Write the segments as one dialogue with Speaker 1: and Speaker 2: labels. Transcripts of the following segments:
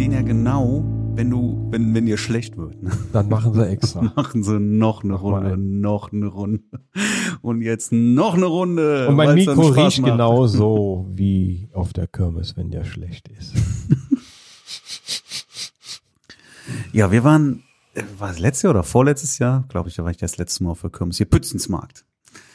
Speaker 1: ähm, genau, wenn du, wenn, wenn dir schlecht wird. Ne?
Speaker 2: Dann machen sie extra.
Speaker 1: Machen sie noch eine
Speaker 2: mal
Speaker 1: Runde, noch eine Runde. Und jetzt noch eine Runde.
Speaker 2: Und mein
Speaker 1: weil's dann
Speaker 2: Mikro
Speaker 1: Spaß
Speaker 2: riecht genau.
Speaker 1: macht.
Speaker 2: genauso wie auf der Kirmes, wenn der schlecht ist.
Speaker 1: Ja, wir waren, äh, war es letztes Jahr oder vorletztes Jahr? Glaube ich, da war ich das letzte Mal auf der Kirmes. Hier Pützensmarkt.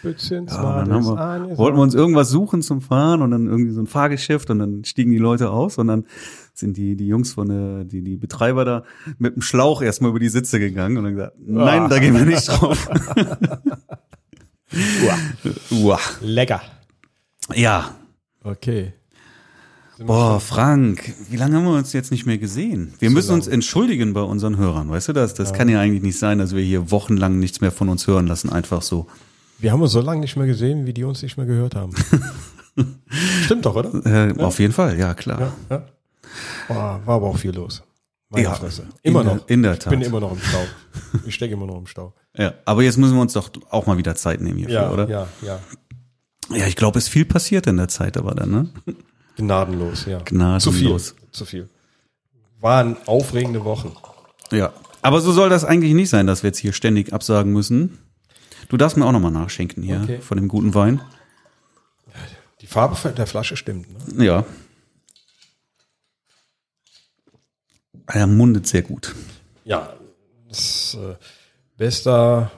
Speaker 2: Pützchen,
Speaker 1: Ja, und dann haben wir, wollten wir uns irgendwas suchen zum Fahren und dann irgendwie so ein Fahrgeschäft und dann stiegen die Leute aus und dann sind die, die Jungs von der, die, die Betreiber da mit dem Schlauch erstmal über die Sitze gegangen und dann gesagt, nein,
Speaker 2: Ah.
Speaker 1: da gehen wir nicht drauf. Uah.
Speaker 2: Lecker.
Speaker 1: Ja.
Speaker 2: Okay.
Speaker 1: Boah, Frank, wie lange haben wir uns jetzt nicht mehr gesehen? Wir müssen uns entschuldigen bei unseren Hörern, weißt du das? Das kann ja eigentlich nicht sein, dass wir hier wochenlang nichts mehr von uns hören lassen, einfach so.
Speaker 2: Wir haben uns so lange nicht mehr gesehen, wie die uns nicht mehr gehört haben. Stimmt doch, oder?
Speaker 1: Äh, Auf jeden Fall, ja klar.
Speaker 2: Ja, ja. Boah, war aber auch viel los. Meine
Speaker 1: Ja,
Speaker 2: Fresse.
Speaker 1: in
Speaker 2: Immer
Speaker 1: der-
Speaker 2: noch.
Speaker 1: in der Tat.
Speaker 2: Ich bin immer noch im Stau. Ich stecke immer noch im Stau.
Speaker 1: Ja, aber jetzt müssen wir uns doch auch mal wieder Zeit nehmen hierfür,
Speaker 2: Ja,
Speaker 1: oder?
Speaker 2: ja, ja.
Speaker 1: Ja, ich glaube, es ist viel passiert in der Zeit aber dann, ne?
Speaker 2: Gnadenlos, ja.
Speaker 1: Gnadenlos.
Speaker 2: Zu viel. Zu viel. Waren aufregende Wochen.
Speaker 1: Ja. Aber so soll das eigentlich nicht sein, dass wir jetzt hier ständig absagen müssen. Du darfst mir auch nochmal nachschenken hier
Speaker 2: Okay.
Speaker 1: von dem guten Wein.
Speaker 2: Die Farbe der Flasche stimmt. Ne?
Speaker 1: Ja. Er Ah mundet sehr gut.
Speaker 2: Ja. Das äh, bester,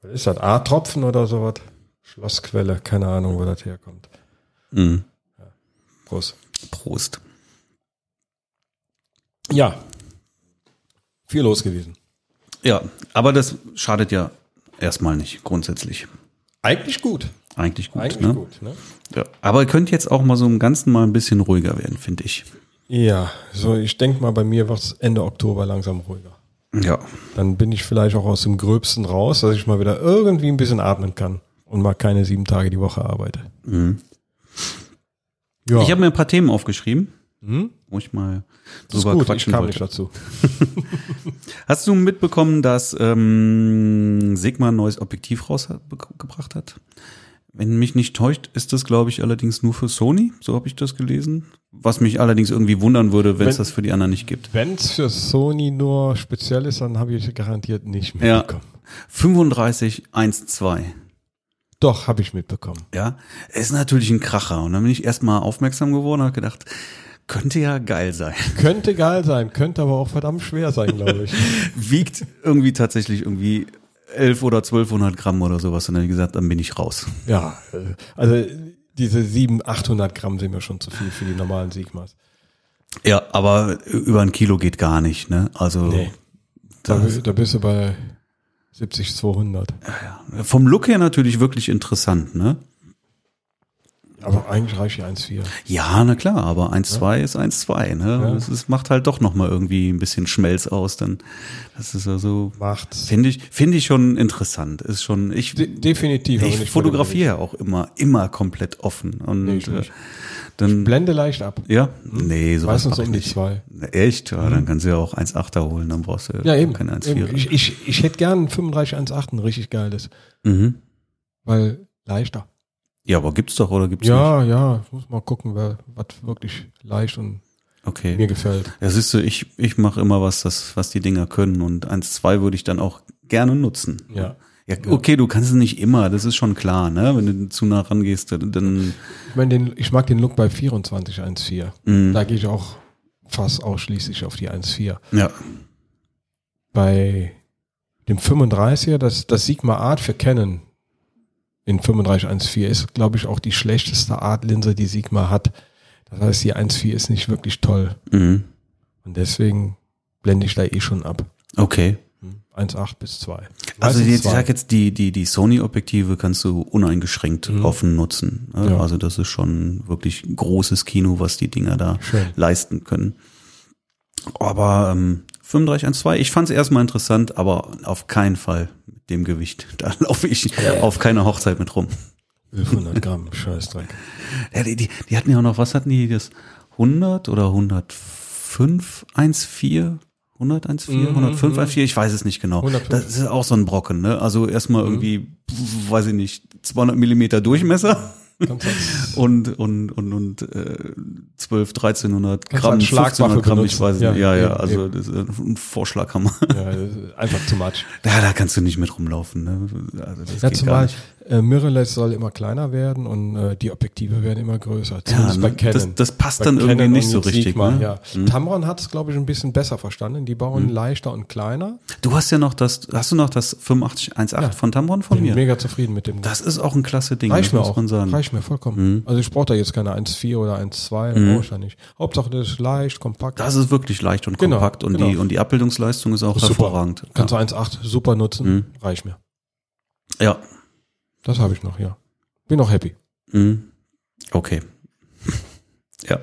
Speaker 2: was ist das? A-Tropfen oder sowas? Schlossquelle, keine Ahnung, wo das herkommt.
Speaker 1: Mhm.
Speaker 2: Prost.
Speaker 1: Prost.
Speaker 2: Ja. Viel los gewesen.
Speaker 1: Ja, aber das schadet ja erstmal nicht, grundsätzlich.
Speaker 2: Eigentlich gut.
Speaker 1: Eigentlich gut,
Speaker 2: Eigentlich
Speaker 1: ne?
Speaker 2: gut. Ne?
Speaker 1: Ja. Aber ihr könnt jetzt auch mal so im Ganzen mal ein bisschen ruhiger werden, finde ich.
Speaker 2: Ja, so ich denke mal, bei mir wird es Ende Oktober langsam ruhiger.
Speaker 1: Ja.
Speaker 2: Dann bin ich vielleicht auch aus dem Gröbsten raus, dass ich mal wieder irgendwie ein bisschen atmen kann und mal keine sieben Tage die Woche arbeite. Ja,
Speaker 1: Mhm. Ich habe mir ein paar Themen aufgeschrieben,
Speaker 2: hm?
Speaker 1: wo ich mal
Speaker 2: das ist
Speaker 1: drüber
Speaker 2: gut, ich
Speaker 1: quatschen
Speaker 2: kam
Speaker 1: wollte.
Speaker 2: nicht dazu.
Speaker 1: Hast du mitbekommen, dass ähm, Sigma ein neues Objektiv rausgebracht hat? Wenn mich nicht täuscht, ist das, glaube ich, allerdings nur für Sony. So habe ich das gelesen. Was mich allerdings irgendwie wundern würde, wenn es
Speaker 2: Wenn-
Speaker 1: das für die anderen nicht gibt.
Speaker 2: Wenn es für Sony nur speziell ist, dann habe ich garantiert nicht
Speaker 1: Ja.
Speaker 2: mitbekommen.
Speaker 1: 3512.
Speaker 2: Doch, habe ich mitbekommen.
Speaker 1: Ja, ist natürlich ein Kracher. Und dann bin ich erstmal aufmerksam geworden und habe gedacht, könnte ja geil sein.
Speaker 2: Könnte geil sein, könnte aber auch verdammt schwer sein, glaube ich.
Speaker 1: Wiegt irgendwie tatsächlich irgendwie 11 oder 1200 Gramm oder sowas. Und dann habe ich gesagt, dann bin ich raus.
Speaker 2: ja, äh, also diese sieben, 800 Gramm sind mir schon zu viel für die normalen Sigmas.
Speaker 1: Ja, aber über ein Kilo geht gar nicht, ne? Also
Speaker 2: Nee. Da, bi- da bist du bei 70, 200.
Speaker 1: vom Look her natürlich wirklich interessant, ne?
Speaker 2: Aber eigentlich reicht ja 1,4.
Speaker 1: Ja, na klar, aber 1,2 ist 1,2, ne? Und Es ist- macht halt doch nochmal irgendwie ein bisschen Schmelz aus, dann das ist also
Speaker 2: Macht's.
Speaker 1: finde ich finde ich schon interessant, ist schon ich
Speaker 2: De definitiv. aber
Speaker 1: ich
Speaker 2: nicht fotografieren.
Speaker 1: fotografiere auch immer immer komplett offen und
Speaker 2: Nee, ich hm?
Speaker 1: äh,
Speaker 2: nicht.
Speaker 1: dann
Speaker 2: Blende leicht ab.
Speaker 1: ja, nee, sowas
Speaker 2: Meistens
Speaker 1: mach ich
Speaker 2: um die
Speaker 1: nicht.
Speaker 2: zwei.
Speaker 1: Echt? Ja, dann kannst du ja auch 1,8er holen, dann brauchst du
Speaker 2: Hm. Ja, eben.
Speaker 1: keine
Speaker 2: eben.
Speaker 1: 1,4er.
Speaker 2: Ich, ich, ich hätte gern ein 35, 1,8, ein richtig geiles.
Speaker 1: Mhm.
Speaker 2: Weil leichter.
Speaker 1: Ja, aber gibt's doch oder gibt's nicht?
Speaker 2: Ja, ja. Ich muss mal gucken, wer- was wirklich leicht und
Speaker 1: Okay.
Speaker 2: mir gefällt.
Speaker 1: Ja, siehst du, ich, ich mache immer was, das, was die Dinger können und 1-2 würde ich dann auch gerne nutzen.
Speaker 2: Ja.
Speaker 1: Ja, okay, du kannst es nicht immer, das ist schon klar, ne? Wenn du zu nah rangehst, dann- dann
Speaker 2: Ich meine, den, ich mag den Look bei 24, 1,4.
Speaker 1: Mhm. mm,
Speaker 2: Da gehe ich auch fast ausschließlich auf die 1,4.
Speaker 1: ja.
Speaker 2: bei dem 35er, das, das Sigma Art für Canon in 3514 ist, glaube ich, auch die schlechteste Art-Linse, die Sigma hat. Das heißt, die 1.4 ist nicht wirklich toll.
Speaker 1: Mhm.
Speaker 2: Und deswegen blende ich da eh schon ab.
Speaker 1: Okay.
Speaker 2: 1.8 bis 2.
Speaker 1: Also
Speaker 2: Meistens
Speaker 1: jetzt, ich
Speaker 2: zwei.
Speaker 1: sag jetzt, die, die, die Sony-Objektive kannst du uneingeschränkt offen nutzen. Ne?
Speaker 2: Mhm. Ja.
Speaker 1: Also das ist schon wirklich großes Kino, was die Dinger da
Speaker 2: Schön.
Speaker 1: leisten können. Aber ähm, 35-1-2, ich fand es erstmal interessant, aber auf keinen Fall mit dem Gewicht. Da laufe ich auf keine Hochzeit mit rum.
Speaker 2: 1100 Gramm, Scheißdreck.
Speaker 1: Ja, die, die, die hatten ja auch noch, was hatten die, das 100 oder 105, 14, 100, 14, 105, 14, ich weiß es nicht genau.
Speaker 2: 105.
Speaker 1: Das ist auch so ein Brocken, ne? Also erstmal irgendwie, pf, weiß ich nicht, 200 Millimeter Durchmesser
Speaker 2: Kannst als-
Speaker 1: und und und und äh, 12 1300
Speaker 2: Kannst du
Speaker 1: Gramm
Speaker 2: als Schlagwaffe
Speaker 1: 1500 Gramm ich
Speaker 2: benutzen.
Speaker 1: weiß es
Speaker 2: Ja,
Speaker 1: nicht ja ja
Speaker 2: eben,
Speaker 1: also das ist ein Vorschlaghammer
Speaker 2: ja, das ist einfach too much.
Speaker 1: da da kannst du nicht mit rumlaufen ne also das
Speaker 2: Ja,
Speaker 1: geht gar
Speaker 2: zumal
Speaker 1: nicht.
Speaker 2: äh, Mirrorless soll immer kleiner werden und äh, die Objektive werden immer größer.
Speaker 1: ja,
Speaker 2: Zumindest bei
Speaker 1: ne? das,
Speaker 2: Canon.
Speaker 1: das passt
Speaker 2: Bei
Speaker 1: dann irgendwie
Speaker 2: Canon
Speaker 1: nicht
Speaker 2: und
Speaker 1: so
Speaker 2: mit
Speaker 1: richtig
Speaker 2: Sigma,
Speaker 1: ne? Mhm.
Speaker 2: ja. Tamron hat es, glaube ich, ein bisschen besser verstanden. Die bauen leichter und kleiner.
Speaker 1: du hast ja noch das hast du noch das 8518
Speaker 2: Ja.
Speaker 1: von Tamron von
Speaker 2: Bin
Speaker 1: mir
Speaker 2: mega zufrieden mit dem.
Speaker 1: das ist auch ein klasse Ding
Speaker 2: reicht
Speaker 1: das
Speaker 2: mir
Speaker 1: muss
Speaker 2: auch.
Speaker 1: man sagen
Speaker 2: Reicht mir vollkommen. Also ich brauche da jetzt keine 1.4 oder 1.2,
Speaker 1: Mhm.
Speaker 2: brauche ich da nicht. Hauptsache, das ist leicht, kompakt.
Speaker 1: das ist wirklich leicht und
Speaker 2: Genau,
Speaker 1: kompakt und die
Speaker 2: genau.
Speaker 1: und die Abbildungsleistung ist auch
Speaker 2: Ist super.
Speaker 1: hervorragend
Speaker 2: Kannst du 1.8 super nutzen,
Speaker 1: Mhm.
Speaker 2: reicht mir.
Speaker 1: ja
Speaker 2: Das habe ich noch, ja. Bin auch happy.
Speaker 1: Mhm. okay ja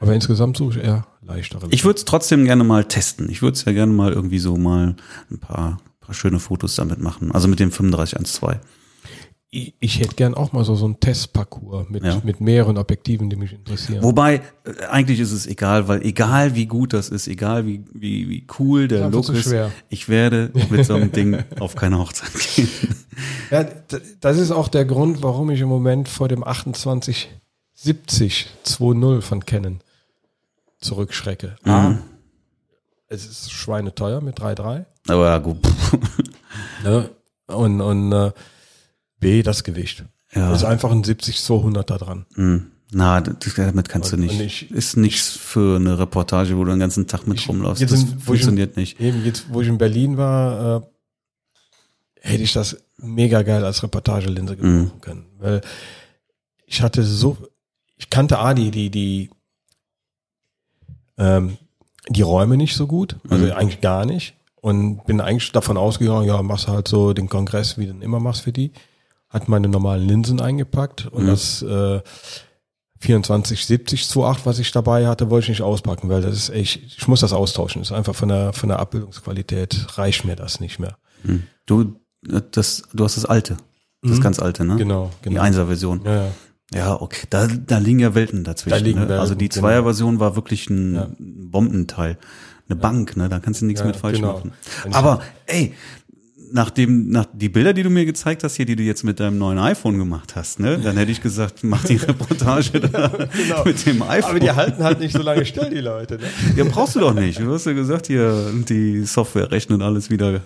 Speaker 2: Aber insgesamt suche ich eher leichtere.
Speaker 1: Ich würde es trotzdem gerne mal testen. Ich würde es ja gerne mal irgendwie so mal ein paar, paar schöne Fotos damit machen. Also mit dem 3512.
Speaker 2: ich, ich hätte gern auch mal so, so einen Testparcours mit,
Speaker 1: Ja.
Speaker 2: mit mehreren Objektiven, die mich interessieren.
Speaker 1: Wobei, äh, eigentlich ist es egal, weil egal wie gut das ist, egal wie, wie, wie cool der
Speaker 2: Ist einfach
Speaker 1: Look
Speaker 2: zu
Speaker 1: ist,
Speaker 2: schwer.
Speaker 1: ich werde mit so einem Ding auf keine Hochzeit gehen.
Speaker 2: Ja, d- das ist auch der Grund, warum ich im Moment vor dem 2870 2.0 von Canon zurückschrecke.
Speaker 1: Mhm.
Speaker 2: A, es ist schweineteuer mit 3.3.
Speaker 1: Aber ja, gut. pff,
Speaker 2: Ne? Und, und äh, B, das Gewicht.
Speaker 1: Ja.
Speaker 2: Ist einfach ein 70-200 da dran.
Speaker 1: hm. Na, das- damit kannst
Speaker 2: Und-
Speaker 1: du nicht.
Speaker 2: und ich-
Speaker 1: ist nichts für eine Reportage, wo du den ganzen Tag mit rumläufst.
Speaker 2: jetzt
Speaker 1: Das
Speaker 2: in- wo ich-
Speaker 1: funktioniert nicht.
Speaker 2: Eben jetzt, wo ich in Berlin war, äh, hätte ich das mega geil als
Speaker 1: Mhm.
Speaker 2: Reportagelinse gebrauchen können. Weil ich hatte so, ich kannte A, die, die, die, ähm, die Räume nicht so gut, also
Speaker 1: Mhm.
Speaker 2: eigentlich gar nicht. Und bin eigentlich davon ausgegangen, ja, machst halt so den Kongress, wie du ihn immer machst für die. Hat meine normalen Linsen eingepackt und
Speaker 1: Mhm.
Speaker 2: das äh, 24, 70 zu 8, was ich dabei hatte, wollte ich nicht auspacken, weil das ist echt, ich muss das austauschen. Das ist einfach von der, von der Abbildungsqualität reicht mir das nicht mehr.
Speaker 1: Hm. Du, äh, das, du hast das alte. Das
Speaker 2: Mhm.
Speaker 1: ganz alte, ne?
Speaker 2: Genau,
Speaker 1: Die
Speaker 2: genau.
Speaker 1: Einser-Version.
Speaker 2: ja, ja.
Speaker 1: Ja, okay. Da, da liegen ja Welten dazwischen.
Speaker 2: Da liegen
Speaker 1: ne?
Speaker 2: Welten,
Speaker 1: also die
Speaker 2: genau.
Speaker 1: Zweier-Version war wirklich ein
Speaker 2: Ja.
Speaker 1: Bombenteil. Eine Bank, ne? Da kannst du nichts
Speaker 2: Ja,
Speaker 1: mit falsch
Speaker 2: genau.
Speaker 1: machen.
Speaker 2: Wenn ich-
Speaker 1: Aber ey, nachdem, nach die Bilder, die du mir gezeigt hast, hier, die du jetzt mit deinem neuen iPhone gemacht hast, ne, dann hätte ich gesagt, mach die Reportage da mit dem iPhone.
Speaker 2: Genau. Aber die halten halt nicht so lange still, die Leute. Ne?
Speaker 1: ja, brauchst du doch nicht. Du hast ja gesagt, hier, die Software rechnet alles wieder.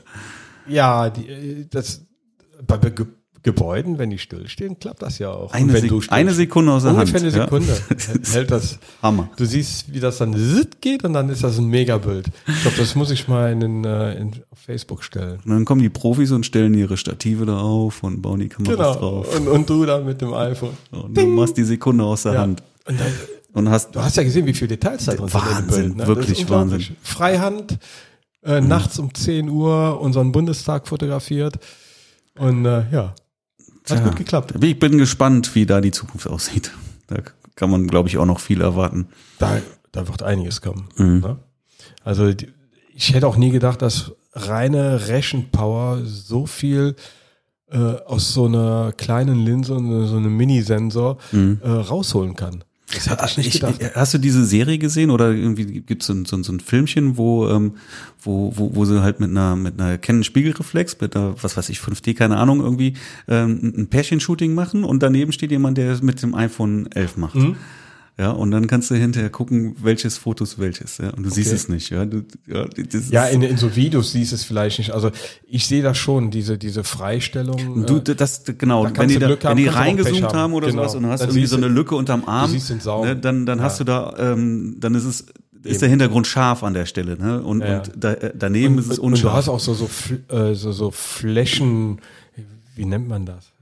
Speaker 2: Ja, die, äh, das, bei Be Ge- Gebäuden, wenn die stillstehen, klappt das ja auch. Und
Speaker 1: Eine,
Speaker 2: wenn
Speaker 1: Sek
Speaker 2: du stillstehst.
Speaker 1: eine Sekunde aus der
Speaker 2: Ungefähr
Speaker 1: Hand.
Speaker 2: eine Sekunde
Speaker 1: Ja?
Speaker 2: hält das.
Speaker 1: Hammer.
Speaker 2: Du siehst, wie das dann zitt geht und dann ist das ein Megabild. Ich glaube, das muss ich mal in, den, äh, in, auf Facebook stellen.
Speaker 1: Und dann kommen die Profis und stellen ihre Stative da auf und bauen die Kameras
Speaker 2: Genau.
Speaker 1: drauf.
Speaker 2: Und, und du dann mit dem iPhone.
Speaker 1: Und du machst die Sekunde aus der
Speaker 2: Ja.
Speaker 1: Hand.
Speaker 2: Und dann,
Speaker 1: Und hast,
Speaker 2: du hast ja gesehen, wie viele Details da drin
Speaker 1: Wahnsinn,
Speaker 2: in dem Das ist
Speaker 1: wirklich Mhm.
Speaker 2: unglaublich. Freihand, äh, nachts um 10 Uhr unseren Bundestag fotografiert. Und äh, ja, hat
Speaker 1: Tja.
Speaker 2: gut geklappt.
Speaker 1: ich bin gespannt, wie da die Zukunft aussieht. Da kann man, glaube ich, auch noch viel erwarten.
Speaker 2: da, da wird einiges kommen.
Speaker 1: Mhm.
Speaker 2: Ne? Also die- ich hätte auch nie gedacht, dass reine Rechenpower so viel äh, aus so einer kleinen Linse und so einem Mini-Sensor äh, rausholen kann. Das hätte ich nicht
Speaker 1: Mhm. Ich,
Speaker 2: gedacht.
Speaker 1: hast du diese Serie gesehen oder irgendwie gibt es so, ein- so, ein- so ein Filmchen, wo, ähm, wo, wo, wo sie halt mit einer, mit einer Canon Spiegelreflex, mit einer, was weiß ich, 5D, keine Ahnung, irgendwie ähm, ein Pärchenshooting machen und daneben steht jemand, der es mit dem iPhone 11 macht.
Speaker 2: Mhm.
Speaker 1: Ja, und dann kannst du hinterher gucken, welches Fotos welches. Ja? Und du siehst
Speaker 2: Okay.
Speaker 1: es nicht. Ja, du, ja, das ist-
Speaker 2: ja, in, in so Videos siehst du es vielleicht nicht. Also ich sehe das schon, diese, diese Freistellung.
Speaker 1: Du,
Speaker 2: äh,
Speaker 1: d- das, d- genau,
Speaker 2: da kannst
Speaker 1: wenn die,
Speaker 2: du
Speaker 1: da,
Speaker 2: Glück
Speaker 1: wenn
Speaker 2: haben,
Speaker 1: die
Speaker 2: kannst du auch Pech
Speaker 1: reingezoomt haben,
Speaker 2: haben.
Speaker 1: oder
Speaker 2: Genau.
Speaker 1: sowas und dann hast
Speaker 2: Dann
Speaker 1: du irgendwie
Speaker 2: siehst
Speaker 1: so eine
Speaker 2: du-
Speaker 1: Lücke unterm Arm,
Speaker 2: siehst den Saum.
Speaker 1: ne, dann, dann hast du da, ähm, dann ist es, ist der Hintergrund scharf an der Stelle, ne? Und,
Speaker 2: ja.
Speaker 1: und da, äh, daneben ist es
Speaker 2: Und- Und du
Speaker 1: unscharf.
Speaker 2: hast auch so, so, Fl- äh, so, so Flächen, wie nennt man das?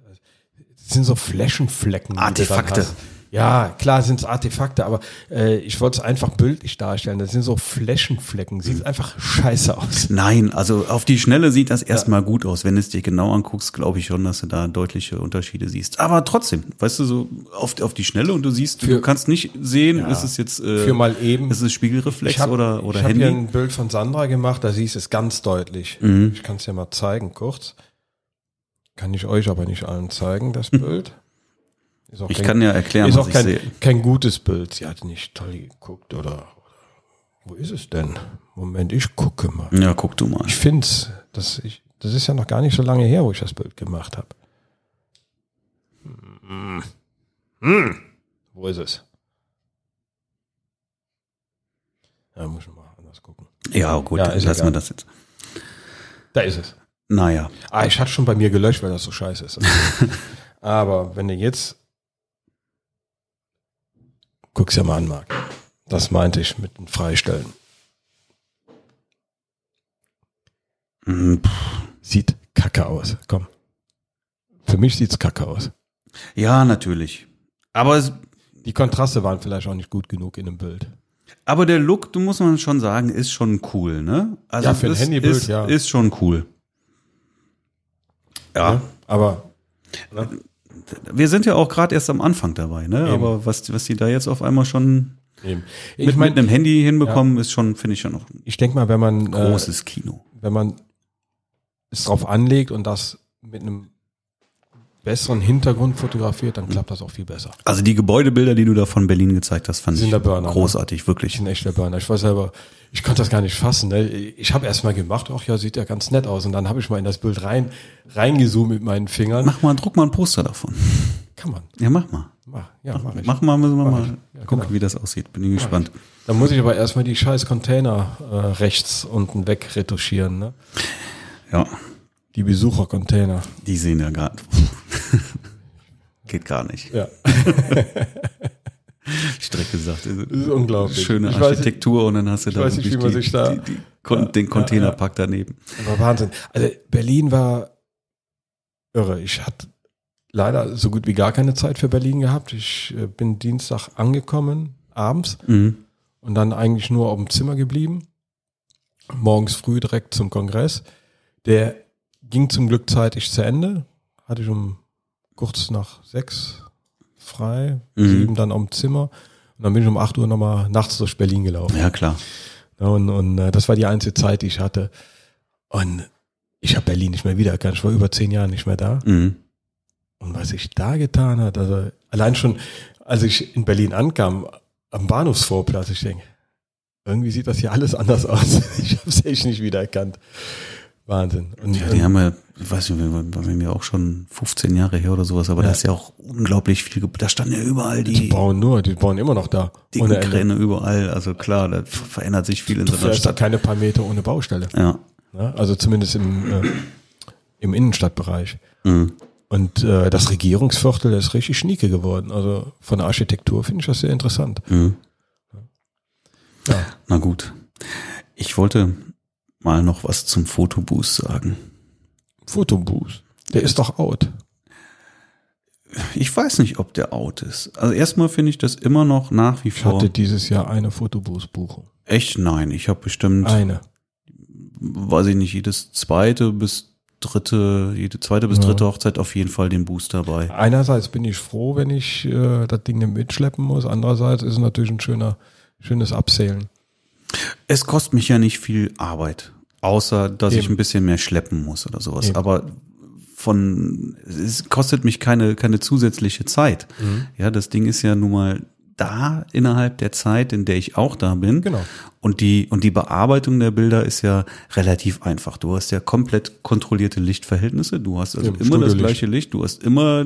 Speaker 2: Das sind so Flächenflecken. die du dann
Speaker 1: Artefakte.
Speaker 2: hast. Ja, klar sind es Artefakte, aber äh, ich wollte es einfach bildlich darstellen. Das sind so Flächenflecken. Sieht
Speaker 1: Mhm.
Speaker 2: einfach scheiße aus.
Speaker 1: Nein, also auf die Schnelle sieht das erstmal gut aus. Wenn du es dir genau anguckst, glaube ich schon, dass du da deutliche Unterschiede siehst. Aber trotzdem, weißt du, so auf, auf die Schnelle und du siehst, du
Speaker 2: Für-
Speaker 1: kannst nicht sehen, ist es jetzt äh,
Speaker 2: Für mal eben.
Speaker 1: ist es Spiegelreflex
Speaker 2: Ich hab-
Speaker 1: oder, oder
Speaker 2: ich hab
Speaker 1: Handy? Mhm.
Speaker 2: hier ein Bild von Sandra gemacht, da siehst du es ganz deutlich. Ich kann es dir mal zeigen, kurz. Kann ich euch aber nicht allen zeigen, das Bild. Ist auch
Speaker 1: ich
Speaker 2: kein-
Speaker 1: kann ja erklären,
Speaker 2: ist
Speaker 1: was
Speaker 2: auch
Speaker 1: ich
Speaker 2: kein,
Speaker 1: sehe.
Speaker 2: kein gutes Bild. Sie hat nicht toll geguckt oder, oder wo ist es denn? Moment, ich gucke mal.
Speaker 1: Ja, guck du mal.
Speaker 2: Ich find's. Das, ich, das ist ja noch gar nicht so lange her, wo ich das Bild gemacht habe. Hm. Wo ist es? Ja, muss ich mal anders gucken.
Speaker 1: Ja, gut,
Speaker 2: Ja, ist
Speaker 1: lassen
Speaker 2: egal.
Speaker 1: wir das jetzt.
Speaker 2: Da ist es.
Speaker 1: Naja,
Speaker 2: Ah, ich hatte schon bei mir gelöscht, weil das so scheiße ist. Aber wenn du jetzt guck's ja mal an, Marc. Das meinte ich mit dem Freistellen.
Speaker 1: Hm, pff.
Speaker 2: Sieht kacke aus. Komm. Für mich sieht's kacke aus.
Speaker 1: ja, natürlich. Aber, es-
Speaker 2: Die Kontraste waren vielleicht auch nicht gut genug in dem Bild.
Speaker 1: aber der Look, du musst man schon sagen, ist schon cool, ne? Also
Speaker 2: Ja, für ein
Speaker 1: das
Speaker 2: Handybild,
Speaker 1: ist,
Speaker 2: ja.
Speaker 1: Ist schon cool. Ja,
Speaker 2: Ne? Aber
Speaker 1: wir sind ja auch gerade erst am Anfang dabei, ne?
Speaker 2: Eben.
Speaker 1: Aber was, was die da jetzt auf einmal schon
Speaker 2: eben.
Speaker 1: mit,
Speaker 2: ich meine,
Speaker 1: mit einem Handy hinbekommen, ist schon, finde ich, schon noch ein
Speaker 2: ich denke mal, wenn man äh,
Speaker 1: großes Kino.
Speaker 2: wenn man es drauf anlegt und das mit einem besseren Hintergrund fotografiert, dann klappt das auch viel besser.
Speaker 1: Also die Gebäudebilder, die du da von Berlin gezeigt hast, fand
Speaker 2: Sind
Speaker 1: ich
Speaker 2: der Burner, ne?
Speaker 1: großartig, wirklich.
Speaker 2: Ich bin echt der Burner. Ich war selber, ich konnte das gar nicht fassen. Ne? Ich habe erst mal gemacht, ach ja, sieht ja ganz nett aus. Und dann habe ich mal in das Bild rein reingezoomt mit meinen Fingern.
Speaker 1: Mach mal, druck mal ein Poster davon.
Speaker 2: Kann man.
Speaker 1: Ja, mach mal.
Speaker 2: Mach, ja, mach ich.
Speaker 1: Mach mal, müssen wir
Speaker 2: Mach
Speaker 1: mal
Speaker 2: ich. Ja,
Speaker 1: gucken,
Speaker 2: genau.
Speaker 1: wie das aussieht. Bin ich gespannt.
Speaker 2: Dann muss ich aber erstmal die scheiß Container äh, rechts unten wegretuschieren. Ne?
Speaker 1: Ja,
Speaker 2: Die Besuchercontainer.
Speaker 1: die sehen ja gerade. Geht gar nicht.
Speaker 2: Ja,
Speaker 1: Strick gesagt.
Speaker 2: das ist unglaublich.
Speaker 1: Schöne
Speaker 2: ich weiß,
Speaker 1: Architektur und dann hast du da
Speaker 2: weiß nicht,
Speaker 1: wirklich
Speaker 2: wie man
Speaker 1: die,
Speaker 2: sich da-
Speaker 1: die, die, Kon den Containerpack daneben.
Speaker 2: Aber Wahnsinn. Also Berlin war irre. Ich hatte leider so gut wie gar keine Zeit für Berlin gehabt. Ich äh, bin Dienstag angekommen, abends,
Speaker 1: Mhm.
Speaker 2: und dann eigentlich nur auf dem Zimmer geblieben. Morgens früh direkt zum Kongress. Der ging zum Glück zeitig zu Ende. Hatte ich um kurz nach sechs frei,
Speaker 1: Mhm.
Speaker 2: sieben dann auf dem Zimmer. Und dann bin ich um 8 Uhr nochmal nachts durch Berlin gelaufen.
Speaker 1: Ja, klar.
Speaker 2: Ja, und und äh, das war die einzige Zeit, die ich hatte. Und ich habe Berlin nicht mehr wiedererkannt. Ich war über zehn Jahre nicht mehr da.
Speaker 1: Mhm.
Speaker 2: Und was ich da getan hat, also allein schon, als ich in Berlin ankam, am Bahnhofsvorplatz, ich denke, irgendwie sieht das hier alles anders aus. Ich habe es echt nicht wiedererkannt. Wahnsinn. Und,
Speaker 1: Ja, die haben ja, ich weiß nicht, wir- bei mir auch schon 15 Jahre her oder sowas, aber da
Speaker 2: Ja.
Speaker 1: ist ja auch unglaublich viel, ge- da standen ja überall
Speaker 2: die
Speaker 1: die
Speaker 2: bauen nur, die bauen immer noch da.
Speaker 1: dicken
Speaker 2: Ohne Ende.
Speaker 1: Kräne überall. Also klar, da f- verändert sich viel in
Speaker 2: Du
Speaker 1: so einer
Speaker 2: fährst da
Speaker 1: Stadt.
Speaker 2: keine paar Meter ohne Baustelle.
Speaker 1: Ja.
Speaker 2: Ne? Also zumindest im, äh, im Innenstadtbereich.
Speaker 1: Mhm.
Speaker 2: Und äh, das Regierungsviertel ist richtig schnieke geworden. Also von der Architektur finde ich das sehr interessant.
Speaker 1: Mhm.
Speaker 2: Ja.
Speaker 1: Na gut. Ich wollte mal noch was zum Fotoboost sagen.
Speaker 2: Fotobooth, der ist doch out.
Speaker 1: Ich weiß nicht, ob der out ist. Also erstmal finde ich das immer noch nach wie
Speaker 2: Ich
Speaker 1: vor.
Speaker 2: hatte dieses Jahr eine Fotobooth-Buchung.
Speaker 1: Echt nein. Ich habe bestimmt,
Speaker 2: Eine.
Speaker 1: weiß ich nicht, jedes zweite bis dritte, jede zweite bis
Speaker 2: Ja.
Speaker 1: dritte Hochzeit auf jeden Fall den Boost dabei.
Speaker 2: Einerseits bin ich froh, wenn ich äh, das Ding nicht mitschleppen muss. Andererseits ist es natürlich ein schöner, schönes Abzählen.
Speaker 1: Es kostet mich ja nicht viel Arbeit, außer dass ich
Speaker 2: Eben.
Speaker 1: ein bisschen mehr schleppen muss oder sowas.
Speaker 2: Eben.
Speaker 1: Aber von es kostet mich keine keine zusätzliche Zeit.
Speaker 2: Mhm.
Speaker 1: Ja, das Ding ist ja nun mal da innerhalb der Zeit, in der ich auch da bin.
Speaker 2: Genau.
Speaker 1: Und die und die Bearbeitung der Bilder ist ja relativ einfach. Du hast ja komplett kontrollierte Lichtverhältnisse. Du hast also
Speaker 2: Eben,
Speaker 1: immer das
Speaker 2: Studiolicht.
Speaker 1: gleiche Licht. Du hast immer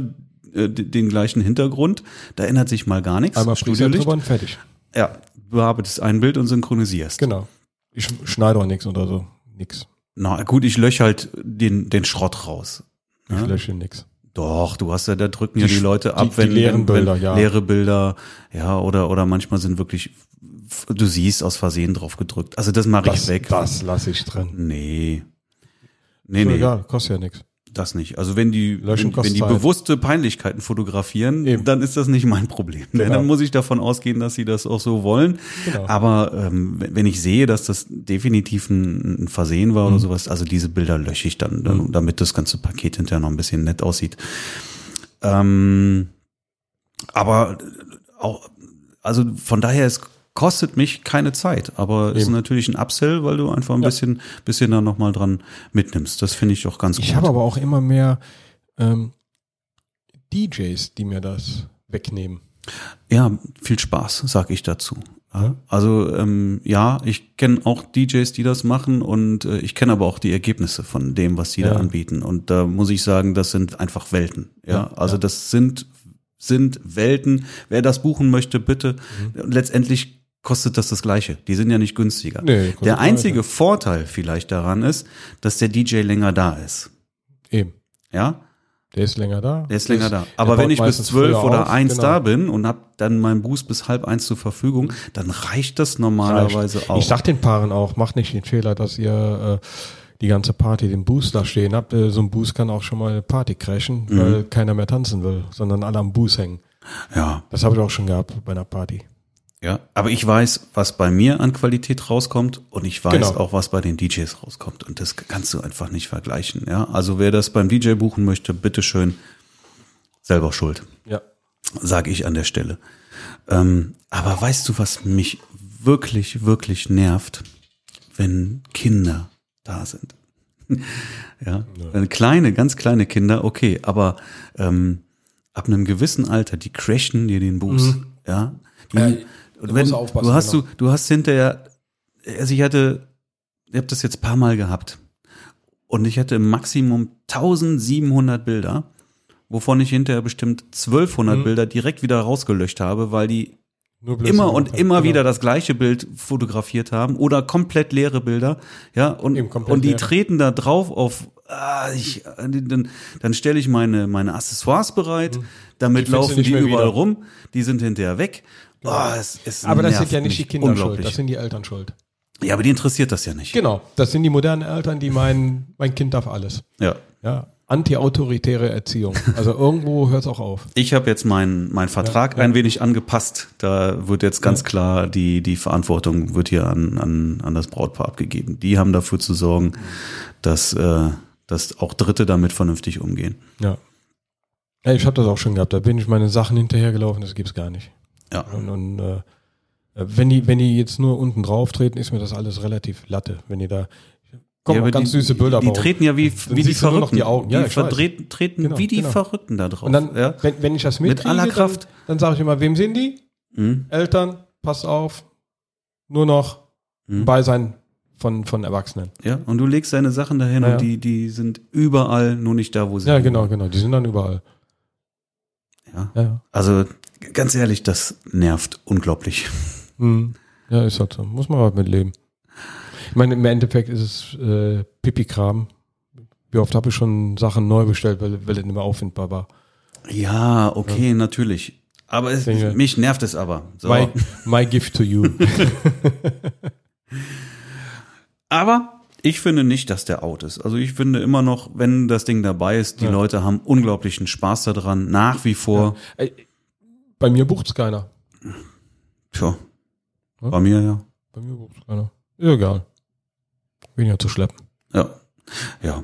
Speaker 1: äh, d- den gleichen Hintergrund. Da ändert sich mal gar nichts.
Speaker 2: Einmal Friesen
Speaker 1: Studiolicht.
Speaker 2: drüber und fertig.
Speaker 1: Ja, bearbeitest ein Bild und synchronisierst.
Speaker 2: Genau. Ich schneide auch nichts oder so. Nix.
Speaker 1: Na gut, ich lösche halt den, den Schrott raus.
Speaker 2: Ich
Speaker 1: Ja.
Speaker 2: lösche nix.
Speaker 1: Doch, du hast ja, da drücken ja
Speaker 2: Die
Speaker 1: die Leute
Speaker 2: Sch-
Speaker 1: ab,
Speaker 2: die- die
Speaker 1: wenn,
Speaker 2: leeren
Speaker 1: wenn, wenn
Speaker 2: Bilder, ja.
Speaker 1: leere Bilder, ja, oder, oder manchmal sind wirklich, du siehst aus Versehen drauf gedrückt. Also das mache ich
Speaker 2: Das,
Speaker 1: weg.
Speaker 2: das lasse ich drin.
Speaker 1: Nee. Nee,
Speaker 2: Ist mir
Speaker 1: nee,
Speaker 2: Egal, kostet ja nichts.
Speaker 1: das nicht. Also wenn die,
Speaker 2: Löschen
Speaker 1: wenn, wenn
Speaker 2: kostet
Speaker 1: die
Speaker 2: Zeit.
Speaker 1: bewusste Peinlichkeiten fotografieren,
Speaker 2: Eben.
Speaker 1: dann ist das nicht mein Problem.
Speaker 2: Genau.
Speaker 1: Dann muss ich davon ausgehen, dass sie das auch so wollen.
Speaker 2: Genau.
Speaker 1: Aber ähm, wenn wenn ich sehe, dass das definitiv ein, ein Versehen war oder
Speaker 2: Mhm.
Speaker 1: sowas, also diese Bilder lösche ich dann, dann damit das ganze Paket hinterher noch ein bisschen nett aussieht. Ähm, aber auch, also von daher, es kostet mich keine Zeit, aber es ist
Speaker 2: Eben.
Speaker 1: natürlich ein Upsell, weil du einfach ein
Speaker 2: Ja.
Speaker 1: bisschen, bisschen da nochmal dran mitnimmst. Das finde ich auch ganz
Speaker 2: Ich
Speaker 1: gut.
Speaker 2: habe aber auch immer mehr ähm, DJs, die mir das wegnehmen.
Speaker 1: Ja, viel Spaß, sag ich dazu. Also ähm, ja, ich kenne auch DJs, die das machen und äh, ich kenne aber auch die Ergebnisse von dem, was die da
Speaker 2: Ja.
Speaker 1: anbieten. Und da muss ich sagen, das sind einfach Welten. Ja,
Speaker 2: Ja,
Speaker 1: also
Speaker 2: ja.
Speaker 1: das sind sind Welten. Wer das buchen möchte, bitte.
Speaker 2: Mhm.
Speaker 1: Und Letztendlich kostet das das Gleiche. Die sind ja nicht günstiger.
Speaker 2: Nee, kostet
Speaker 1: der einzige Vorteil vielleicht daran ist, dass der DJ länger da ist.
Speaker 2: Eben.
Speaker 1: Ja,
Speaker 2: Der ist länger da.
Speaker 1: der ist länger da. Aber
Speaker 2: baut
Speaker 1: wenn ich bis
Speaker 2: meistens
Speaker 1: zwölf
Speaker 2: früher
Speaker 1: oder
Speaker 2: auf,
Speaker 1: eins
Speaker 2: genau.
Speaker 1: da bin und habe dann meinen Boost bis halb eins zur Verfügung, dann reicht das normalerweise
Speaker 2: Reicht.
Speaker 1: auch.
Speaker 2: Ich sag den Paaren auch, macht nicht den Fehler, dass ihr äh, die ganze Party den Boost da stehen habt. Äh, so ein Boost kann auch schon mal eine Party crashen,
Speaker 1: Mhm.
Speaker 2: weil keiner mehr tanzen will, sondern alle am Boost hängen.
Speaker 1: ja,
Speaker 2: Das habe ich auch schon gehabt bei einer Party.
Speaker 1: ja. Aber ich weiß, was bei mir an Qualität rauskommt und ich weiß
Speaker 2: Genau.
Speaker 1: auch, was bei den DJs rauskommt. Und das kannst du einfach nicht vergleichen. Ja, also wer das beim DJ buchen möchte, bitteschön, selber schuld.
Speaker 2: Ja.
Speaker 1: sage ich an der Stelle. Ähm, aber weißt du, was mich wirklich, wirklich nervt, wenn Kinder da sind? ja, wenn kleine, ganz kleine Kinder, okay, aber ähm, ab einem gewissen Alter, die crashen dir den Boost. Ja, die,
Speaker 2: Ja,
Speaker 1: und wenn,
Speaker 2: da musst du aufpassen,
Speaker 1: du hast
Speaker 2: genau.
Speaker 1: du, du hast hinterher, also ich hatte, ich habe das jetzt paar Mal gehabt und ich hatte im Maximum 1700 Bilder wovon ich hinterher bestimmt 1200
Speaker 2: Mhm.
Speaker 1: Bilder direkt wieder rausgelöscht habe, weil die
Speaker 2: Nur Blödsinn
Speaker 1: immer und
Speaker 2: gemacht Genau.
Speaker 1: immer
Speaker 2: haben.
Speaker 1: wieder das gleiche Bild fotografiert haben oder komplett leere Bilder, ja, und,
Speaker 2: Eben komplett
Speaker 1: und die
Speaker 2: leer.
Speaker 1: treten da drauf auf, ah, ich, äh, dann, dann stelle ich meine, meine Accessoires bereit, damit
Speaker 2: Mhm. Die findest du
Speaker 1: laufen
Speaker 2: nicht
Speaker 1: die
Speaker 2: mehr
Speaker 1: überall
Speaker 2: wieder.
Speaker 1: rum, die sind hinterher weg. Oh, es, es
Speaker 2: Aber das sind
Speaker 1: nervt
Speaker 2: ja nicht
Speaker 1: mich
Speaker 2: die Kinder schuld,
Speaker 1: unglaublich.
Speaker 2: das sind die Eltern schuld.
Speaker 1: ja, aber die interessiert das ja nicht.
Speaker 2: Genau, das sind die modernen Eltern, die meinen, mein Kind darf alles.
Speaker 1: Ja.
Speaker 2: Ja, antiautoritäre Erziehung. Also irgendwo hört es auch auf.
Speaker 1: Ich habe jetzt meinen meinen Vertrag ein wenig angepasst. Da wird jetzt ganz klar die die Verantwortung wird hier an, an an das Brautpaar abgegeben. Die haben dafür zu sorgen, dass äh, dass auch Dritte damit vernünftig umgehen.
Speaker 2: Ja. ja ich habe das auch schon gehabt. Da bin ich meine Sachen hinterhergelaufen, das gibt's gar nicht.
Speaker 1: Ja.
Speaker 2: Und, und äh, äh, wenn die, wenn die jetzt nur unten drauf treten, ist mir das alles relativ latte. Wenn die da kommen
Speaker 1: Ja,
Speaker 2: auch
Speaker 1: aber
Speaker 2: ganz
Speaker 1: die,
Speaker 2: süße Bilder
Speaker 1: Die
Speaker 2: bauen.
Speaker 1: treten ja wie wie die
Speaker 2: siehst du nur noch
Speaker 1: Verrückten.
Speaker 2: die Augen. Ja, ich weiß.
Speaker 1: verdrehten, treten
Speaker 2: Genau,
Speaker 1: wie die
Speaker 2: genau.
Speaker 1: Verrückten da drauf.
Speaker 2: und dann,
Speaker 1: ja.
Speaker 2: wenn, wenn ich das
Speaker 1: Mit
Speaker 2: mitkriege,
Speaker 1: aller Kraft.
Speaker 2: dann, dann sage ich immer, wem sind die?
Speaker 1: Mhm.
Speaker 2: Eltern, passt auf, nur noch
Speaker 1: Mhm.
Speaker 2: Beisein von, von Erwachsenen.
Speaker 1: ja. Und du legst deine Sachen dahin
Speaker 2: Ja.
Speaker 1: und die die sind überall, nur nicht da, wo sie
Speaker 2: Ja,
Speaker 1: hingehören.
Speaker 2: genau, genau. Die sind dann überall.
Speaker 1: Ja.
Speaker 2: Ja,
Speaker 1: Also g- ganz ehrlich, das nervt unglaublich.
Speaker 2: hm. ja ist halt so. Muss man halt mitleben. Ich meine, im Endeffekt ist es äh, Pipi-Kram. Wie oft habe ich schon Sachen neu bestellt, weil, weil es nicht mehr auffindbar war.
Speaker 1: Ja, okay, natürlich. Aber es,
Speaker 2: Denke-
Speaker 1: mich nervt es aber. So.
Speaker 2: My, my gift to you.
Speaker 1: Aber ich finde nicht, dass der out ist. Also ich finde immer noch, wenn das Ding dabei ist, die
Speaker 2: Ja.
Speaker 1: Leute haben unglaublichen Spaß daran, nach wie vor.
Speaker 2: Ey, Äh, Bei mir bucht's keiner.
Speaker 1: Tja,
Speaker 2: Ja.
Speaker 1: bei mir ja.
Speaker 2: Bei mir bucht's keiner. Ist egal. Weniger zu schleppen.
Speaker 1: Ja, ja.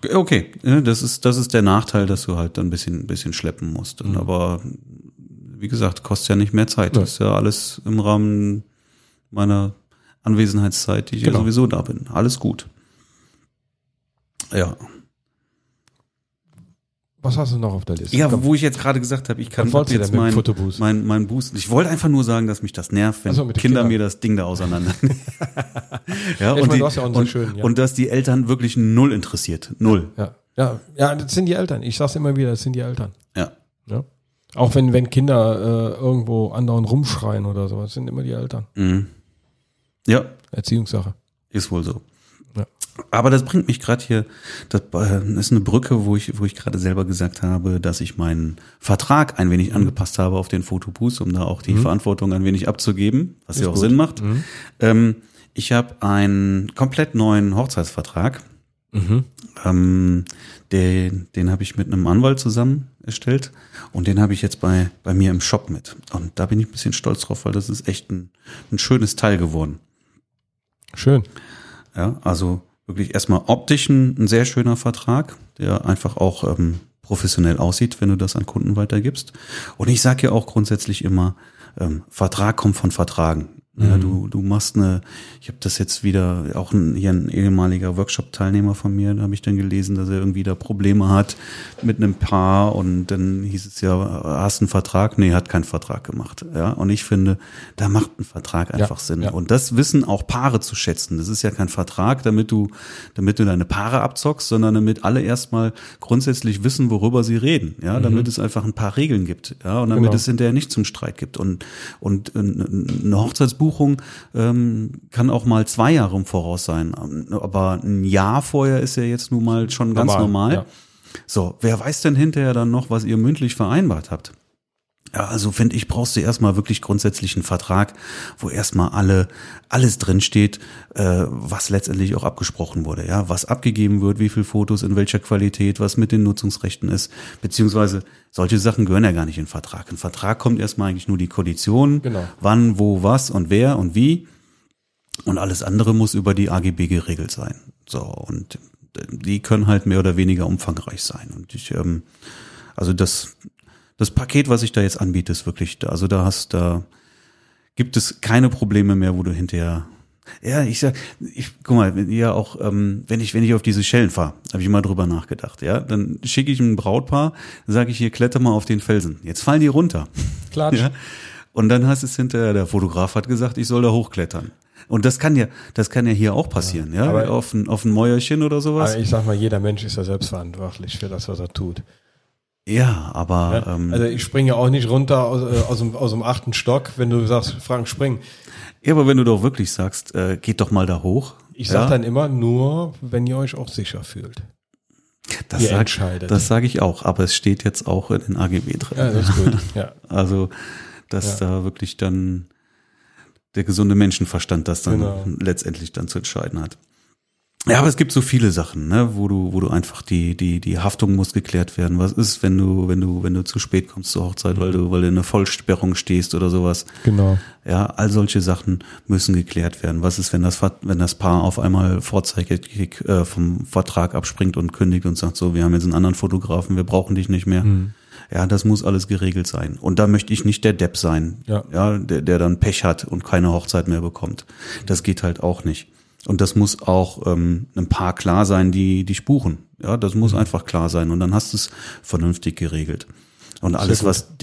Speaker 1: G- Okay, ne, das ist, das ist der Nachteil, dass du halt dann ein bisschen, ein bisschen schleppen musst. Und
Speaker 2: Mhm.
Speaker 1: Aber wie gesagt, kostet ja nicht mehr Zeit.
Speaker 2: Nö.
Speaker 1: Das ist ja alles im Rahmen meiner Anwesenheitszeit, die ich ja
Speaker 2: Genau.
Speaker 1: sowieso da bin. Alles gut. Ja.
Speaker 2: Was hast du noch auf der Liste?
Speaker 1: Ja,
Speaker 2: Komm,
Speaker 1: wo ich jetzt gerade gesagt habe, ich kann
Speaker 2: was wolltest du
Speaker 1: jetzt
Speaker 2: denn mit dem
Speaker 1: mein,
Speaker 2: Fotoboost?
Speaker 1: mein, mein Boost. Ich wollte einfach nur sagen, dass mich das nervt, wenn
Speaker 2: Ach so, mit
Speaker 1: Kinder,
Speaker 2: den Kindern.
Speaker 1: mir das Ding da auseinander. ja, und,
Speaker 2: meine,
Speaker 1: die,
Speaker 2: du hast ja auch einen so
Speaker 1: und,
Speaker 2: schönen, ja.
Speaker 1: und dass die Eltern wirklich null interessiert. Null.
Speaker 2: Ja. Ja, ja, das sind die Eltern. Ich sag's immer wieder, das sind die Eltern.
Speaker 1: Ja.
Speaker 2: Ja. Auch wenn, wenn Kinder äh, irgendwo andauernd rumschreien oder sowas, sind immer die Eltern.
Speaker 1: Mhm. Ja,
Speaker 2: Erziehungssache.
Speaker 1: ist wohl so.
Speaker 2: Ja.
Speaker 1: Aber das bringt mich gerade hier, das äh, ist eine Brücke, wo ich, wo ich gerade selber gesagt habe, dass ich meinen Vertrag ein
Speaker 2: Mhm.
Speaker 1: wenig angepasst habe auf den Fotoboost, um da auch die Verantwortung ein wenig abzugeben, was ja auch
Speaker 2: gut. Mhm.
Speaker 1: Sinn macht. Ähm, ich habe einen komplett neuen Hochzeitsvertrag.
Speaker 2: Mhm.
Speaker 1: Ähm, den den habe ich mit einem Anwalt zusammen erstellt und den habe ich jetzt bei, bei mir im Shop mit. Und da bin ich ein bisschen stolz drauf, weil das ist echt ein, ein schönes Teil geworden.
Speaker 2: Schön.
Speaker 1: Ja, also wirklich erstmal optisch ein, ein sehr schöner Vertrag, der einfach auch ähm, professionell aussieht, wenn du das an Kunden weitergibst. Und ich sage ja auch grundsätzlich immer, ähm, Vertrag kommt von Vertragen. Ja,
Speaker 2: Mhm.
Speaker 1: du, du machst eine, ich habe das jetzt wieder, auch ein, hier ein ehemaliger Workshop-Teilnehmer von mir, da habe ich dann gelesen, dass er irgendwie da Probleme hat mit einem Paar und dann hieß es ja, hast einen Vertrag? Nee, hat keinen Vertrag gemacht. Ja, und ich finde, da macht ein Vertrag einfach Sinn.
Speaker 2: ja.
Speaker 1: Und das wissen auch Paare zu schätzen. Das ist ja kein Vertrag, damit du, damit du deine Paare abzockst, sondern damit alle erstmal grundsätzlich wissen, worüber sie reden. Ja, damit es einfach ein paar Regeln gibt. Ja, und damit
Speaker 2: Mhm. Genau.
Speaker 1: es hinterher nicht zum Streit gibt. Und, und äh, eine Hochzeitsbuchung ähm, kann auch mal zwei Jahre im Voraus sein. Aber ein Jahr vorher ist ja jetzt nun mal schon ganz normal.
Speaker 2: Normal, ja.
Speaker 1: So, wer weiß denn hinterher dann noch, was ihr mündlich vereinbart habt? Ja, also finde ich, brauchst du erstmal wirklich grundsätzlich einen Vertrag, wo erstmal alle, alles drinsteht, äh, was letztendlich auch abgesprochen wurde, ja, was abgegeben wird, wie viel Fotos, in welcher Qualität, was mit den Nutzungsrechten ist, beziehungsweise solche Sachen gehören ja gar nicht in den Vertrag. In den Vertrag kommt erstmal eigentlich nur die Kondition,
Speaker 2: Genau.
Speaker 1: wann, wo, was und wer und wie. Und alles andere muss über die AGB geregelt sein. So, und die können halt mehr oder weniger umfangreich sein. Und ich, ähm, also das, das Paket, was ich da jetzt anbiete, ist wirklich, also da hast, da gibt es keine Probleme mehr, wo du hinterher ja, ich sag, ich guck mal, wenn ihr auch, ähm, wenn ich, wenn ich auf diese Schellen fahre, habe ich mal drüber nachgedacht, ja, dann schicke ich ein Brautpaar, sage ich hier, kletter mal auf den Felsen. Jetzt fallen die runter.
Speaker 2: Klatsch.
Speaker 1: Ja. Und dann heißt es hinterher, der Fotograf hat gesagt, ich soll da hochklettern. Und das kann ja, das kann ja hier auch passieren, ja,
Speaker 2: aber-
Speaker 1: auf ein, auf ein Mäuerchen oder sowas.
Speaker 2: Aber Ah, ich sag mal, jeder Mensch ist ja selbstverantwortlich für das, was er tut.
Speaker 1: ja, aber
Speaker 2: Ja,
Speaker 1: ähm,
Speaker 2: also ich springe auch nicht runter aus, äh, aus, dem, aus dem achten Stock, wenn du sagst, Frank, spring.
Speaker 1: ja, aber wenn du doch wirklich sagst, äh, geht doch mal da hoch.
Speaker 2: Ich
Speaker 1: ja,
Speaker 2: sag dann immer nur, wenn ihr euch auch sicher fühlt.
Speaker 1: das
Speaker 2: ihr
Speaker 1: sag-
Speaker 2: entscheidet.
Speaker 1: Das sage ich auch, aber es steht jetzt auch in den AGB drin.
Speaker 2: Ja, das ist gut. Ja.
Speaker 1: Also, dass da wirklich dann der gesunde Menschenverstand das dann
Speaker 2: Genau.
Speaker 1: letztendlich dann zu entscheiden hat. Ja, aber es gibt so viele Sachen, ne, wo du, wo du einfach die, die, die Haftung muss geklärt werden. Was ist, wenn du, wenn du, wenn du zu spät kommst zur Hochzeit,
Speaker 2: Mhm.
Speaker 1: weil du, weil du in einer Vollsperrung stehst oder sowas?
Speaker 2: Genau.
Speaker 1: Ja, all solche Sachen müssen geklärt werden. Was ist, wenn das, Vert- wenn das Paar auf einmal vorzeitig äh, vom Vertrag abspringt und kündigt und sagt so, wir haben jetzt einen anderen Fotografen, wir brauchen dich nicht mehr.
Speaker 2: Mhm.
Speaker 1: Ja, das muss alles geregelt sein. Und da möchte ich nicht der Depp sein,
Speaker 2: Ja.
Speaker 1: der, der dann Pech hat und keine Hochzeit mehr bekommt. Das geht halt auch nicht. Und das muss auch ähm, ein paar klar sein, die dich buchen. Ja, das muss
Speaker 2: Mhm.
Speaker 1: einfach klar sein. Und dann hast du es vernünftig geregelt. Und alles,
Speaker 2: gut.
Speaker 1: was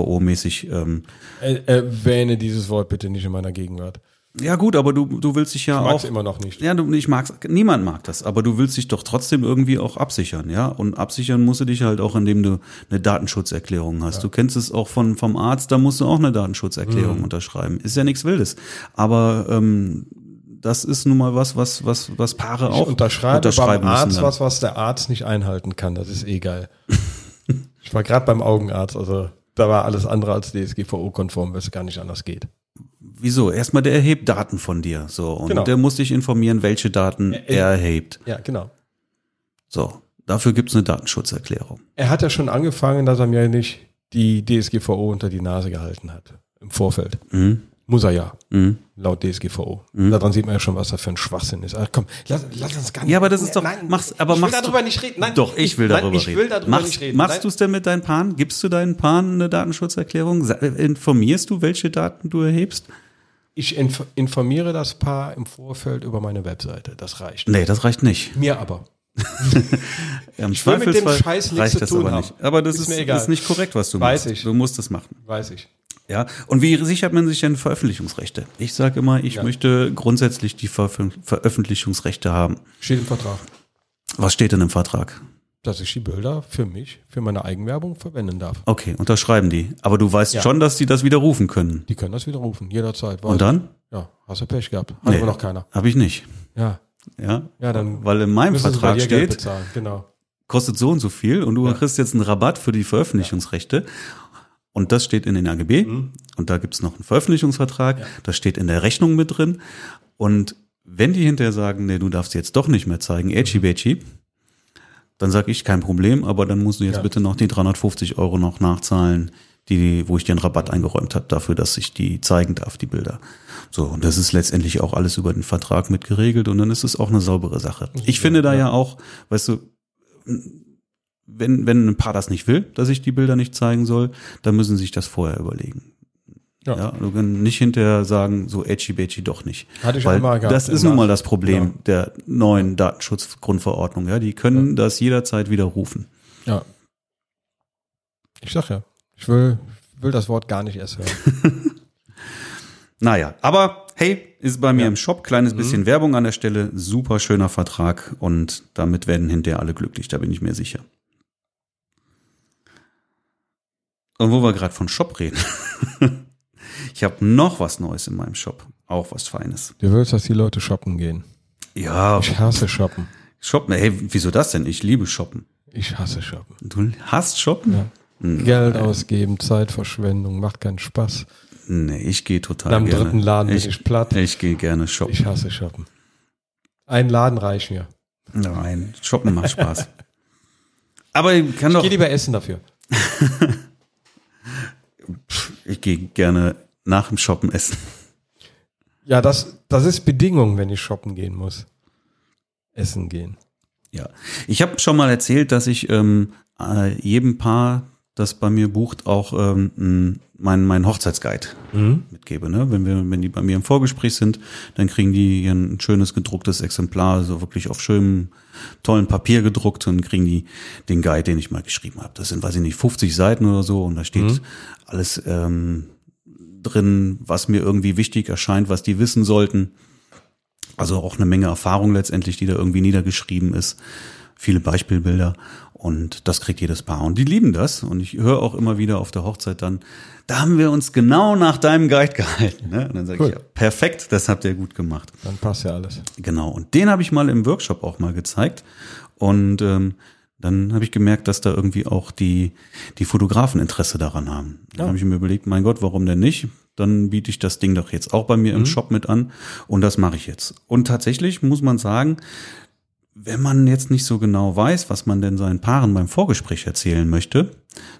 Speaker 1: DSGVO-mäßig ähm,
Speaker 2: Äh, erwähne dieses Wort bitte nicht in meiner Gegenwart.
Speaker 1: Ja, gut, aber du, du willst dich ja
Speaker 2: Ich mag's
Speaker 1: auch.
Speaker 2: immer noch nicht.
Speaker 1: Ja, du, ich mag's, niemand mag das, aber du willst dich doch trotzdem irgendwie auch absichern, ja? Und absichern musst du dich halt auch, indem du eine Datenschutzerklärung hast. Du kennst es auch von, vom Arzt, da musst du auch eine Datenschutzerklärung
Speaker 2: Mhm.
Speaker 1: unterschreiben. Ist ja nichts Wildes. Aber ähm, das ist nun mal was, was, was, was Paare
Speaker 2: Ich
Speaker 1: auch
Speaker 2: unterschreibe beim Arzt
Speaker 1: dann.
Speaker 2: was, was der Arzt nicht einhalten kann. Das ist eh geil. ich war gerade beim Augenarzt, also da war alles andere als DSGVO-konform, weil es gar nicht anders geht.
Speaker 1: Wieso? Erstmal, der erhebt Daten von dir. So. Und
Speaker 2: Genau.
Speaker 1: der muss dich informieren, welche Daten
Speaker 2: äh,
Speaker 1: er erhebt.
Speaker 2: Ja, genau.
Speaker 1: So. Dafür gibt's eine Datenschutzerklärung.
Speaker 2: Er hat ja schon angefangen, dass er mir nicht die DSGVO unter die Nase gehalten hat. Im Vorfeld.
Speaker 1: Mhm.
Speaker 2: Muss er ja.
Speaker 1: Mhm.
Speaker 2: Laut DSGVO. Daran sieht man ja schon, was da für ein Schwachsinn ist. Ach komm, lass, lass uns gar nicht.
Speaker 1: Ja, aber das ist doch-
Speaker 2: Nein,
Speaker 1: mach's- aber
Speaker 2: ich
Speaker 1: machst
Speaker 2: will
Speaker 1: du-
Speaker 2: darüber nicht reden. Nein,
Speaker 1: Doch, ich will darüber
Speaker 2: nein, ich
Speaker 1: reden.
Speaker 2: will darüber
Speaker 1: machst
Speaker 2: nicht reden.
Speaker 1: machst du es denn mit deinen Paaren? Gibst du deinen Paaren eine Datenschutzerklärung? Sa- äh, Informierst du, welche Daten du erhebst?
Speaker 2: Ich inf informiere das Paar im Vorfeld über meine Webseite. Das reicht.
Speaker 1: Nee, das reicht nicht.
Speaker 2: Mir aber.
Speaker 1: Im
Speaker 2: will mit dem
Speaker 1: Zweifelsfall
Speaker 2: Scheiß nichts
Speaker 1: reicht
Speaker 2: zu
Speaker 1: das
Speaker 2: tun
Speaker 1: aber
Speaker 2: haben.
Speaker 1: nicht. Aber das
Speaker 2: Ist
Speaker 1: ist,
Speaker 2: mir egal.
Speaker 1: ist nicht korrekt, was du
Speaker 2: Weiß
Speaker 1: machst.
Speaker 2: ich.
Speaker 1: Du musst das machen.
Speaker 2: Weiß ich.
Speaker 1: Ja, und wie sichert man sich denn Veröffentlichungsrechte? Ich sage immer, ich möchte grundsätzlich die Veröf Veröffentlichungsrechte haben.
Speaker 2: Steht im Vertrag,
Speaker 1: Was steht denn im Vertrag?
Speaker 2: dass ich die Bilder für mich, für meine Eigenwerbung verwenden darf.
Speaker 1: Okay, unterschreiben die. Aber du weißt
Speaker 2: Ja.
Speaker 1: schon, dass die das widerrufen können.
Speaker 2: Die können das widerrufen, jederzeit.
Speaker 1: Und dann?
Speaker 2: Ja, hast du Pech gehabt. Hat
Speaker 1: Nee.
Speaker 2: aber noch keiner.
Speaker 1: Habe ich nicht.
Speaker 2: Ja,
Speaker 1: Ja,
Speaker 2: ja dann
Speaker 1: weil in meinem
Speaker 2: müssen sie
Speaker 1: Vertrag
Speaker 2: bei dir Geld
Speaker 1: steht,
Speaker 2: bezahlen. Genau.
Speaker 1: kostet so und so viel und du kriegst jetzt einen Rabatt für die Veröffentlichungsrechte. Und das steht in den AGB. Und da gibt's noch einen Veröffentlichungsvertrag. Das steht in der Rechnung mit drin. Und wenn die hinterher sagen, nee, du darfst jetzt doch nicht mehr zeigen, Echi Bechi, dann sage ich, kein Problem, aber dann musst du jetzt
Speaker 2: Ja.
Speaker 1: bitte noch die 350 Euro noch nachzahlen, die, wo ich dir einen Rabatt eingeräumt habe, dafür, dass ich die zeigen darf, die Bilder. So, und das ist letztendlich auch alles über den Vertrag mit geregelt und dann ist es auch eine saubere Sache. Ich finde da ja auch, weißt du, wenn, wenn ein Paar das nicht will, dass ich die Bilder nicht zeigen soll, dann müssen sie sich das vorher überlegen. Ja. du kannst nicht hinterher sagen, so edgy bechi doch nicht.
Speaker 2: Hatte ich
Speaker 1: Weil
Speaker 2: einmal gehabt.
Speaker 1: das ist
Speaker 2: im
Speaker 1: nun mal
Speaker 2: Laden.
Speaker 1: das Problem der neuen Datenschutzgrundverordnung. Ja, die können das jederzeit widerrufen.
Speaker 2: Ja. Ich sag ja, ich will, will das Wort gar nicht erst hören.
Speaker 1: Naja, aber hey, ist bei mir
Speaker 2: Ja. Mhm.
Speaker 1: im Shop. Kleines bisschen Werbung an der Stelle. Super schöner Vertrag und damit werden hinterher alle glücklich, da bin ich mir sicher. Und wo wir gerade von Shop reden. ich habe noch was Neues in meinem Shop. Auch was Feines.
Speaker 2: Du willst, dass die Leute shoppen gehen.
Speaker 1: Ja,
Speaker 2: Ich hasse shoppen.
Speaker 1: shoppen. Hey, wieso das denn? Ich liebe shoppen.
Speaker 2: Ich hasse shoppen.
Speaker 1: Du hast shoppen?
Speaker 2: Ja.
Speaker 1: Hm,
Speaker 2: Geld ausgeben, Zeitverschwendung, macht keinen Spaß.
Speaker 1: Nee, ich gehe total
Speaker 2: Am
Speaker 1: gerne.
Speaker 2: dritten Laden
Speaker 1: ich,
Speaker 2: bin ich platt.
Speaker 1: ich gehe gerne shoppen.
Speaker 2: Ich hasse shoppen. Ein Laden reicht mir.
Speaker 1: Nein, shoppen macht Spaß. Aber ich kann
Speaker 2: Ich
Speaker 1: doch.
Speaker 2: gehe lieber essen dafür.
Speaker 1: Ich gehe gerne nach dem Shoppen essen.
Speaker 2: Ja, das, das ist Bedingung, wenn ich shoppen gehen muss. Essen gehen.
Speaker 1: Ja. Ich habe schon mal erzählt, dass ich ähm, äh, jedem Paar, das bei mir bucht, auch ähm, m, meinen meinen Hochzeitsguide mitgebe. Ne? Wenn, wir, wenn die bei mir im Vorgespräch sind, dann kriegen die hier ein schönes gedrucktes Exemplar, so wirklich auf schönem, tollen Papier gedruckt und kriegen die den Guide, den ich mal geschrieben habe. Das sind, weiß ich nicht, 50 Seiten oder so und da steht alles ähm, drin, was mir irgendwie wichtig erscheint, was die wissen sollten. Also auch eine Menge Erfahrung letztendlich, die da irgendwie niedergeschrieben ist. Viele Beispielbilder und das kriegt jedes Paar. Und die lieben das. Und ich höre auch immer wieder auf der Hochzeit dann, da haben wir uns genau nach deinem Guide gehalten. Ne? Und dann sage
Speaker 2: Cool.
Speaker 1: ich, ja, perfekt, das habt ihr gut gemacht.
Speaker 2: Dann passt ja alles.
Speaker 1: Genau, und den habe ich mal im Workshop auch mal gezeigt. Und ähm, dann habe ich gemerkt, dass da irgendwie auch die, die Fotografen Interesse daran haben. Dann
Speaker 2: Ja.
Speaker 1: habe ich mir überlegt, mein Gott, warum denn nicht? Dann biete ich das Ding doch jetzt auch bei mir
Speaker 2: Mhm.
Speaker 1: im Shop mit an. Und das mache ich jetzt. Und tatsächlich muss man sagen, wenn man jetzt nicht so genau weiß, was man denn seinen Paaren beim Vorgespräch erzählen möchte,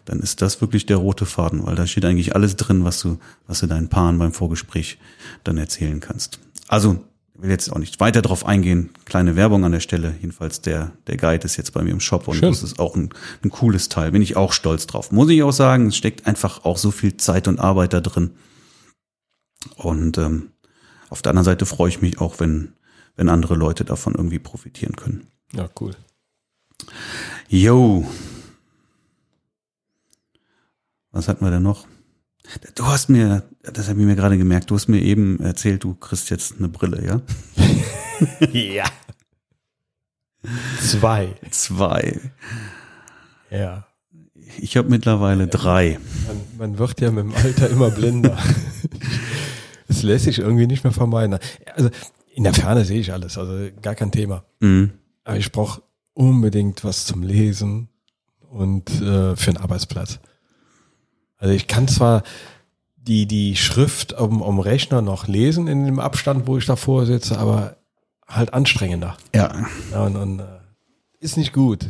Speaker 1: dann ist das wirklich der rote Faden, weil da steht eigentlich alles drin, was du, was du deinen Paaren beim Vorgespräch dann erzählen kannst. Also, ich will jetzt auch nicht weiter drauf eingehen. Kleine Werbung an der Stelle. Jedenfalls der, der Guide ist jetzt bei mir im Shop und
Speaker 2: Schön.
Speaker 1: das ist auch ein, ein cooles Teil. Bin ich auch stolz drauf. Muss ich auch sagen, es steckt einfach auch so viel Zeit und Arbeit da drin. Und ähm, auf der anderen Seite freue ich mich auch, wenn, wenn andere Leute davon irgendwie profitieren können.
Speaker 2: Ja, cool.
Speaker 1: Jo. Was hatten wir denn noch? Du hast mir, das habe ich mir gerade gemerkt, du hast mir eben erzählt, du kriegst jetzt eine Brille, ja?
Speaker 2: ja. Zwei.
Speaker 1: Zwei.
Speaker 2: Ja.
Speaker 1: Ich habe mittlerweile drei.
Speaker 2: Man, man wird ja mit dem Alter immer blinder. Das lässt sich irgendwie nicht mehr vermeiden. Also in der Ferne sehe ich alles, also gar kein Thema.
Speaker 1: Mhm.
Speaker 2: Aber ich brauche unbedingt was zum Lesen und äh, für einen Arbeitsplatz. Also ich kann zwar die, die Schrift am, am Rechner noch lesen in dem Abstand, wo ich davor sitze, aber halt anstrengender.
Speaker 1: Ja.
Speaker 2: Ja, und, und äh, ist nicht gut,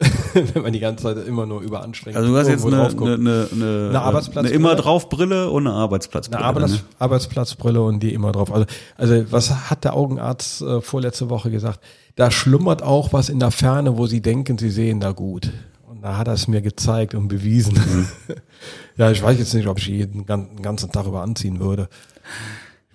Speaker 2: wenn man die ganze Zeit immer nur über anstrengend
Speaker 1: Also du hast jetzt
Speaker 2: irgendwo
Speaker 1: eine,
Speaker 2: drauf guckt.
Speaker 1: eine, eine, eine,
Speaker 2: Oh, Eine Arbeitsplatzbrille?
Speaker 1: immer drauf Brille und eine Arbeitsplatzbrille.
Speaker 2: Eine Arbeits
Speaker 1: ne?
Speaker 2: Arbeitsplatzbrille und die immer drauf. Also, also was hat der Augenarzt äh, vorletzte Woche gesagt? Da schlummert auch was in der Ferne, wo sie denken, sie sehen da gut. Und da hat er es mir gezeigt und bewiesen. ja, ich weiß jetzt nicht, ob ich jeden gan- den ganzen Tag über anziehen würde.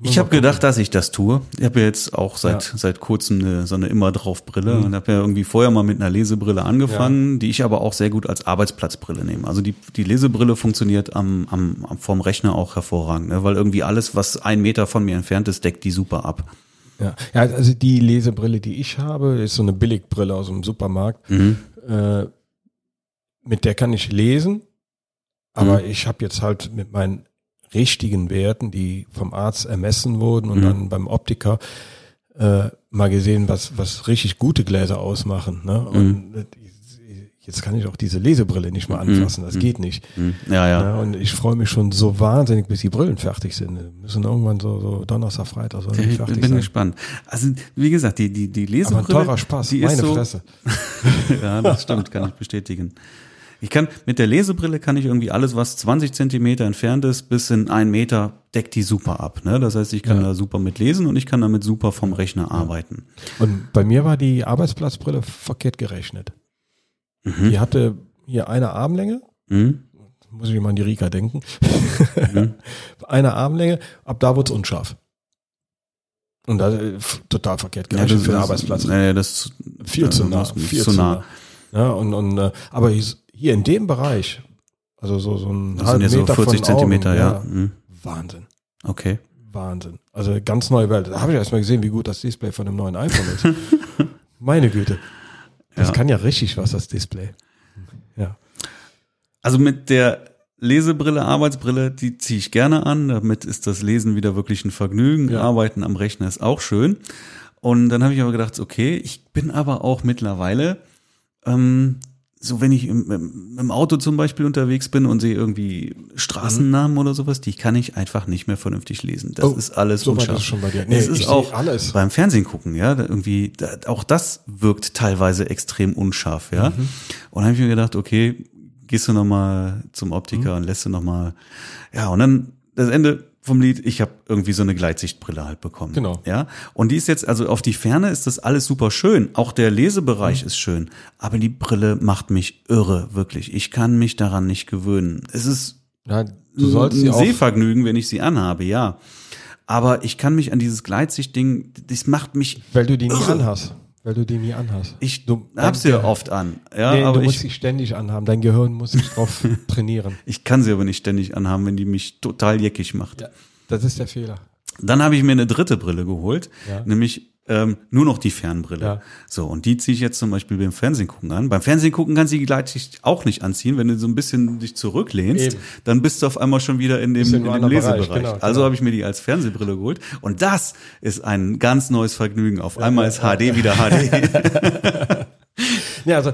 Speaker 1: Ich habe gedacht, dass ich das tue. Ich habe ja jetzt auch seit seit kurzem eine, so eine immer drauf Brille
Speaker 2: Mhm.
Speaker 1: und habe ja irgendwie vorher mal mit einer Lesebrille angefangen, die ich aber auch sehr gut als Arbeitsplatzbrille nehme. Also die die Lesebrille funktioniert am am, am vom Rechner auch hervorragend, ne? weil irgendwie alles, was ein Meter von mir entfernt ist, deckt die super ab.
Speaker 2: Ja. ja, also die Lesebrille, die ich habe, ist so eine Billigbrille aus dem Supermarkt. Äh, mit der kann ich lesen, aber
Speaker 1: Mhm.
Speaker 2: ich habe jetzt halt mit meinen richtigen Werten, die vom Arzt ermessen wurden und
Speaker 1: Mhm.
Speaker 2: dann beim Optiker äh, mal gesehen, was, was richtig gute Gläser ausmachen. Ne?
Speaker 1: Mhm.
Speaker 2: Und äh, jetzt kann ich auch diese Lesebrille nicht mehr anfassen, das geht nicht.
Speaker 1: Hm. Mhm. Ja, ja.
Speaker 2: Ja, und ich freue mich schon so wahnsinnig, bis die Brillen fertig sind. Wir müssen irgendwann so, so Donnerstag, Freitag sollen die
Speaker 1: Ich
Speaker 2: fertig
Speaker 1: bin
Speaker 2: sein.
Speaker 1: gespannt. Also wie gesagt, die die die
Speaker 2: Aber
Speaker 1: Lesebrille,
Speaker 2: ein teurer Spaß,
Speaker 1: die
Speaker 2: meine
Speaker 1: ist so,
Speaker 2: Fresse.
Speaker 1: Ja, das stimmt, kann ich bestätigen. Ich kann, mit der Lesebrille kann ich irgendwie alles, was 20 Zentimeter entfernt ist, bis in einen Meter, deckt die super ab. Ne? Das heißt, ich kann
Speaker 2: Ja.
Speaker 1: da super mit lesen und ich kann damit super vom Rechner arbeiten.
Speaker 2: Und bei mir war die Arbeitsplatzbrille verkehrt gerechnet. Die hatte hier eine Armlänge,
Speaker 1: Mhm.
Speaker 2: muss ich mal an die Rika denken. Eine Armlänge, ab da wird's unscharf. Und da äh, f- total verkehrt, genau für den Arbeitsplatz.
Speaker 1: Nee, das ist
Speaker 2: Viel zu nah,
Speaker 1: Viel,
Speaker 2: viel
Speaker 1: zu nah.
Speaker 2: Ja, und, und äh, aber hier- hier in dem Bereich, also so, so ein
Speaker 1: Das sind ja so 40
Speaker 2: von Augen,
Speaker 1: Zentimeter, ja. Mhm.
Speaker 2: Wahnsinn.
Speaker 1: Okay.
Speaker 2: Wahnsinn. Also ganz neue Welt. Da habe ich erst mal gesehen, wie gut das Display von dem neuen iPhone ist. Meine Güte. Das
Speaker 1: Ja.
Speaker 2: kann ja richtig was, das Display. Ja.
Speaker 1: Also mit der Lesebrille, Arbeitsbrille, die ziehe ich gerne an. Damit ist das Lesen wieder wirklich ein Vergnügen.
Speaker 2: Ja.
Speaker 1: Arbeiten am Rechner ist auch schön. Und dann habe ich aber gedacht, okay, ich bin aber auch mittlerweile, ähm, so wenn ich im, im, im Auto zum Beispiel unterwegs bin und sehe irgendwie Straßennamen oder sowas, die kann ich einfach nicht mehr vernünftig lesen. Das
Speaker 2: Mhm. Oh,
Speaker 1: ist alles
Speaker 2: so weit
Speaker 1: unscharf.
Speaker 2: ist es schon bei dir. Nee,
Speaker 1: das
Speaker 2: ich
Speaker 1: ist
Speaker 2: sehe
Speaker 1: auch
Speaker 2: alles.
Speaker 1: beim Fernsehen gucken, ja, da irgendwie, da, auch das wirkt teilweise extrem unscharf, ja. Und dann habe ich mir gedacht, okay, gehst du nochmal zum Optiker und lässt du nochmal, ja, und dann das Ende vom Lied, ich habe irgendwie so eine Gleitsichtbrille halt bekommen.
Speaker 2: Genau.
Speaker 1: Ja, und die ist jetzt, also auf die Ferne ist das alles super schön, auch der Lesebereich ist schön, aber die Brille macht mich irre, wirklich. Ich kann mich daran nicht gewöhnen. Es ist
Speaker 2: ja du sollst
Speaker 1: ein
Speaker 2: sie auch.
Speaker 1: Sehvergnügen, wenn ich sie anhabe, ja. Aber ich kann mich an dieses Gleitsichtding, das macht mich,
Speaker 2: Weil du die nie anhast. Weil du die nie anhast.
Speaker 1: ich
Speaker 2: Du-
Speaker 1: hab's
Speaker 2: dein
Speaker 1: ja
Speaker 2: Gehirn-
Speaker 1: oft an, ja,
Speaker 2: nee,
Speaker 1: aber
Speaker 2: du musst
Speaker 1: ich,
Speaker 2: sie ständig anhaben. Dein Gehirn muss sich drauf trainieren.
Speaker 1: ich kann sie aber nicht ständig anhaben, wenn die mich total jeckig macht.
Speaker 2: Ja, das ist der Fehler.
Speaker 1: Dann habe ich mir eine dritte Brille geholt,
Speaker 2: Ja.
Speaker 1: nämlich ähm, nur noch die Fernbrille.
Speaker 2: Ja.
Speaker 1: So, und die ziehe ich jetzt zum Beispiel beim Fernsehen gucken an. Beim Fernsehen gucken kannst du die Gleitsicht auch nicht anziehen, wenn du so ein bisschen dich zurücklehnst,
Speaker 2: Eben.
Speaker 1: dann bist du auf einmal schon wieder in dem,
Speaker 2: Bist in
Speaker 1: in
Speaker 2: einem
Speaker 1: dem
Speaker 2: anderen
Speaker 1: Lesebereich.
Speaker 2: Bereich, genau,
Speaker 1: Also
Speaker 2: genau.
Speaker 1: habe ich mir die als Fernsehbrille geholt und das ist ein ganz neues Vergnügen. Auf einmal ist HD wieder HD.
Speaker 2: Ja, also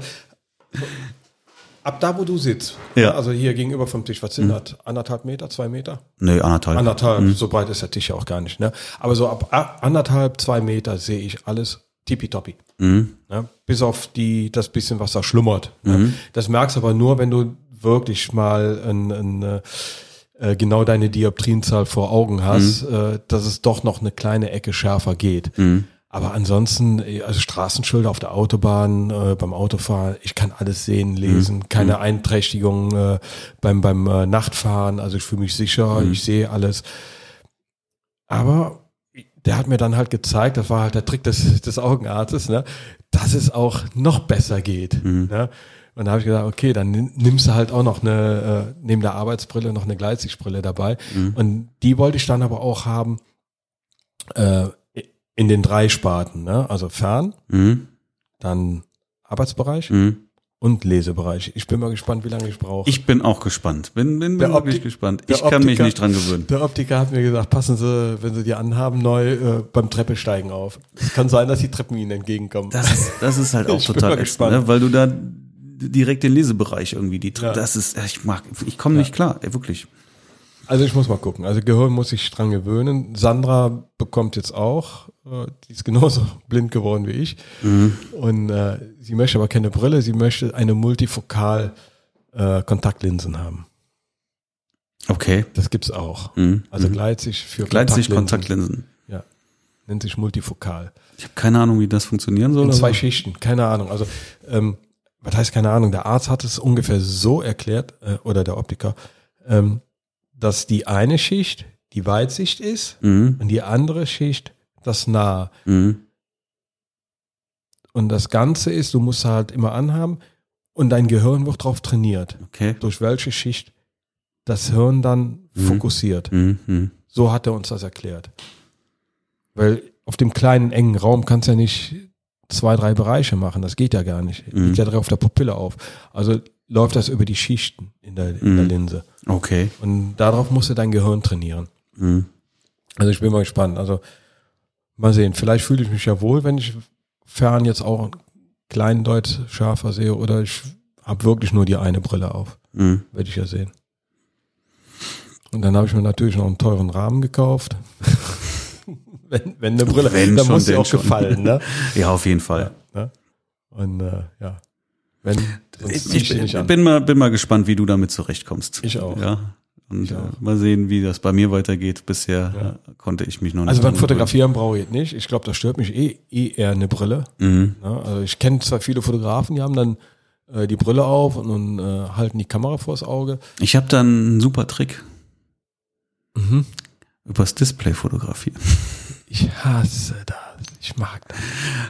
Speaker 2: ab da, wo du sitzt,
Speaker 1: Ja. Mhm.
Speaker 2: also hier gegenüber vom Tisch, was sind das? Anderthalb Meter, zwei Meter?
Speaker 1: Nö, anderthalb.
Speaker 2: Anderthalb, so breit ist der Tisch ja auch gar nicht. Ne? Aber so ab a- anderthalb, zwei Meter sehe ich alles tippitoppi. Ne? Bis auf die, das bisschen, was da schlummert. Ne? Das merkst du aber nur, wenn du wirklich mal ein, ein, äh, äh, genau deine Dioptrienzahl vor Augen hast, äh, dass es doch noch eine kleine Ecke schärfer geht.
Speaker 1: Mhm.
Speaker 2: Aber ansonsten, äh, also Straßenschilder auf der Autobahn, äh, beim Autofahren, ich kann alles sehen, lesen, keine Einträchtigung äh, beim, beim äh, Nachtfahren, also ich fühle mich sicher, ich sehe alles. Aber der hat mir dann halt gezeigt, das war halt der Trick des, des Augenarztes, ne, dass es auch noch besser geht. Ne? Und da habe ich gedacht, okay, dann nimm- nimmst du halt auch noch eine, äh, neben der Arbeitsbrille noch eine Gleitsichtbrille dabei. Und die wollte ich dann aber auch haben äh, in den drei Sparten, ne? also Fern,
Speaker 1: Mhm.
Speaker 2: dann Arbeitsbereich
Speaker 1: Mhm.
Speaker 2: und Lesebereich. Ich bin mal gespannt, wie lange ich brauche.
Speaker 1: Ich bin auch gespannt. Bin, bin, bin
Speaker 2: Der
Speaker 1: wirklich
Speaker 2: Optik-
Speaker 1: gespannt.
Speaker 2: der
Speaker 1: Ich kann mich
Speaker 2: Optiker-
Speaker 1: nicht dran gewöhnen.
Speaker 2: Der Optiker hat mir gesagt, passen Sie, wenn Sie die anhaben, neu äh, beim Treppesteigen auf. Es kann sein, dass die Treppen Ihnen entgegenkommen.
Speaker 1: Das ist, das ist halt auch
Speaker 2: Ich bin
Speaker 1: total
Speaker 2: mal
Speaker 1: ätzend,
Speaker 2: gespannt.
Speaker 1: ne? weil du da direkt den Lesebereich irgendwie die
Speaker 2: Ja.
Speaker 1: das ist ich mag ich komme nicht klar ey, wirklich
Speaker 2: also ich muss mal gucken. Also Gehirn muss sich dran gewöhnen. Sandra bekommt jetzt auch, äh, die ist genauso blind geworden wie ich.
Speaker 1: Mhm.
Speaker 2: Und äh, sie möchte aber keine Brille, sie möchte eine multifokal äh, Kontaktlinsen haben.
Speaker 1: okay
Speaker 2: Das gibt's auch.
Speaker 1: mhm.
Speaker 2: Also
Speaker 1: mhm.
Speaker 2: Gleitsicht für
Speaker 1: gleichzeitig
Speaker 2: Kontaktlinsen.
Speaker 1: Kontaktlinsen
Speaker 2: Ja. Nennt sich multifokal.
Speaker 1: ich habe keine Ahnung wie das funktionieren soll
Speaker 2: In zwei
Speaker 1: aber-
Speaker 2: Schichten, keine Ahnung. Also, ähm, was heißt keine Ahnung? Der Arzt hat es ungefähr so erklärt, äh, oder der Optiker, ähm, dass die eine Schicht die Weitsicht ist
Speaker 1: mhm.
Speaker 2: und die andere Schicht das Nah.
Speaker 1: Mhm.
Speaker 2: Und das Ganze ist, du musst halt immer anhaben und dein Gehirn wird drauf trainiert,
Speaker 1: okay
Speaker 2: durch welche Schicht das Hirn dann
Speaker 1: Mhm.
Speaker 2: fokussiert.
Speaker 1: mhm. Mhm.
Speaker 2: So hat er uns das erklärt. Weil auf dem kleinen, engen Raum kannst du ja nicht zwei, drei Bereiche machen. Das geht ja gar nicht.
Speaker 1: Mhm.
Speaker 2: Liegt ja direkt auf der Pupille auf. Also läuft das über die Schichten in der, in
Speaker 1: Mhm.
Speaker 2: der Linse.
Speaker 1: okay
Speaker 2: Und darauf musst du dein Gehirn trainieren.
Speaker 1: mhm.
Speaker 2: Also ich bin mal gespannt. Also mal sehen. Vielleicht fühle ich mich ja wohl, wenn ich fern jetzt auch einen kleinen Deut schärfer sehe oder ich habe wirklich nur die eine Brille auf
Speaker 1: Mhm.
Speaker 2: werde ich ja sehen. Und dann habe ich mir natürlich noch einen teuren Rahmen gekauft. wenn, wenn eine Brille,
Speaker 1: Wenn
Speaker 2: dann
Speaker 1: schon,
Speaker 2: muss sie
Speaker 1: denn
Speaker 2: auch
Speaker 1: schon.
Speaker 2: gefallen. Ne?
Speaker 1: ja auf jeden Fall
Speaker 2: Ne? Und äh, ja, wenn, sonst zieh
Speaker 1: ich,
Speaker 2: die nicht
Speaker 1: ich
Speaker 2: an.
Speaker 1: bin mal bin mal gespannt wie du damit zurechtkommst
Speaker 2: Ich auch.
Speaker 1: ja und
Speaker 2: Ich auch.
Speaker 1: äh, mal sehen wie das bei mir weitergeht bisher äh, konnte ich mich noch nicht
Speaker 2: also beim
Speaker 1: dran gewöhnen.
Speaker 2: Fotografieren brauche ich jetzt nicht. Ich glaube, da stört mich eh, eh eher eine Brille.
Speaker 1: mhm.
Speaker 2: Ne? Also ich kenne zwar viele Fotografen, die haben dann äh, äh, die Brille auf und, und äh, halten die Kamera vors Auge.
Speaker 1: Ich habe dann einen super Trick.
Speaker 2: Mhm.
Speaker 1: Übers Display fotografieren.
Speaker 2: Ich hasse das. Ich mag das.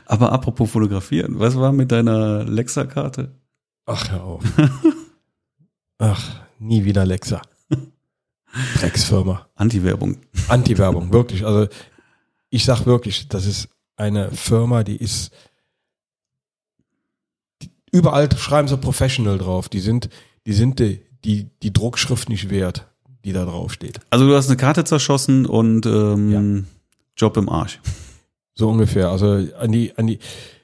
Speaker 1: Aber apropos fotografieren, was war mit deiner Lexa-Karte?
Speaker 2: Ach, hör auf. Ach, nie wieder Lexa. Drecksfirma.
Speaker 1: Anti-Werbung.
Speaker 2: Anti-Werbung, wirklich. Also ich sag wirklich, das ist eine Firma, die ist die- überall schreiben sie Professional drauf. Die sind, die sind die, die, die Druckschrift nicht wert, die da drauf steht.
Speaker 1: Also du hast eine Karte zerschossen und ähm, Job im Arsch.
Speaker 2: So ungefähr. Also an die, an die,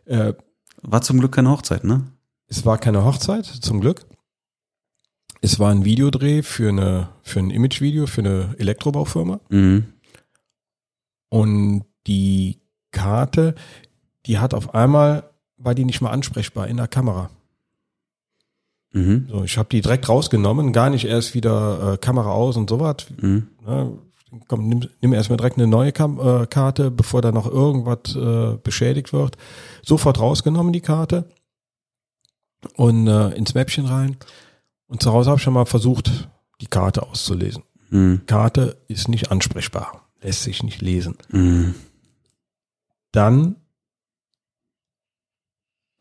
Speaker 2: äh,
Speaker 1: War zum Glück keine Hochzeit, ne?
Speaker 2: es war keine Hochzeit, zum Glück. Es war ein Videodreh für eine, für ein Imagevideo, für eine Elektrobaufirma.
Speaker 1: Mhm.
Speaker 2: Und die Karte, die hat auf einmal, war die nicht mal ansprechbar in der Kamera.
Speaker 1: Mhm.
Speaker 2: So, ich habe die direkt rausgenommen, gar nicht erst wieder äh, Kamera aus und sowas.
Speaker 1: Mhm.
Speaker 2: Ne? Komm, nimm, nimm erstmal direkt eine neue Kam äh, Karte, bevor da noch irgendwas äh, beschädigt wird. Sofort rausgenommen die Karte und äh, ins Mäppchen rein. Und zu Hause habe ich schon mal versucht, die Karte auszulesen.
Speaker 1: Mhm.
Speaker 2: Karte ist nicht ansprechbar, lässt sich nicht lesen.
Speaker 1: Mhm.
Speaker 2: dann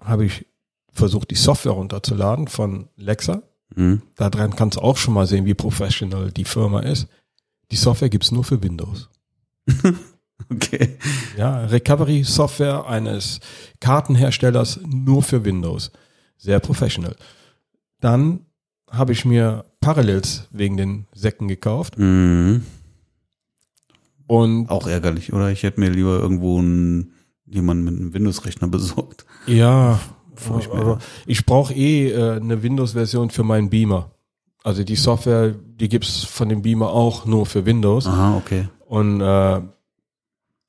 Speaker 2: habe ich versucht, die Software runterzuladen von Lexa.
Speaker 1: Mhm.
Speaker 2: Daran kannst du auch schon mal sehen, wie professional die Firma ist. Die Software gibt's nur für Windows.
Speaker 1: Okay.
Speaker 2: Ja, Recovery-Software eines Kartenherstellers nur für Windows. Sehr professional. Dann habe ich mir Parallels wegen den Säcken gekauft
Speaker 1: Mhm.
Speaker 2: und
Speaker 1: Auch ärgerlich, oder? Ich hätte mir lieber irgendwo einen, jemanden mit einem Windows-Rechner besorgt.
Speaker 2: Ja,
Speaker 1: Furchtbar.
Speaker 2: aber ich brauche eh äh, eine Windows-Version für meinen Beamer. Also die Software, die gibt's von dem Beamer auch nur für Windows.
Speaker 1: Aha, okay.
Speaker 2: Und äh,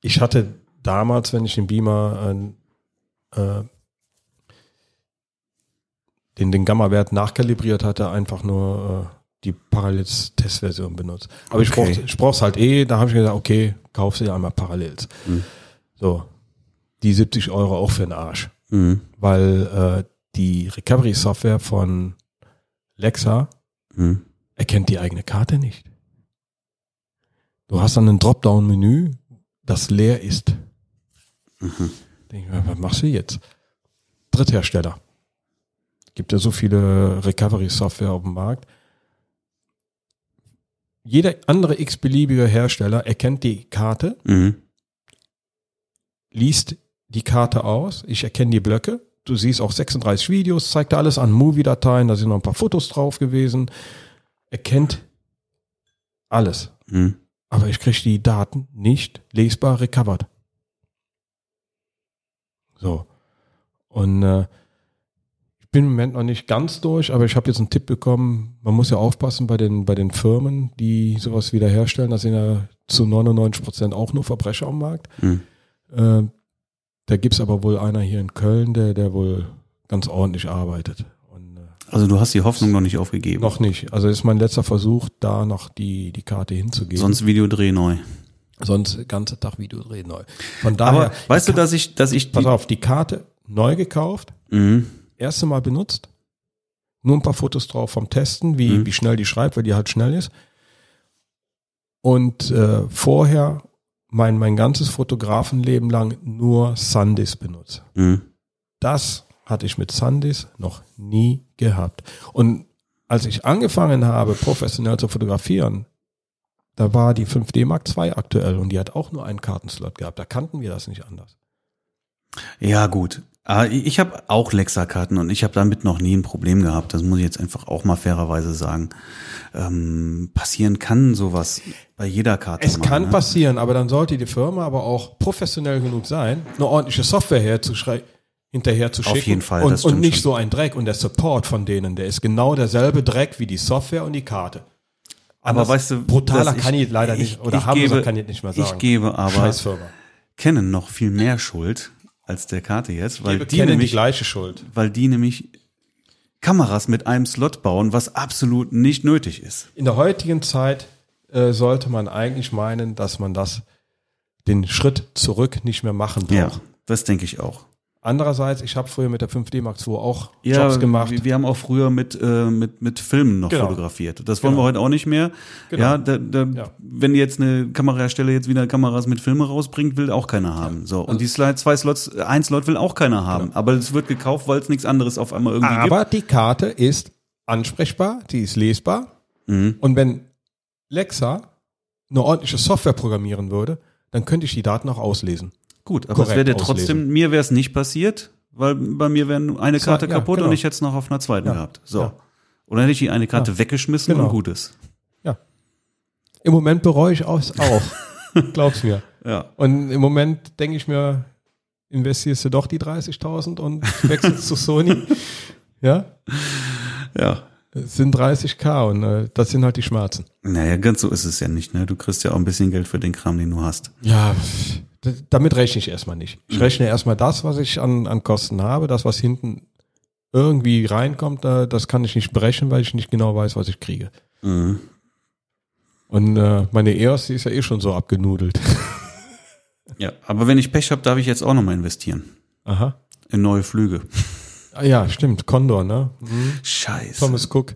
Speaker 2: ich hatte damals, wenn ich den Beamer äh, äh, den, den Gamma-Wert nachkalibriert hatte, einfach nur äh, die Parallels-Testversion benutzt. Aber ich
Speaker 1: Okay.
Speaker 2: brauch's- ich brauch's halt eh, da habe ich gesagt, okay, kauf sie einmal Parallels.
Speaker 1: Mhm.
Speaker 2: So, die 70 Euro auch für den Arsch
Speaker 1: Mhm.
Speaker 2: weil äh, die Recovery-Software von Lexa
Speaker 1: Mhm.
Speaker 2: erkennt die eigene Karte nicht. Du hast dann ein Dropdown-Menü, das leer ist. Denk ich mir, was machst du jetzt? Dritthersteller. Gibt ja so viele Recovery-Software auf dem Markt. Jeder andere x-beliebige Hersteller erkennt die Karte,
Speaker 1: Mhm.
Speaker 2: liest die Karte aus, ich erkenne die Blöcke. Du siehst auch 36 Videos, zeigt dir alles an Movie-Dateien, da sind noch ein paar Fotos drauf gewesen. Erkennt alles.
Speaker 1: Mhm.
Speaker 2: Aber ich kriege die Daten nicht lesbar recovered. So. Und äh, ich bin im Moment noch nicht ganz durch, aber ich habe jetzt einen Tipp bekommen, man muss ja aufpassen bei den, bei den Firmen, die sowas wiederherstellen. Da sind ja zu 99 Prozent auch nur Verbrecher am Markt.
Speaker 1: Mhm.
Speaker 2: Äh, da gibt's aber wohl einer hier in Köln, der, der wohl ganz ordentlich arbeitet. Und, äh,
Speaker 1: Also du hast die Hoffnung noch nicht aufgegeben.
Speaker 2: noch nicht. Also ist mein letzter Versuch, da noch die, die Karte hinzugeben.
Speaker 1: Sonst Videodreh neu.
Speaker 2: Sonst ganze Tag Videodreh neu. Von
Speaker 1: Aber
Speaker 2: daher,
Speaker 1: weißt du, dass Ah, ich, dass ich
Speaker 2: pass
Speaker 1: die,
Speaker 2: auf, die Karte neu gekauft,
Speaker 1: mhm.
Speaker 2: erste Mal benutzt, nur ein paar Fotos drauf vom Testen, wie,
Speaker 1: Mhm.
Speaker 2: wie schnell die schreibt, weil die halt schnell ist. Und äh, vorher mein, mein ganzes Fotografenleben lang nur Sundays benutzt.
Speaker 1: Mhm.
Speaker 2: Das hatte ich mit Sandys noch nie gehabt. Und als ich angefangen habe, professionell zu fotografieren, da war die 5D Mark II aktuell und die hat auch nur einen Kartenslot gehabt. Da kannten wir das nicht anders.
Speaker 1: Ja, gut. Ah, Ich ich habe auch Lexa-Karten und ich habe damit noch nie ein Problem gehabt. Das muss ich jetzt einfach auch mal fairerweise sagen. Ähm, passieren kann sowas bei jeder Karte.
Speaker 2: Es
Speaker 1: mal,
Speaker 2: kann
Speaker 1: ne?
Speaker 2: passieren, aber dann sollte die Firma aber auch professionell genug sein, eine ordentliche Software herzuschrei- hinterher zu
Speaker 1: Auf
Speaker 2: schicken
Speaker 1: jeden Fall, das
Speaker 2: und,
Speaker 1: stimmt
Speaker 2: und nicht
Speaker 1: schon.
Speaker 2: so ein Dreck. Und der Support von denen, der ist genau derselbe Dreck wie die Software und die Karte.
Speaker 1: Aber
Speaker 2: Anders-
Speaker 1: weißt du,
Speaker 2: brutaler
Speaker 1: dass ich-
Speaker 2: kann ich leider
Speaker 1: ich-
Speaker 2: nicht, oder
Speaker 1: ich
Speaker 2: harmloser
Speaker 1: gebe-
Speaker 2: kann ich nicht mehr sagen.
Speaker 1: Ich gebe aber
Speaker 2: Scheiß Firma.
Speaker 1: Canon noch viel mehr Schuld als der Karte jetzt, weil
Speaker 2: Wir
Speaker 1: die
Speaker 2: kennen die
Speaker 1: nämlich
Speaker 2: gleiche Schuld.
Speaker 1: weil die nämlich Kameras mit einem Slot bauen, was absolut nicht nötig ist.
Speaker 2: In der heutigen Zeit äh, sollte man eigentlich meinen, dass man das den Schritt zurück nicht mehr machen braucht.
Speaker 1: Das denke ich auch.
Speaker 2: Andererseits, ich habe früher mit der 5D Mark II auch
Speaker 1: Ja,
Speaker 2: Jobs gemacht.
Speaker 1: Wir, wir haben auch früher mit, äh, mit, mit Filmen noch
Speaker 2: Genau.
Speaker 1: fotografiert. Das wollen
Speaker 2: Genau.
Speaker 1: wir heute auch nicht mehr.
Speaker 2: Genau.
Speaker 1: Ja, da, da,
Speaker 2: Ja.
Speaker 1: wenn jetzt eine Kamerahersteller jetzt wieder Kameras mit Filme rausbringt, will auch keiner haben. So. Und die Slide, zwei Slots, äh, ein Slot will auch keiner haben. Aber es wird gekauft, weil es nichts anderes auf einmal irgendwie gibt.
Speaker 2: Genau. Aber die Karte ist ansprechbar, die ist lesbar.
Speaker 1: Mhm.
Speaker 2: Und wenn Lexa eine ordentliche Software programmieren würde, dann könnte ich die Daten auch auslesen.
Speaker 1: Gut, aber es
Speaker 2: Korrekt
Speaker 1: wäre dir
Speaker 2: auslesen.
Speaker 1: trotzdem, mir wäre es nicht passiert, weil bei mir wäre nur eine
Speaker 2: Zwei-
Speaker 1: Karte
Speaker 2: ja,
Speaker 1: kaputt
Speaker 2: genau.
Speaker 1: und ich hätte es noch auf einer zweiten
Speaker 2: Ja.
Speaker 1: gehabt. So.
Speaker 2: Ja.
Speaker 1: Oder hätte ich die eine Karte weggeschmissen
Speaker 2: Genau.
Speaker 1: und gutes.
Speaker 2: Im Moment bereue ich es auch. Glaub's mir.
Speaker 1: Ja.
Speaker 2: Und im Moment denke ich mir, investierst du doch die 30.000 und wechselst zu Sony. Ja,
Speaker 1: Ja.
Speaker 2: es sind 30k und äh, das sind halt die Schmerzen.
Speaker 1: Naja, ganz so ist es ja nicht, ne? Du kriegst ja auch ein bisschen Geld für den Kram, den du hast.
Speaker 2: Ja, pff, d- damit rechne ich erstmal nicht.
Speaker 1: Mhm.
Speaker 2: Ich rechne erstmal das, was ich an, an Kosten habe, das, was hinten irgendwie reinkommt, da, das kann ich nicht berechnen, weil ich nicht genau weiß, was ich kriege.
Speaker 1: Mhm.
Speaker 2: Und äh, meine EOS, die ist ja eh schon so abgenudelt.
Speaker 1: Ja, aber wenn ich Pech habe, darf ich jetzt auch nochmal investieren.
Speaker 2: Aha.
Speaker 1: In neue Flüge.
Speaker 2: Ah, ja, stimmt, Condor, ne? Mhm.
Speaker 1: Scheiße.
Speaker 2: Thomas Cook.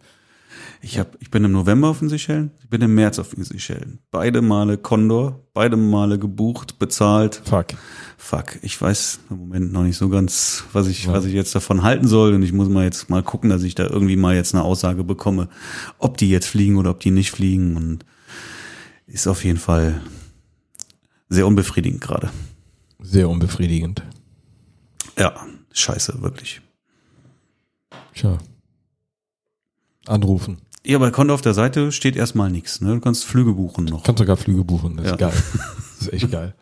Speaker 1: Ich, hab, ich bin im November auf den Seychellen, ich bin im März auf den Seychellen. Beide Male Condor, beide Male gebucht, bezahlt.
Speaker 2: Fuck.
Speaker 1: Fuck, ich weiß im Moment noch nicht so ganz, was ich,
Speaker 2: Ja.
Speaker 1: was ich jetzt davon halten soll. Und ich muss mal jetzt mal gucken, dass ich da irgendwie mal jetzt eine Aussage bekomme, ob die jetzt fliegen oder ob die nicht fliegen. Und ist auf jeden Fall sehr unbefriedigend gerade.
Speaker 2: Sehr unbefriedigend.
Speaker 1: Ja, scheiße, wirklich.
Speaker 2: Tja. Anrufen.
Speaker 1: Ja, bei Condor auf der Seite steht erstmal nichts. Ne? Du kannst Flüge buchen noch.
Speaker 2: Kannst sogar Flüge buchen, das ist
Speaker 1: Ja.
Speaker 2: geil. Das ist echt geil.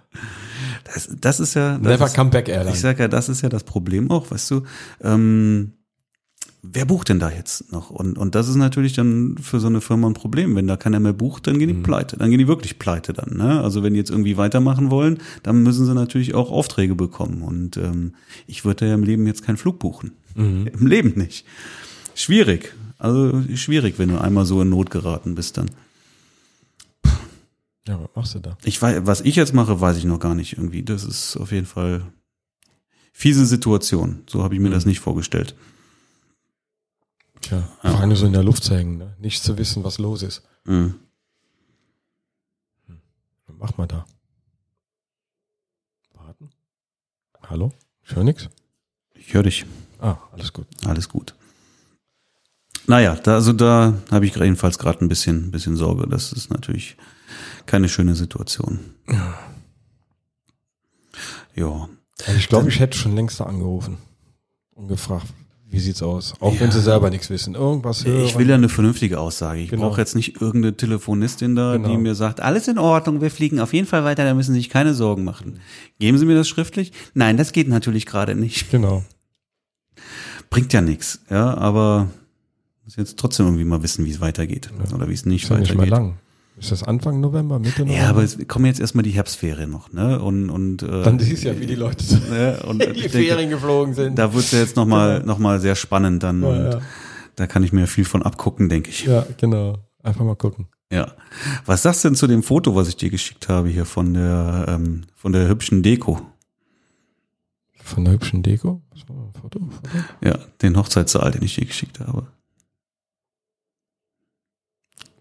Speaker 1: Das, das ist ja. Das
Speaker 2: Never
Speaker 1: ist,
Speaker 2: come back
Speaker 1: Ich
Speaker 2: Airline.
Speaker 1: sag ja, das ist ja das Problem auch, weißt du. Ähm, wer bucht denn da jetzt noch? Und, und das ist natürlich dann für so eine Firma ein Problem. Wenn da keiner mehr bucht, dann gehen
Speaker 2: Mhm.
Speaker 1: die pleite. Dann gehen die wirklich pleite dann. Ne? Also wenn die jetzt irgendwie weitermachen wollen, dann müssen sie natürlich auch Aufträge bekommen. Und ähm, ich würde ja im Leben jetzt keinen Flug buchen.
Speaker 2: Mhm.
Speaker 1: Im Leben nicht. Schwierig. Also schwierig, wenn du einmal so in Not geraten bist dann.
Speaker 2: Ja, was machst du da?
Speaker 1: Ich weiß, was ich jetzt mache, weiß ich noch gar nicht irgendwie. Das ist auf jeden Fall fiese Situation. So habe ich mir das nicht vorgestellt.
Speaker 2: Tja, vor allem so in der Luft zu hängen, ne? nicht zu wissen, was los ist.
Speaker 1: Mhm.
Speaker 2: Was macht man da? Warten. Hallo? Ich höre nichts.
Speaker 1: Ich höre dich.
Speaker 2: Ah, alles gut.
Speaker 1: Alles gut. Naja, da, also da habe ich jedenfalls gerade ein bisschen, bisschen Sorge. Das ist natürlich keine schöne Situation. Ja.
Speaker 2: Also ich glaube, ich hätte schon längst da angerufen und gefragt, wie sieht's aus? Auch wenn sie selber nichts wissen. Irgendwas hören.
Speaker 1: Ich will ja eine vernünftige Aussage. Ich
Speaker 2: Genau.
Speaker 1: brauche jetzt nicht irgendeine Telefonistin da, die
Speaker 2: Genau.
Speaker 1: mir sagt, alles in Ordnung, wir fliegen auf jeden Fall weiter, da müssen Sie sich keine Sorgen machen. Geben Sie mir das schriftlich? Nein, das geht natürlich gerade nicht.
Speaker 2: genau.
Speaker 1: Bringt ja nichts, ja, aber muss jetzt trotzdem irgendwie mal wissen, wie es weitergeht oder wie es nicht
Speaker 2: Ist ja nicht
Speaker 1: weitergeht.
Speaker 2: mehr lang. Ist das Anfang November, Mitte November?
Speaker 1: Ja, aber es kommen jetzt erstmal die Herbstferien noch, ne? Und und äh,
Speaker 2: dann siehst du ja, wie die Leute
Speaker 1: ne? und
Speaker 2: in die
Speaker 1: ich denke,
Speaker 2: Ferien geflogen sind.
Speaker 1: da wird's ja jetzt noch mal noch mal sehr spannend dann.
Speaker 2: Ja,
Speaker 1: und
Speaker 2: ja.
Speaker 1: Da kann ich mir viel von abgucken, denke ich.
Speaker 2: Ja, genau. Einfach mal gucken.
Speaker 1: Ja. Was sagst du denn zu dem Foto, was ich dir geschickt habe hier von der, ähm, von der hübschen Deko?
Speaker 2: Von der hübschen Deko. Was war ein Foto? Foto?
Speaker 1: Ja, den Hochzeitssaal, den ich dir geschickt habe.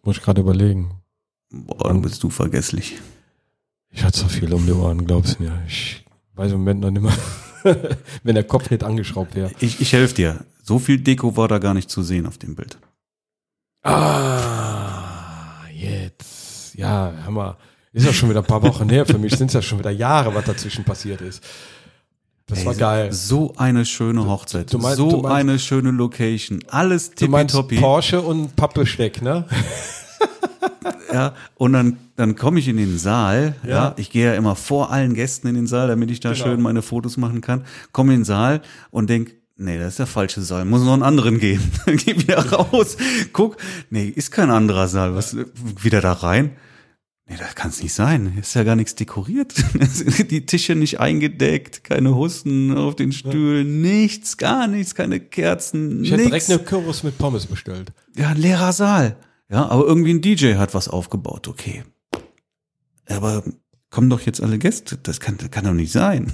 Speaker 2: Muss ich gerade überlegen.
Speaker 1: Boah, dann bist du vergesslich.
Speaker 2: Ich hatte so viel um die Ohren, glaub's mir. Ich weiß im Moment noch nicht mehr, wenn der Kopf nicht angeschraubt wäre.
Speaker 1: Ich, ich helfe dir. So viel Deko war da gar nicht zu sehen auf dem Bild.
Speaker 2: Ah, jetzt. Ja, hör mal. Ist ja schon wieder ein paar Wochen her. Für mich sind es ja schon wieder Jahre, was dazwischen passiert ist. Das
Speaker 1: Ey,
Speaker 2: war geil.
Speaker 1: So eine schöne Hochzeit.
Speaker 2: du meinst-
Speaker 1: so
Speaker 2: du meinst-
Speaker 1: eine schöne Location. Alles
Speaker 2: Du meinst
Speaker 1: tippitoppi.
Speaker 2: Porsche und Pappesteck, ne?
Speaker 1: Ja, und dann, dann komme ich in den Saal. Ja.
Speaker 2: Ja.
Speaker 1: ich gehe ja immer vor allen Gästen in den Saal, damit ich da
Speaker 2: Genau.
Speaker 1: schön meine Fotos machen kann. Komme in den Saal und denk, nee, das ist der falsche Saal, muss noch einen anderen geben. Dann geh wieder raus, guck, nee, ist kein anderer Saal. Was, wieder da rein? Nee, das kann es nicht sein. Ist ja gar nichts dekoriert. Die Tische nicht eingedeckt, keine Husten auf den Stühlen, nichts, gar nichts, keine Kerzen,
Speaker 2: Ich hätte
Speaker 1: nichts.
Speaker 2: direkt eine Kürbis mit Pommes bestellt.
Speaker 1: Ja, ein leerer Saal. Ja, aber irgendwie ein DJ hat was aufgebaut, okay. Aber kommen doch jetzt alle Gäste, das kann, kann doch nicht sein.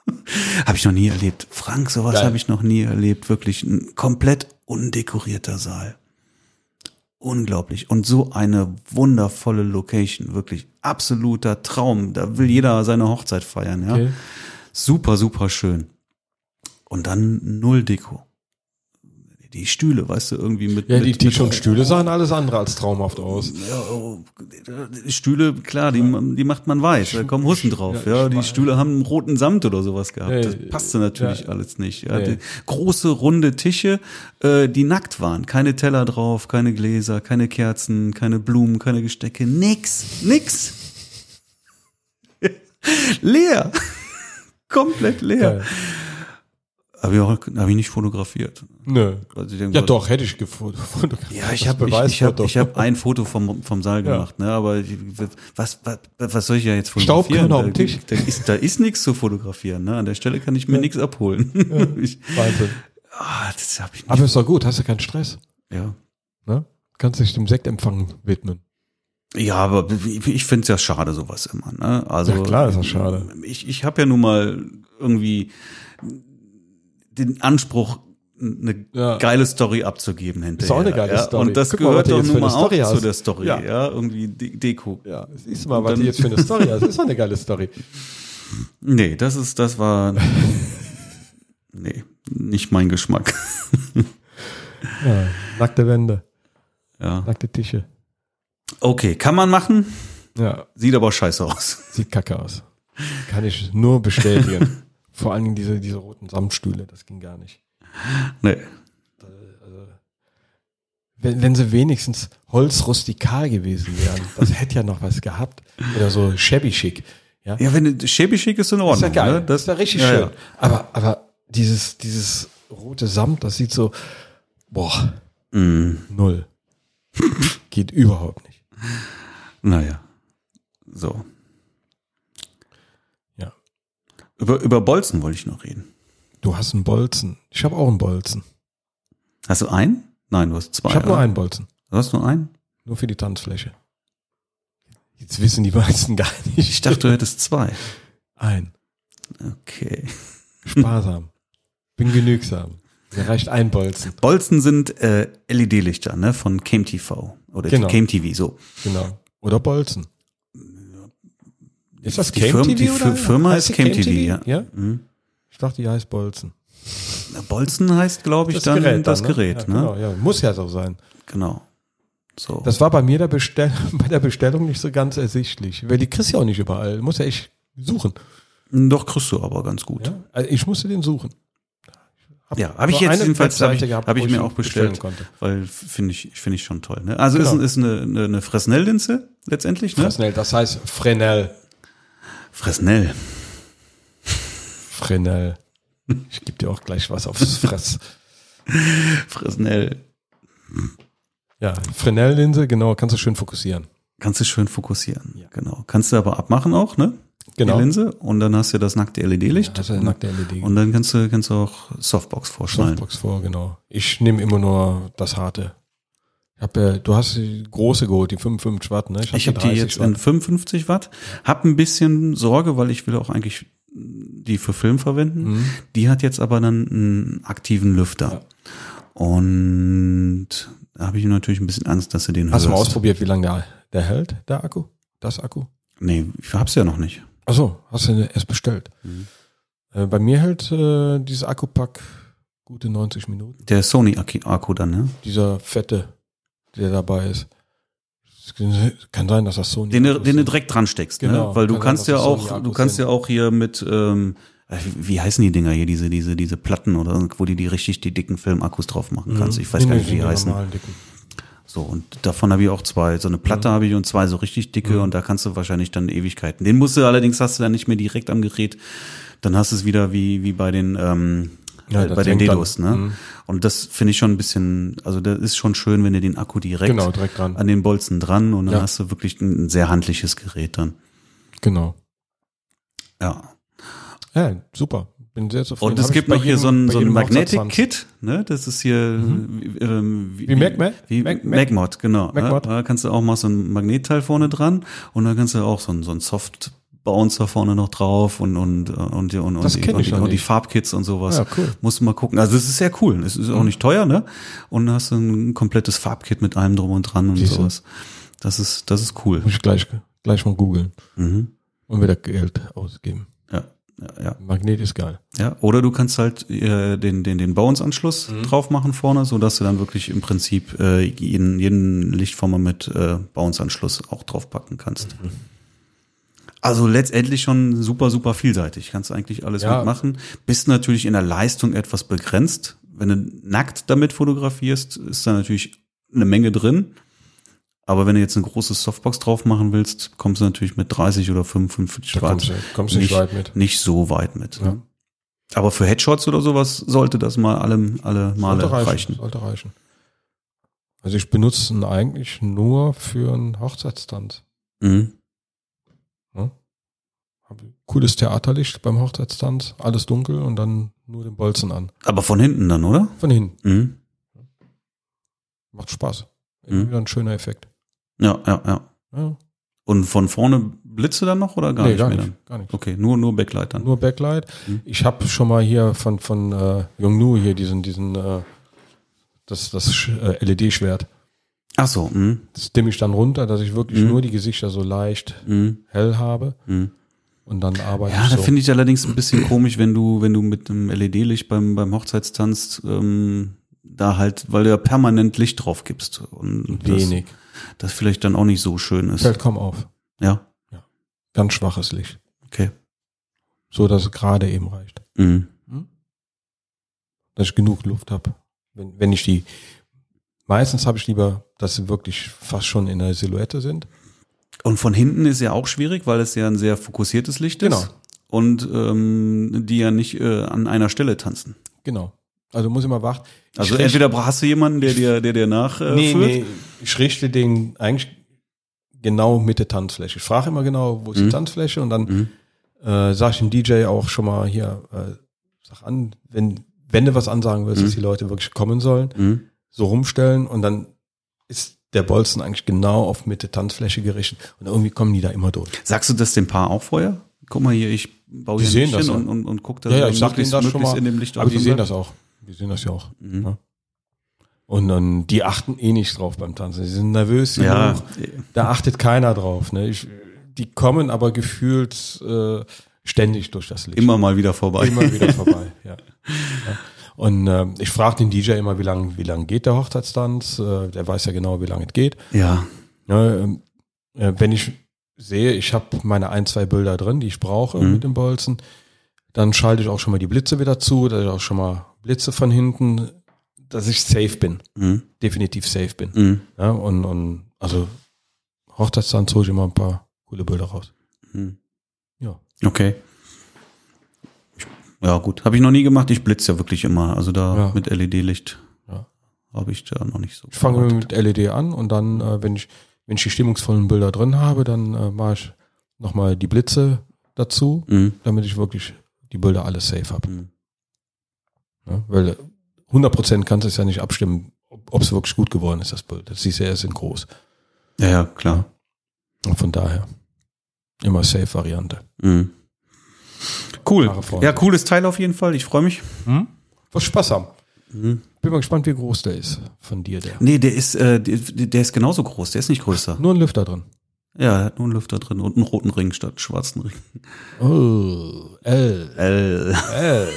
Speaker 1: Habe ich noch nie erlebt. Frank, sowas
Speaker 2: Geil.
Speaker 1: habe ich noch nie erlebt. Wirklich ein komplett undekorierter Saal. Unglaublich. Und so eine wundervolle Location. Wirklich absoluter Traum. Da will jeder seine Hochzeit feiern. Ja?
Speaker 2: Okay.
Speaker 1: Super, super schön. Und dann null Deko. Die Stühle, weißt du, irgendwie mit.
Speaker 2: Ja,
Speaker 1: mit,
Speaker 2: die
Speaker 1: mit-
Speaker 2: Tische und Stühle sahen alles andere als traumhaft aus.
Speaker 1: ja, oh, Stühle, klar, die, die macht man weiß, da kommen Hussen drauf.
Speaker 2: Ja,
Speaker 1: Ja, die
Speaker 2: schmal.
Speaker 1: Stühle haben einen roten Samt oder sowas gehabt. Das
Speaker 2: Nee,
Speaker 1: passte natürlich
Speaker 2: ja.
Speaker 1: alles nicht. Ja,
Speaker 2: Nee.
Speaker 1: die Große runde Tische, äh, die nackt waren. Keine Teller drauf, keine Gläser, keine Kerzen, keine Blumen, keine Gestecke, nix, nix. leer. Komplett leer.
Speaker 2: Geil.
Speaker 1: Habe ich, auch- hab ich nicht fotografiert.
Speaker 2: Nö.
Speaker 1: Also ich denke,
Speaker 2: Ja, doch, hätte ich gefunden.
Speaker 1: ja, ich habe ich, ich hab, ich hab ein Foto vom, vom Saal
Speaker 2: Ja.
Speaker 1: gemacht, ne? aber ich- was, was, was soll ich ja jetzt fotografieren?
Speaker 2: Staubkörner auf dem
Speaker 1: da,
Speaker 2: Tisch.
Speaker 1: Da ist, da ist nichts zu fotografieren. Ne? An der Stelle kann ich mir nichts abholen. Ich,
Speaker 2: Wahnsinn.
Speaker 1: ah, das habe ich nicht.
Speaker 2: Aber ist doch gut, hast du keinen Stress.
Speaker 1: ja.
Speaker 2: Ne? Kannst dich dem Sektempfang widmen.
Speaker 1: ja, aber ich, ich finde es ja schade, sowas immer. Ne? Also,
Speaker 2: Ja, klar, ist das schade.
Speaker 1: Ich, ich habe ja nun mal irgendwie den Anspruch, eine
Speaker 2: Ja.
Speaker 1: geile Story abzugeben hinterher.
Speaker 2: auch eine geile
Speaker 1: ja?
Speaker 2: Story.
Speaker 1: Und das
Speaker 2: Guck mal, was
Speaker 1: gehört
Speaker 2: du
Speaker 1: doch
Speaker 2: jetzt für
Speaker 1: nun mal
Speaker 2: eine
Speaker 1: auch
Speaker 2: Story
Speaker 1: zu
Speaker 2: hast.
Speaker 1: der Story. Ja,
Speaker 2: Ja.
Speaker 1: irgendwie De- Deko.
Speaker 2: Ja, siehst du mal, was
Speaker 1: dann-
Speaker 2: die jetzt für eine Story hast. Ist doch eine geile Story.
Speaker 1: Nee, das ist, das war. nee, nicht mein Geschmack.
Speaker 2: Ja, nackte Wände,
Speaker 1: Ja.
Speaker 2: nackte Tische.
Speaker 1: Okay, kann man machen,
Speaker 2: Ja,
Speaker 1: sieht aber scheiße aus.
Speaker 2: sieht kacke aus. Kann ich nur bestätigen. Vor allen Dingen diese, diese roten Samtstühle, das ging gar nicht.
Speaker 1: Nee.
Speaker 2: Wenn, wenn sie wenigstens holzrustikal gewesen wären, das hätte ja noch was gehabt. Oder so shabby chic. Ja,
Speaker 1: Ja, wenn du schäbig schick ist in Ordnung.
Speaker 2: ist ja geil.
Speaker 1: Ne? Das,
Speaker 2: ist ja richtig
Speaker 1: ja,
Speaker 2: schön.
Speaker 1: ja.
Speaker 2: Aber, aber dieses, dieses rote Samt, das sieht so, boah,
Speaker 1: mh,
Speaker 2: null. Geht überhaupt nicht.
Speaker 1: naja. So.
Speaker 2: Ja.
Speaker 1: Über, über Bolzen wollte ich noch reden.
Speaker 2: Du hast einen Bolzen. Ich habe auch einen Bolzen.
Speaker 1: Hast du einen? Nein, du hast zwei.
Speaker 2: Ich habe nur
Speaker 1: oder?
Speaker 2: einen Bolzen.
Speaker 1: Du hast nur einen?
Speaker 2: Nur für die Tanzfläche. Jetzt wissen die meisten gar nicht.
Speaker 1: Ich dachte, du hättest zwei.
Speaker 2: ein.
Speaker 1: Okay.
Speaker 2: Sparsam. Bin genügsam. Mir reicht ein Bolzen.
Speaker 1: Bolzen sind äh, LED-Lichter, ne? Von CameTV. Oder
Speaker 2: Genau.
Speaker 1: CameTV, so.
Speaker 2: Genau. Oder Bolzen. Ist das
Speaker 1: Die Firma- die Fi- Firma ist
Speaker 2: Cam
Speaker 1: CamTV, ja.
Speaker 2: ja.
Speaker 1: Mhm.
Speaker 2: Ich dachte, die heißt Bolzen.
Speaker 1: Na, Bolzen heißt, glaube ich, dann das Gerät. ne?
Speaker 2: Ja, Genau, ja. Muss ja so sein.
Speaker 1: Genau. So.
Speaker 2: Das war bei mir der Bestell bei der Bestellung nicht so ganz ersichtlich. Weil die kriegst du ja auch nicht überall. Muss ja echt suchen.
Speaker 1: Doch kriegst du aber ganz gut. Ja,
Speaker 2: Ja? Also ich musste den suchen. Hab
Speaker 1: habe ich
Speaker 2: nur
Speaker 1: jetzt
Speaker 2: eine
Speaker 1: jedenfalls habe ich,
Speaker 2: Webseite gehabt,
Speaker 1: hab
Speaker 2: wo
Speaker 1: ich mir
Speaker 2: ihn
Speaker 1: auch bestellt,
Speaker 2: bestellen konnte.
Speaker 1: weil finde ich finde ich schon toll. Ne? Also
Speaker 2: Genau.
Speaker 1: ist, ein- ist eine, eine, eine Fresnel-Linse letztendlich. Ne?
Speaker 2: Fresnel, das heißt Fresnel.
Speaker 1: Fresnel.
Speaker 2: Fresnel. Ich gebe dir auch gleich was aufs Fress.
Speaker 1: Fresnel.
Speaker 2: ja, Fresnel-Linse, genau, kannst du schön fokussieren.
Speaker 1: Kannst du schön fokussieren.
Speaker 2: Ja.
Speaker 1: Genau. Kannst du aber abmachen auch, ne?
Speaker 2: Genau.
Speaker 1: Die Linse. Und dann hast du das nackte LED-Licht.
Speaker 2: Hast du eine nackte LED.
Speaker 1: und dann kannst du, kannst du auch Softbox vorschneiden.
Speaker 2: Softbox vor, genau. Ich nehme immer nur das harte. Ich hab, ja, du hast die große geholt, die 55 Watt, ne?
Speaker 1: Ich habe die
Speaker 2: 30
Speaker 1: jetzt in 55 Watt. Hab ein bisschen Sorge, weil ich will auch eigentlich die für Film verwenden.
Speaker 2: Mhm.
Speaker 1: Die hat jetzt aber dann einen aktiven Lüfter. Und da habe ich natürlich ein bisschen Angst, dass du den
Speaker 2: Hast du mal
Speaker 1: hörst.
Speaker 2: ausprobiert, wie lange der, der hält, der Akku? Das Akku?
Speaker 1: Nee, ich hab's ja noch nicht.
Speaker 2: Achso, hast du erst bestellt.
Speaker 1: Mhm.
Speaker 2: Äh, bei mir hält äh, dieses Akkupack gute 90 Minuten.
Speaker 1: Der Sony-Akku dann, ne?
Speaker 2: dieser Fette, der dabei ist. Es kann sein, dass das so
Speaker 1: Den, du- den du direkt dran steckst, ne?
Speaker 2: Genau.
Speaker 1: Weil du
Speaker 2: Kann
Speaker 1: kannst
Speaker 2: sein,
Speaker 1: ja
Speaker 2: dass das
Speaker 1: auch,
Speaker 2: Sony-Akkus
Speaker 1: du kannst ja
Speaker 2: sind.
Speaker 1: auch hier mit, ähm, äh, wie heißen die Dinger hier, diese, diese, diese Platten oder wo die, die richtig die dicken Filmakkus drauf machen kannst.
Speaker 2: Mhm.
Speaker 1: Ich weiß gar nicht, wie die heißen. Äh, So, und davon habe ich auch zwei. So eine Platte
Speaker 2: Mhm.
Speaker 1: habe ich und zwei so richtig dicke und da kannst du wahrscheinlich dann Ewigkeiten. Den musst du allerdings hast du dann nicht mehr direkt am Gerät. Dann hast du es wieder wie, wie bei den, ähm,
Speaker 2: Ja,
Speaker 1: äh,
Speaker 2: das
Speaker 1: bei den
Speaker 2: hängt dann.
Speaker 1: Dedos, ne?
Speaker 2: Mhm.
Speaker 1: Und das finde ich schon ein bisschen, also das ist schon schön, wenn du den Akku direkt,
Speaker 2: Genau, direkt dran.
Speaker 1: an den Bolzen dran und dann
Speaker 2: Ja.
Speaker 1: hast du wirklich ein, ein sehr handliches Gerät dann.
Speaker 2: Genau.
Speaker 1: Ja.
Speaker 2: Ja, super. Bin sehr zufrieden.
Speaker 1: Und es
Speaker 2: Hab ich
Speaker 1: gibt
Speaker 2: bei
Speaker 1: noch hier
Speaker 2: jedem-
Speaker 1: so ein,
Speaker 2: bei
Speaker 1: so ein
Speaker 2: jedem
Speaker 1: Magnetic
Speaker 2: Hochzeitstanz. Mhm.
Speaker 1: Kit, ne? Das ist hier wie, ähm,
Speaker 2: Wie Magma-
Speaker 1: wie
Speaker 2: Mag- Mag-
Speaker 1: Magmod, genau.
Speaker 2: Magmod.
Speaker 1: Da kannst du auch mal so ein Magnetteil vorne dran und dann kannst du auch so ein, so ein Soft Bouncer vorne noch drauf und und und und, und,
Speaker 2: Das
Speaker 1: die,
Speaker 2: kenn
Speaker 1: und,
Speaker 2: ich
Speaker 1: die,
Speaker 2: noch
Speaker 1: und die
Speaker 2: nicht.
Speaker 1: Farbkits und sowas.
Speaker 2: Ja, cool. Mhm.
Speaker 1: Musst du mal gucken. Also es ist sehr cool. Es ist auch nicht teuer, ne? Und hast ein komplettes Farbkit mit allem drum und dran und
Speaker 2: Siehst du?
Speaker 1: sowas. Das ist das ist cool.
Speaker 2: Muss ich gleich, gleich mal googeln
Speaker 1: Mhm.
Speaker 2: und wieder Geld ausgeben.
Speaker 1: Ja. Ja, ja,
Speaker 2: Magnet ist geil.
Speaker 1: ja. Oder du kannst halt äh, den den den Bones-Anschluss
Speaker 2: Mhm.
Speaker 1: drauf machen vorne, so dass du dann wirklich im Prinzip äh, jeden jeden Lichtformer mit äh, Bones-Anschluss auch draufpacken kannst.
Speaker 2: Mhm.
Speaker 1: Also letztendlich schon super super vielseitig. Kannst eigentlich alles
Speaker 2: Ja.
Speaker 1: mitmachen. Bist natürlich in der Leistung etwas begrenzt. Wenn du nackt damit fotografierst, ist da natürlich eine Menge drin. Aber wenn du jetzt eine große Softbox drauf machen willst, kommst du natürlich mit 30 oder 55
Speaker 2: Da kommst
Speaker 1: Watt
Speaker 2: du, kommst du nicht weit mit.
Speaker 1: nicht so weit mit. ne?
Speaker 2: Ja.
Speaker 1: Aber für Headshots oder sowas sollte das mal alle, alle Male
Speaker 2: sollte reichen,
Speaker 1: reichen.
Speaker 2: Sollte reichen. Also ich benutze ihn eigentlich nur für einen Hochzeitstanz.
Speaker 1: Mhm.
Speaker 2: Hab Cooles Theaterlicht beim Hochzeitstanz, alles dunkel und dann nur den Bolzen an.
Speaker 1: Aber von hinten dann, oder?
Speaker 2: Von hinten.
Speaker 1: Mhm.
Speaker 2: Macht Spaß.
Speaker 1: Mhm.
Speaker 2: Wieder ein schöner Effekt.
Speaker 1: Ja, ja, ja.
Speaker 2: Ja.
Speaker 1: Und von vorne blitze dann noch oder gar
Speaker 2: Nee,
Speaker 1: nicht
Speaker 2: gar
Speaker 1: mehr?
Speaker 2: nicht.
Speaker 1: Dann?
Speaker 2: Gar nicht.
Speaker 1: Okay, nur, nur Backlight dann.
Speaker 2: Nur Backlight.
Speaker 1: Mhm.
Speaker 2: Ich habe schon mal hier von, von äh, Yongnu hier diesen, diesen äh, das, das Sch- äh, LED-Schwert.
Speaker 1: Ach so, mhm.
Speaker 2: Das dimme ich dann runter, dass ich wirklich
Speaker 1: Mhm.
Speaker 2: nur die Gesichter so leicht
Speaker 1: Mhm.
Speaker 2: hell habe
Speaker 1: Mhm.
Speaker 2: und dann arbeite
Speaker 1: Ja,
Speaker 2: ich
Speaker 1: da
Speaker 2: so.
Speaker 1: finde ich allerdings ein bisschen komisch, wenn du, wenn du mit einem LED-Licht beim, beim Hochzeitstanz ähm, da halt, weil du ja permanent Licht drauf gibst. Und
Speaker 2: Wenig.
Speaker 1: Das, das vielleicht dann auch nicht so schön ist.
Speaker 2: Fällt kaum auf.
Speaker 1: Ja,
Speaker 2: Ganz schwaches Licht.
Speaker 1: okay.
Speaker 2: So, dass es gerade eben reicht.
Speaker 1: Mhm.
Speaker 2: Dass ich genug Luft habe. Wenn, wenn ich die, meistens habe ich lieber, dass sie wirklich fast schon in der Silhouette sind.
Speaker 1: Und von hinten ist ja auch schwierig, weil es ja ein sehr fokussiertes Licht
Speaker 2: Genau.
Speaker 1: ist. Und ähm, die ja nicht äh, an einer Stelle tanzen.
Speaker 2: Genau. Also muss immer wach. Ich
Speaker 1: Also
Speaker 2: richte-
Speaker 1: entweder hast du jemanden, der dir, der dir äh, nachführt.
Speaker 2: nee, nee, ich richte den eigentlich genau mit der Tanzfläche. Ich frage immer genau, wo ist
Speaker 1: Mhm.
Speaker 2: die Tanzfläche und dann
Speaker 1: Mhm.
Speaker 2: äh, sage ich dem DJ auch schon mal hier, äh, sag an, wenn, wenn du was ansagen willst,
Speaker 1: Mhm.
Speaker 2: dass die Leute wirklich kommen sollen,
Speaker 1: Mhm.
Speaker 2: so rumstellen und dann ist der Bolzen eigentlich genau auf Mitte Tanzfläche gerichtet und irgendwie kommen die da immer durch.
Speaker 1: Sagst du das dem Paar auch vorher? Guck mal hier, ich baue
Speaker 2: Die
Speaker 1: hier
Speaker 2: sehen
Speaker 1: ein Lichtchen
Speaker 2: das, ja.
Speaker 1: und, und, und guck da
Speaker 2: Ja, ja, ich sag
Speaker 1: Also möglichst,
Speaker 2: denen das schon
Speaker 1: möglichst
Speaker 2: mal,
Speaker 1: in dem Licht
Speaker 2: Aber die
Speaker 1: auf-
Speaker 2: sehen das auch. Die sehen das ja auch.
Speaker 1: Mhm.
Speaker 2: Ja. Und dann, die achten eh nicht drauf beim Tanzen. Sie sind nervös. sie
Speaker 1: Ja,
Speaker 2: sind auch- Da achtet keiner drauf. Ne? Ich, die kommen aber gefühlt äh, ständig durch das Licht.
Speaker 1: immer mal wieder vorbei.
Speaker 2: Immer wieder vorbei. Ja. Ja. Und ähm, ich frage den DJ immer, wie lange wie lang geht der Hochzeitstanz? Äh, der weiß ja genau, wie lange es geht.
Speaker 1: Ja.
Speaker 2: Ne, ähm, äh, wenn ich sehe, ich habe meine ein, zwei Bilder drin, die ich brauche
Speaker 1: Mhm.
Speaker 2: mit dem Bolzen, dann schalte ich auch schon mal die Blitze wieder zu, dass ich auch schon mal Blitze von hinten, dass ich safe bin,
Speaker 1: Mhm.
Speaker 2: definitiv safe bin.
Speaker 1: Mhm.
Speaker 2: Ja, und, und also Hochzeitstanz hole ich immer ein paar coole Bilder raus.
Speaker 1: Mhm.
Speaker 2: Ja.
Speaker 1: Okay. Ich- Ja, gut. Habe ich noch nie gemacht. Ich blitze ja wirklich immer. Also da
Speaker 2: Ja.
Speaker 1: mit LED-Licht
Speaker 2: Ja.
Speaker 1: habe ich da noch nicht so.
Speaker 2: Ich fange immer mit LED an und dann, äh, wenn ich, wenn ich die stimmungsvollen Bilder drin habe, dann äh, mache ich nochmal die Blitze dazu,
Speaker 1: Mhm.
Speaker 2: damit ich wirklich die Bilder alle safe habe.
Speaker 1: Mhm.
Speaker 2: Ja, weil 100% kannst du es ja nicht abstimmen, ob es wirklich gut geworden ist, das Bild. Das siehst du ja erst in groß.
Speaker 1: Ja, ja, klar.
Speaker 2: Und von daher immer Safe-Variante.
Speaker 1: Mhm. Cool.
Speaker 2: Klare Vorsicht.
Speaker 1: Ja, cooles Teil auf jeden Fall. Ich freue mich.
Speaker 2: Was Spaß haben.
Speaker 1: Mhm.
Speaker 2: Bin mal gespannt, wie groß der ist von dir, der.
Speaker 1: Nee, der ist, äh, der, der ist genauso groß. Der ist nicht größer.
Speaker 2: Nur ein Lüfter drin.
Speaker 1: Ja, er hat nur einen Lüfter drin und einen roten Ring statt einen schwarzen Ring.
Speaker 2: Oh, L,
Speaker 1: Äh.
Speaker 2: L.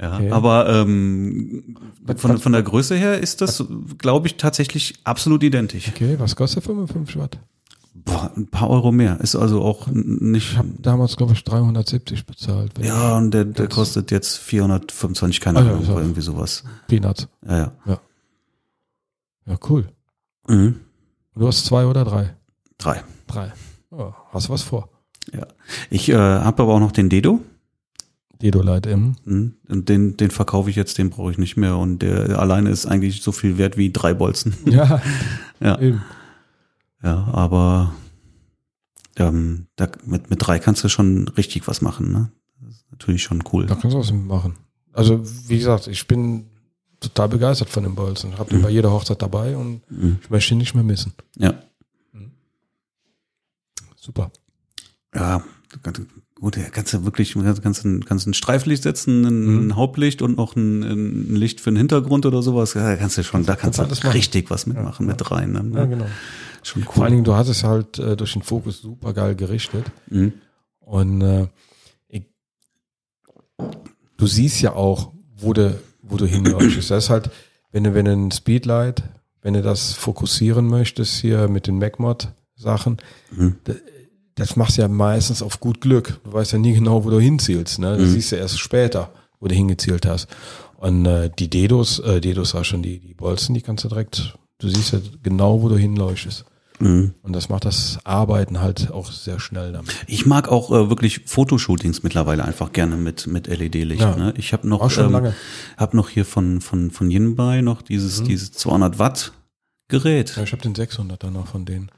Speaker 1: Ja,
Speaker 2: Okay.
Speaker 1: aber ähm, von, von der Größe her ist das, glaube ich, tatsächlich absolut identisch.
Speaker 2: Okay, was kostet 55 Watt?
Speaker 1: Boah, ein paar Euro mehr. Ist also auch n-
Speaker 2: Ich
Speaker 1: nicht.
Speaker 2: habe damals, glaube ich, 370 bezahlt. Wenn
Speaker 1: Ja, und der, der kostet jetzt 425, keine
Speaker 2: Ah, ja,
Speaker 1: Ahnung,
Speaker 2: ist auch-
Speaker 1: irgendwie sowas.
Speaker 2: Peanuts.
Speaker 1: Ja, ja.
Speaker 2: Ja, cool.
Speaker 1: Mhm.
Speaker 2: Du hast zwei oder drei?
Speaker 1: Drei.
Speaker 2: Drei. Ja, hast was vor.
Speaker 1: Ja. Ich äh, habe aber auch noch den Dedo.
Speaker 2: Dedolite im.
Speaker 1: Mhm. Und den, den verkaufe ich jetzt, den brauche ich nicht mehr. Und der alleine ist eigentlich so viel wert wie drei Bolzen.
Speaker 2: Ja,
Speaker 1: Ja.
Speaker 2: eben.
Speaker 1: Ja, aber ähm, da, mit, mit drei kannst du schon richtig was machen, ne? Das ist natürlich schon cool.
Speaker 2: Da kannst du was mitmachen. Also, wie gesagt, ich bin total begeistert von dem Bolzen. Ich habe den bei jeder Hochzeit dabei und
Speaker 1: Mhm.
Speaker 2: ich möchte ihn nicht mehr missen.
Speaker 1: Ja.
Speaker 2: Super.
Speaker 1: ja, gut, da kannst du wirklich, kannst, du ein- kannst du ein Streiflicht setzen, ein,
Speaker 2: Mhm.
Speaker 1: ein Hauptlicht und noch ein, ein Licht für den Hintergrund oder sowas. Ja, da kannst du schon, da kannst du
Speaker 2: alles machen.
Speaker 1: richtig was mitmachen mit rein. Dann, ne?
Speaker 2: Ja, genau.
Speaker 1: Schon
Speaker 2: Vor allen
Speaker 1: cool.
Speaker 2: Dingen, du hast es halt äh, durch den Fokus super geil gerichtet.
Speaker 1: Mhm.
Speaker 2: Und äh, ich, du siehst ja auch, wo du, wo du hin möchtest. Das ist halt, wenn du, wenn du ein Speedlight, wenn du das fokussieren möchtest hier mit den MacMod-Sachen,
Speaker 1: Mhm.
Speaker 2: da- das machst du ja meistens auf gut Glück. Du weißt ja nie genau, wo du hinzielst. Ne? Das
Speaker 1: Mhm.
Speaker 2: siehst du erst später, wo du hingezielt hast. Und äh, die Dedos, äh, Dedos war schon die, die Bolzen, die kannst du direkt, du siehst ja genau, wo du hinleuchtest.
Speaker 1: Mhm.
Speaker 2: Und das macht das Arbeiten halt auch sehr schnell damit.
Speaker 1: Ich mag auch äh, wirklich Fotoshootings mittlerweile einfach gerne mit mit LED-Licht.
Speaker 2: Ja.
Speaker 1: Ne? Ich habe noch
Speaker 2: Auch schon lange. Mhm.
Speaker 1: habe noch hier von von von Yinbei noch dieses dieses 200 Watt Gerät,
Speaker 2: Ja, ich habe den 600 dann noch von denen.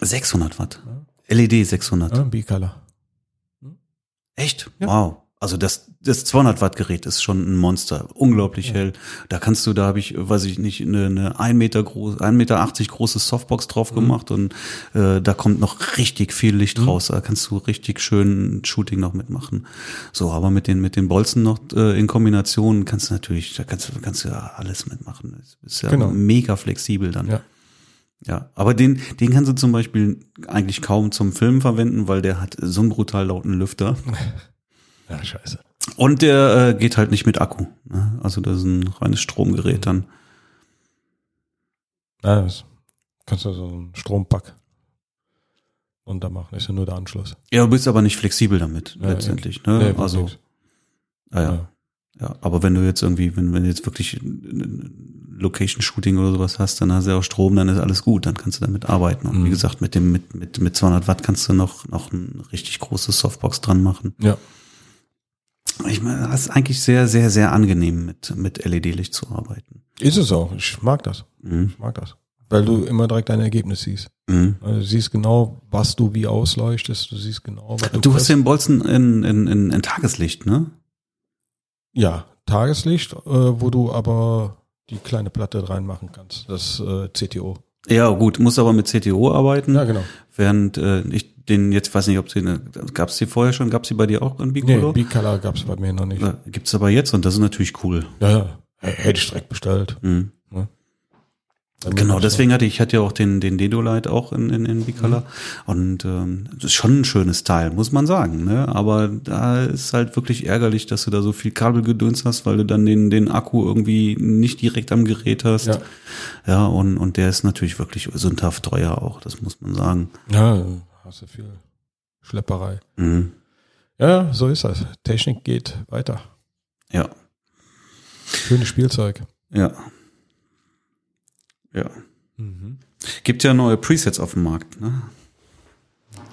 Speaker 1: 600 Watt, E LED 600.
Speaker 2: Ja, B-Color.
Speaker 1: Echt?
Speaker 2: Ja.
Speaker 1: Wow. Also das, das 200 Watt Gerät ist schon ein Monster, unglaublich hell. Da kannst du, da habe ich, weiß ich nicht, eine, eine 1 Meter groß, 1,80 Meter große Softbox
Speaker 2: Mhm.
Speaker 1: drauf gemacht und äh, da kommt noch richtig viel Licht raus. Da kannst du richtig schön ein Shooting noch mitmachen. So, aber mit den mit den Bolzen noch äh, in Kombination kannst du natürlich, da kannst du kannst du ja alles mitmachen. Das Ist ja
Speaker 2: Genau.
Speaker 1: mega flexibel dann.
Speaker 2: Ja.
Speaker 1: Ja, aber den, den kannst du zum Beispiel eigentlich kaum zum Filmen verwenden, weil der hat so einen brutal lauten Lüfter.
Speaker 2: Ja, scheiße.
Speaker 1: Und der äh, geht halt nicht mit Akku. Ne? Also das ist ein reines Stromgerät dann.
Speaker 2: Ja, Ah, das kannst du so einen Strompack runtermachen. Ist ja nur der Anschluss.
Speaker 1: Ja, du bist aber nicht flexibel damit
Speaker 2: Ja,
Speaker 1: letztendlich. Ne?
Speaker 2: Nee,
Speaker 1: also
Speaker 2: nix.
Speaker 1: ah, ja,
Speaker 2: Ja.
Speaker 1: ja. Aber wenn du jetzt irgendwie, wenn, wenn du jetzt wirklich ein Location-Shooting oder sowas hast, dann hast du ja auch Strom, dann ist alles gut, dann kannst du damit arbeiten. Und
Speaker 2: Mhm.
Speaker 1: wie gesagt, mit dem mit mit mit 200 Watt kannst du noch noch ein richtig großes Softbox dran machen.
Speaker 2: Ja.
Speaker 1: Ich meine, das ist eigentlich sehr sehr sehr angenehm mit mit LED-Licht zu arbeiten.
Speaker 2: Ist es auch. Ich mag das.
Speaker 1: Mhm.
Speaker 2: Ich mag das. Weil du immer direkt dein Ergebnis siehst.
Speaker 1: Mhm.
Speaker 2: Also du siehst genau, was du wie ausleuchtest. Du siehst genau, was
Speaker 1: Du hast
Speaker 2: ja,
Speaker 1: den Bolzen in, in, in, in Tageslicht, ne?
Speaker 2: ja Tageslicht, äh, wo du aber die kleine Platte reinmachen kannst. Das äh, CTO.
Speaker 1: Ja, gut, muss aber mit CTO arbeiten,
Speaker 2: Ja, genau.
Speaker 1: während äh, ich den jetzt weiß nicht, ob sie gab's die vorher schon, gab's die bei dir auch in
Speaker 2: Nee,
Speaker 1: Bicolor?
Speaker 2: B-Color gab es bei mir noch nicht.
Speaker 1: Ja, gibt's aber jetzt und das ist natürlich cool.
Speaker 2: Ja, ja. Hätte ich direkt bestellt. Ne?
Speaker 1: Mhm.
Speaker 2: Bei mir
Speaker 1: Genau,
Speaker 2: gab's
Speaker 1: deswegen hatte ich hatte ja auch den den Dedolite auch in in, in
Speaker 2: Mhm.
Speaker 1: Bicolor und ähm, das ist schon ein schönes Teil, muss man sagen, ne? Aber da ist halt wirklich ärgerlich, dass du da so viel Kabelgedöns hast, weil du dann den den Akku irgendwie nicht direkt am Gerät hast.
Speaker 2: Ja.
Speaker 1: Ja, und und der ist natürlich wirklich sündhaft teuer auch, das muss man sagen.
Speaker 2: noch- Ja, hast du viel Schlepperei.
Speaker 1: Mhm.
Speaker 2: Ja, so ist das. Technik geht weiter.
Speaker 1: Ja.
Speaker 2: Schönes Spielzeug.
Speaker 1: Ja. Ja. Gibt ja neue Presets auf dem Markt, ne?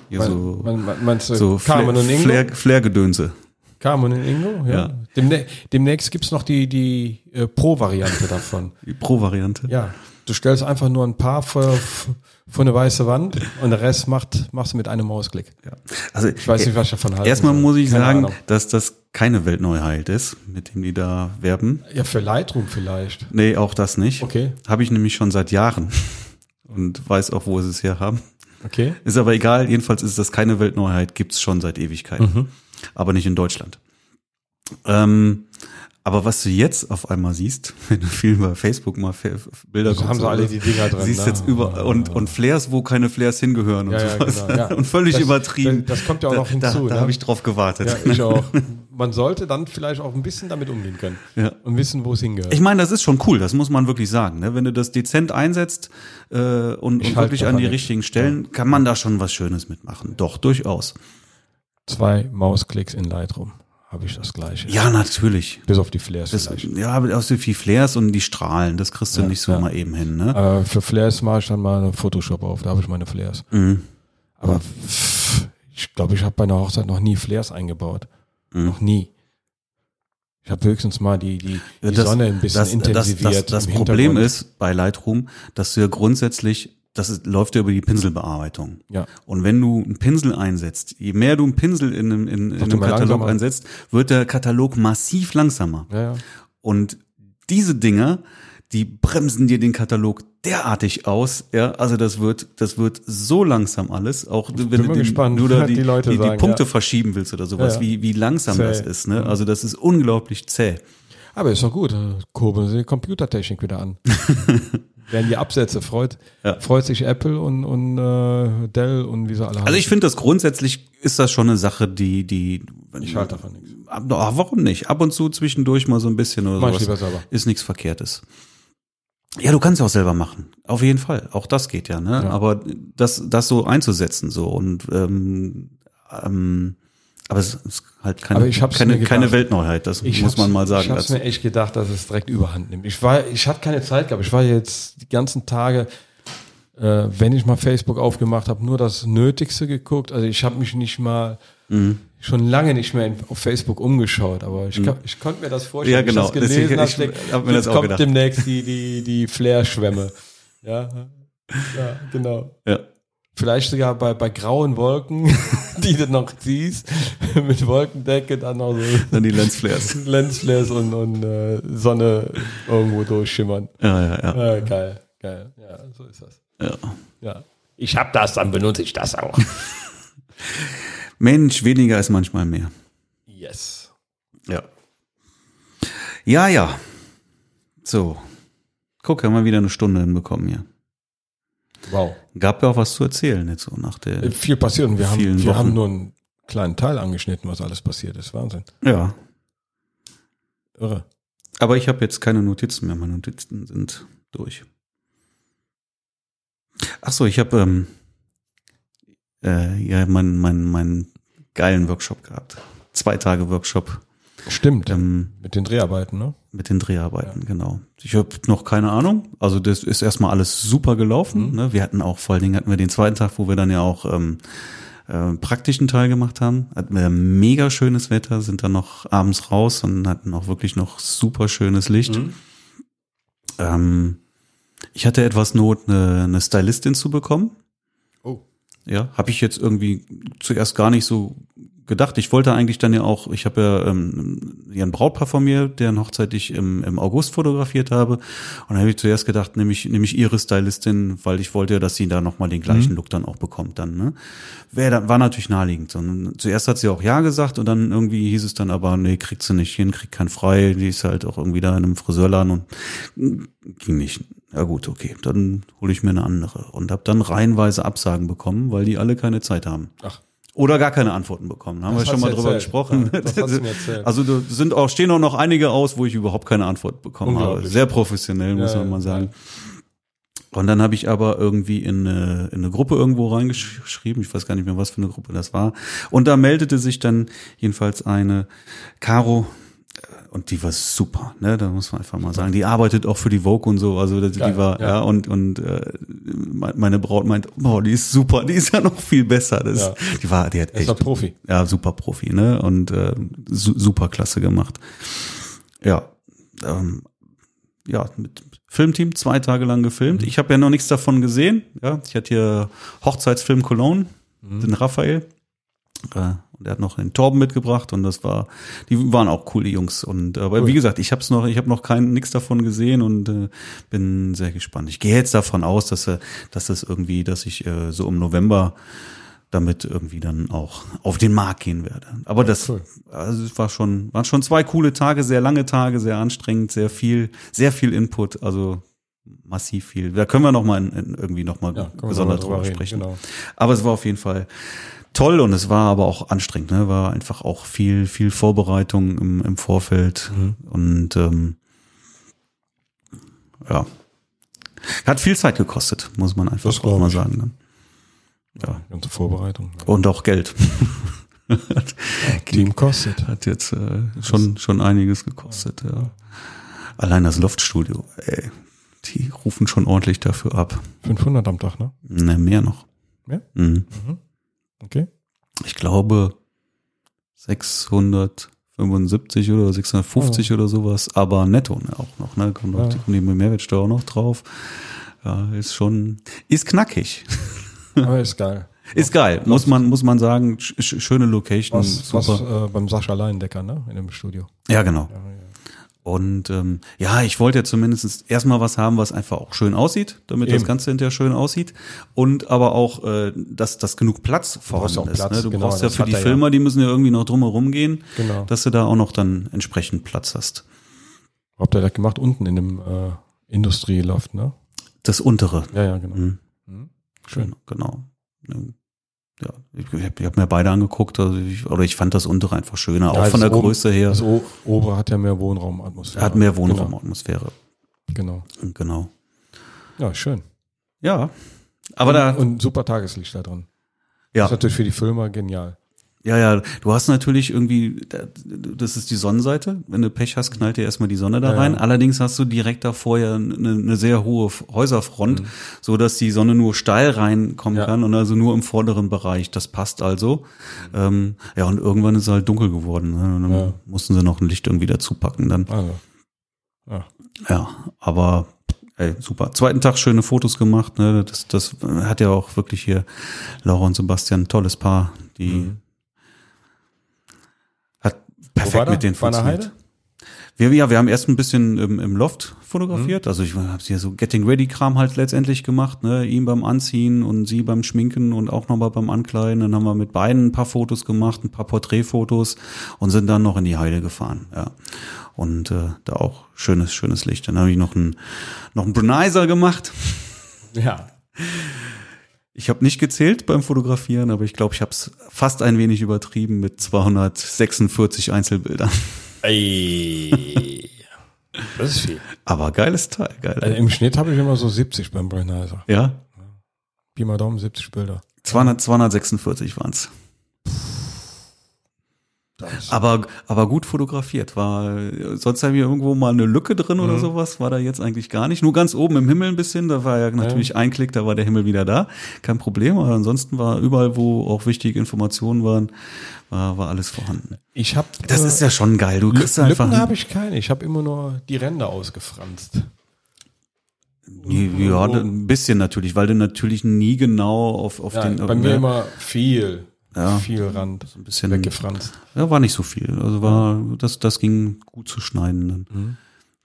Speaker 1: Ja,
Speaker 2: Mein-
Speaker 1: so,
Speaker 2: mein- mein- meinst du
Speaker 1: so
Speaker 2: Carmen
Speaker 1: Flair-
Speaker 2: und Ingo?
Speaker 1: Flair, Flair-Gedönse.
Speaker 2: Carmen und Ingo, ja.
Speaker 1: Ja.
Speaker 2: Demne demnächst gibt's noch die, die äh, Pro-Variante davon.
Speaker 1: Die Pro-Variante.
Speaker 2: Ja, du stellst einfach nur ein paar vor, vor eine weiße Wand und der Rest macht, machst du mit einem Mausklick.
Speaker 1: Also,
Speaker 2: Ich weiß nicht, was ich davon halte.
Speaker 1: erstmal muss ich sagen, dass das keine Weltneuheit ist, mit dem die da werben.
Speaker 2: Ja, für Lightroom vielleicht.
Speaker 1: Nee, auch das nicht.
Speaker 2: Okay,
Speaker 1: Habe ich nämlich schon seit Jahren. Und weiß auch, wo sie es her haben.
Speaker 2: okay.
Speaker 1: Ist aber egal, jedenfalls ist das keine Weltneuheit, gibt's schon seit Ewigkeiten.
Speaker 2: Mhm.
Speaker 1: Aber nicht in Deutschland. Ähm, aber was du jetzt auf einmal siehst, wenn du viel bei Facebook mal Fe- Bilder
Speaker 2: Also haben sie alle die Dinger drin.
Speaker 1: siehst
Speaker 2: ne?
Speaker 1: jetzt über und, und Flares, wo keine Flares hingehören und
Speaker 2: Ja, ja,
Speaker 1: sowas.
Speaker 2: genau, ja.
Speaker 1: Und völlig
Speaker 2: Das-
Speaker 1: übertrieben.
Speaker 2: das- das kommt ja auch noch
Speaker 1: da,
Speaker 2: hinzu,
Speaker 1: Da, da
Speaker 2: ne?
Speaker 1: habe ich drauf gewartet.
Speaker 2: Ja, ich auch. Man sollte dann vielleicht auch ein bisschen damit umgehen können.
Speaker 1: Ja.
Speaker 2: Und wissen, wo es hingehört.
Speaker 1: Ich meine, das ist schon cool, das muss man wirklich sagen. Ne? Wenn du das dezent einsetzt äh, und,
Speaker 2: Ich
Speaker 1: und
Speaker 2: halt
Speaker 1: wirklich
Speaker 2: davon
Speaker 1: an die
Speaker 2: nichts.
Speaker 1: richtigen Stellen, kann man da schon was Schönes mitmachen. Doch, durchaus.
Speaker 2: Zwei Mausklicks in Lightroom habe ich das gleiche.
Speaker 1: Ja, natürlich.
Speaker 2: Bis auf die Flares
Speaker 1: Das,
Speaker 2: vielleicht.
Speaker 1: ja, aber auch so viel Flares und die Strahlen, das kriegst du
Speaker 2: Ja,
Speaker 1: nicht so
Speaker 2: ja.
Speaker 1: mal eben hin. Ne?
Speaker 2: Äh, für Flares mache ich dann mal Photoshop auf, da habe ich meine Flares.
Speaker 1: Mhm.
Speaker 2: Aber pff, ich glaube, ich habe bei einer Hochzeit noch nie Flares eingebaut.
Speaker 1: Mhm.
Speaker 2: Noch nie. Ich habe höchstens mal die, die, die
Speaker 1: Ja, das-
Speaker 2: Sonne ein bisschen
Speaker 1: das,
Speaker 2: intensiviert.
Speaker 1: Das, das, das
Speaker 2: im
Speaker 1: Problem
Speaker 2: Hintergrund.
Speaker 1: ist bei Lightroom, dass du ja grundsätzlich, das ist, läuft ja über die Pinselbearbeitung.
Speaker 2: Ja.
Speaker 1: Und wenn du einen Pinsel einsetzt, je mehr du einen Pinsel in einem, in, in
Speaker 2: Wird
Speaker 1: einem
Speaker 2: immer
Speaker 1: Katalog
Speaker 2: langsamer.
Speaker 1: einsetzt, wird der Katalog massiv langsamer.
Speaker 2: Ja, ja.
Speaker 1: Und diese Dinger, die bremsen dir den Katalog derartig aus. Ja, also das wird, das wird so langsam alles. Auch wenn
Speaker 2: bin
Speaker 1: du
Speaker 2: mal
Speaker 1: den,
Speaker 2: gespannt,
Speaker 1: nur da
Speaker 2: was
Speaker 1: die,
Speaker 2: die Leute
Speaker 1: die, die
Speaker 2: sagen,
Speaker 1: Punkte
Speaker 2: ja.
Speaker 1: verschieben willst oder sowas,
Speaker 2: Ja, ja.
Speaker 1: wie, wie langsam
Speaker 2: Zäh. Also
Speaker 1: das ist. Ne? Also das ist unglaublich zäh.
Speaker 2: Aber ist doch gut, äh, kurbeln sie die Computertechnik wieder an. Werden die Absätze, freut,
Speaker 1: Ja.
Speaker 2: freut sich Apple und, und äh, Dell und wie sie alle
Speaker 1: Also ich finde das grundsätzlich ist das schon eine Sache, die, die.
Speaker 2: ich halte davon nichts.
Speaker 1: Ab- Ah, warum nicht? Ab und zu zwischendurch mal so ein bisschen oder
Speaker 2: Mach ich
Speaker 1: sowas.
Speaker 2: lieber selber.
Speaker 1: Ist nichts Verkehrtes. Ja, du kannst ja auch selber machen. Auf jeden Fall. Auch das geht ja, ne?
Speaker 2: Ja.
Speaker 1: Aber das, das so einzusetzen, so und ähm, ähm, aber es ist halt keine,
Speaker 2: Aber ich hab's mir
Speaker 1: keine,
Speaker 2: gedacht.
Speaker 1: keine Weltneuheit, das
Speaker 2: Ich
Speaker 1: muss man
Speaker 2: hab's-
Speaker 1: mal sagen.
Speaker 2: Ich habe
Speaker 1: dazu.
Speaker 2: mir echt gedacht, dass es direkt überhand nimmt. Ich war, ich hatte keine Zeit gehabt. Ich war jetzt die ganzen Tage, äh, wenn ich mal Facebook aufgemacht habe, nur das Nötigste geguckt. Also ich habe mich nicht mal
Speaker 1: Mhm.
Speaker 2: schon lange nicht mehr in, auf Facebook umgeschaut. Aber ich, kann- ich konnte mir das vorstellen.
Speaker 1: Ja, genau.
Speaker 2: Ich das
Speaker 1: Deswegen-
Speaker 2: gelesen habe,
Speaker 1: ich
Speaker 2: denk,
Speaker 1: hab mir das
Speaker 2: jetzt
Speaker 1: auch
Speaker 2: kommt
Speaker 1: gedacht.
Speaker 2: demnächst die die die Flair-Schwämme. ja, ja, genau.
Speaker 1: Ja.
Speaker 2: Vielleicht sogar bei, bei grauen Wolken, die du noch siehst, mit Wolkendecke dann auch so
Speaker 1: Dann die Lensflares.
Speaker 2: Lensflares und, und äh, Sonne irgendwo durchschimmern.
Speaker 1: ja, ja, ja,
Speaker 2: Äh, geil, geil. Ja, so ist das.
Speaker 1: ja.
Speaker 2: Ja. Ich hab das, dann benutze ich das auch.
Speaker 1: Mensch, weniger ist manchmal mehr.
Speaker 2: yes.
Speaker 1: Ja. Ja, ja. So. Guck, haben wir wieder eine Stunde hinbekommen hier.
Speaker 2: Wow.
Speaker 1: Gab ja auch was zu erzählen jetzt so nach der.
Speaker 2: Äh, Viel passiert und wir, haben,
Speaker 1: Vielen
Speaker 2: wir
Speaker 1: Wochen.
Speaker 2: haben nur einen kleinen Teil angeschnitten, was alles passiert ist. Wahnsinn.
Speaker 1: Ja.
Speaker 2: Irre.
Speaker 1: Aber ich habe jetzt keine Notizen mehr. Meine Notizen sind durch. Ach so, ich habe ähm, äh, ja meinen mein, mein geilen Workshop gehabt. Zwei Tage Workshop
Speaker 2: Stimmt.
Speaker 1: ähm,
Speaker 2: Mit den Dreharbeiten, ne?
Speaker 1: mit den Dreharbeiten, genau. Ich habe noch keine Ahnung. Also das ist erstmal alles super gelaufen. Ne? Wir hatten auch vor allen Dingen hatten wir den zweiten Tag, wo wir dann ja auch ähm, äh, praktischen Teil gemacht haben. Hatten wir mega schönes Wetter, sind dann noch abends raus und hatten auch wirklich noch super schönes Licht. Ähm, ich hatte etwas Not, eine, eine Stylistin zu bekommen.
Speaker 2: Oh.
Speaker 1: Ja, habe ich jetzt irgendwie zuerst gar nicht so gedacht. Ich wollte eigentlich dann ja auch, ich habe ja, ähm, ja ein Brautpaar von mir, deren Hochzeit ich im, im August fotografiert habe. Und dann habe ich zuerst gedacht, nehme ich, nehme ich ihre Stylistin, weil ich wollte ja, dass sie da nochmal den gleichen Look dann auch bekommt dann. Ne? Wär, dann- war natürlich naheliegend. Und zuerst hat sie auch Ja gesagt und dann irgendwie hieß es dann aber, nee, kriegt sie nicht hin, kriegt keinen frei. Die ist halt auch irgendwie da in einem Friseurladen und hm, ging nicht. Ja gut, okay, dann hole ich mir eine andere und habe dann reihenweise Absagen bekommen, weil die alle keine Zeit haben.
Speaker 2: Ach.
Speaker 1: Oder gar keine Antworten bekommen. Da haben
Speaker 2: Das
Speaker 1: wir schon
Speaker 2: hast
Speaker 1: mal
Speaker 2: du
Speaker 1: drüber
Speaker 2: erzählt.
Speaker 1: gesprochen.
Speaker 2: Ja, das hast du mir erzählt.
Speaker 1: also da sind auch, stehen auch noch einige aus, wo ich überhaupt keine Antwort bekommen habe.
Speaker 2: Unglaublich.
Speaker 1: Sehr professionell, muss
Speaker 2: Ja,
Speaker 1: man mal
Speaker 2: ja.
Speaker 1: sagen. Und dann habe ich aber irgendwie in eine, in eine Gruppe irgendwo reingeschrieben, ich weiß gar nicht mehr, was für eine Gruppe das war. Und da meldete sich dann jedenfalls eine Caro, äh, und die war super, ne? Da muss man einfach mal sagen. Die arbeitet auch für die Vogue und so, also die,
Speaker 2: Geil,
Speaker 1: die war, ja,
Speaker 2: ja.
Speaker 1: und, und äh, me- meine Braut meint, boah, die ist super, die ist ja noch viel besser. Das,
Speaker 2: Ja.
Speaker 1: Die war, die hat
Speaker 2: Er ist
Speaker 1: echt
Speaker 2: doch Profi.
Speaker 1: ja, super Profi, ne? Und äh, su super klasse gemacht. Ja. Ähm, ja, mit Filmteam zwei Tage lang gefilmt. Ich habe ja noch nichts davon gesehen. Ja, ich hatte hier Hochzeitsfilm Cologne, den Raphael. Äh, und er hat noch den Torben mitgebracht und das war, die waren auch coole Jungs. Und äh, aber wie gesagt, ich habe noch, ich habe noch kein nichts davon gesehen und äh, bin sehr gespannt. Ich gehe jetzt davon aus, dass er, dass das irgendwie, dass ich äh, so im November damit irgendwie dann auch auf den Markt gehen werde. Aber das,
Speaker 2: cool.
Speaker 1: also es war schon, waren schon zwei coole Tage, sehr lange Tage, sehr anstrengend, sehr viel, sehr viel Input, also massiv viel. Da können wir noch mal in, in irgendwie noch mal
Speaker 2: Ja, können wir
Speaker 1: gesondert
Speaker 2: mal
Speaker 1: drüber sprechen.
Speaker 2: Genau.
Speaker 1: Aber es war auf jeden Fall toll und es war aber auch anstrengend, ne? War einfach auch viel, viel Vorbereitung im, im Vorfeld und ähm, ja. Hat viel Zeit gekostet, muss man einfach
Speaker 2: Das
Speaker 1: auch
Speaker 2: glaub
Speaker 1: mal
Speaker 2: ich.
Speaker 1: sagen. Ne?
Speaker 2: Ja.
Speaker 1: Genau.
Speaker 2: Ganze Vorbereitung.
Speaker 1: Und auch Geld.
Speaker 2: Team kostet.
Speaker 1: Hat jetzt äh, schon, schon einiges gekostet, ja. Allein das Loftstudio, ey, die rufen schon ordentlich dafür ab.
Speaker 2: 500 am Tag, ne?
Speaker 1: Ne, mehr noch.
Speaker 2: Mehr?
Speaker 1: Mhm.
Speaker 2: Okay.
Speaker 1: Ich glaube 675 oder 650 oder sowas, aber netto ne, auch noch, ne? Kommt noch
Speaker 2: Oh. Ja.
Speaker 1: die Mehrwertsteuer auch noch drauf. Ja, ist schon, ist knackig.
Speaker 2: Aber ist geil.
Speaker 1: Ist geil, muss man, muss man sagen. Sch sch schöne Location,
Speaker 2: Was,
Speaker 1: Hm, super.
Speaker 2: was äh, beim Sascha Leindecker, ne? In dem Studio.
Speaker 1: ja, genau. Und ähm, ja, ich wollte ja zumindest erstmal was haben, was einfach auch schön aussieht, damit das
Speaker 2: Eben.
Speaker 1: Ganze hinterher schön aussieht. Und aber auch, äh, dass, dass genug Platz vorhanden
Speaker 2: ja auch
Speaker 1: ist.
Speaker 2: Platz,
Speaker 1: ne? Du
Speaker 2: genau,
Speaker 1: brauchst ja
Speaker 2: das
Speaker 1: für
Speaker 2: hat
Speaker 1: die
Speaker 2: er ja.
Speaker 1: Filmer, die müssen ja irgendwie noch drumherum gehen,
Speaker 2: Genau.
Speaker 1: dass du da auch noch dann entsprechend Platz hast.
Speaker 2: Habt ihr das gemacht? Unten in dem äh, Industrieloft, ne?
Speaker 1: Das untere.
Speaker 2: Ja, ja, genau.
Speaker 1: Mhm.
Speaker 2: Mhm.
Speaker 1: Schön, genau. Ja, ich, ich habe hab mir beide angeguckt, also ich, oder ich fand das untere einfach schöner, auch
Speaker 2: das
Speaker 1: von der
Speaker 2: oben-
Speaker 1: Größe her.
Speaker 2: Das o obere hat ja mehr Wohnraumatmosphäre.
Speaker 1: hat mehr Wohnraumatmosphäre.
Speaker 2: Genau. genau.
Speaker 1: Genau.
Speaker 2: Ja, schön.
Speaker 1: Ja. Aber da,
Speaker 2: Und super Tageslicht da drin.
Speaker 1: Ja.
Speaker 2: Das ist natürlich für die Filmer genial.
Speaker 1: ja, ja, du hast natürlich irgendwie, da- das ist die Sonnenseite. Wenn du Pech hast, knallt dir erstmal die Sonne da
Speaker 2: Ja,
Speaker 1: rein.
Speaker 2: ja.
Speaker 1: Allerdings hast du direkt davor ja eine, eine ne, sehr hohe F- Häuserfront, so dass die Sonne nur steil reinkommen
Speaker 2: Mhm. Ja.
Speaker 1: kann und also nur im vorderen Bereich. Das passt also. Ähm, ja, und irgendwann ist es halt dunkel geworden. Ne? Und dann
Speaker 2: Mhm. Ja.
Speaker 1: mussten sie noch ein Licht irgendwie dazu packen dann.
Speaker 2: Also,
Speaker 1: Ja, aber ey, super. Zweiten Tag schöne Fotos gemacht. Ne? Das, das hat ja auch wirklich hier Laura und Sebastian ein tolles Paar. Die
Speaker 2: Mhm.
Speaker 1: hat
Speaker 2: Wo war
Speaker 1: perfekt
Speaker 2: da?
Speaker 1: mit denen
Speaker 2: War in der
Speaker 1: funktioniert. Wir, ja, wir haben erst ein bisschen im, im Loft fotografiert.
Speaker 2: Mhm.
Speaker 1: Also ich habe hier so Getting Ready Kram halt letztendlich gemacht. Ne? Ihm beim Anziehen und sie beim Schminken und auch nochmal beim Ankleiden. Dann haben wir mit beiden ein paar Fotos gemacht, ein paar Porträtfotos und sind dann noch in die Heide gefahren. Ja. Und äh, da auch schönes, schönes Licht. Dann habe ich noch einen noch einen Brunizer gemacht.
Speaker 2: Ja.
Speaker 1: Ich habe nicht gezählt beim Fotografieren, aber ich glaube, ich habe es fast ein wenig übertrieben mit 246 Einzelbildern.
Speaker 2: Ey. Das ist viel.
Speaker 1: Aber geiles Teil, geil.
Speaker 2: Also Im Schnitt habe ich immer so 70 beim Brennizer.
Speaker 1: ja,
Speaker 2: Pi mal Daumen 70 Bilder.
Speaker 1: 200, 246 waren's.
Speaker 2: Das
Speaker 1: Aber, aber gut fotografiert. War, äh, sonst haben wir irgendwo mal eine Lücke drin oder sowas, war da jetzt eigentlich gar nicht. Nur ganz oben im Himmel ein bisschen, da war ja natürlich ein Klick, da war der Himmel wieder da. Kein Problem, aber ansonsten war überall, wo auch wichtige Informationen waren, war, war alles vorhanden.
Speaker 2: ich äh, habe
Speaker 1: Das ist ja schon geil. Du kriegst einfach.
Speaker 2: Lücken habe ich keine. Ich habe immer nur die Ränder ausgefranst.
Speaker 1: Ja, ein bisschen natürlich, weil du natürlich nie genau auf, auf
Speaker 2: Ja,
Speaker 1: den.
Speaker 2: bei mir immer viel,
Speaker 1: Ja.
Speaker 2: viel Rand so ein
Speaker 1: bisschen-
Speaker 2: weggefranst.
Speaker 1: Ja, war nicht so viel. Also war, das, das ging gut zu schneiden dann.
Speaker 2: Mhm.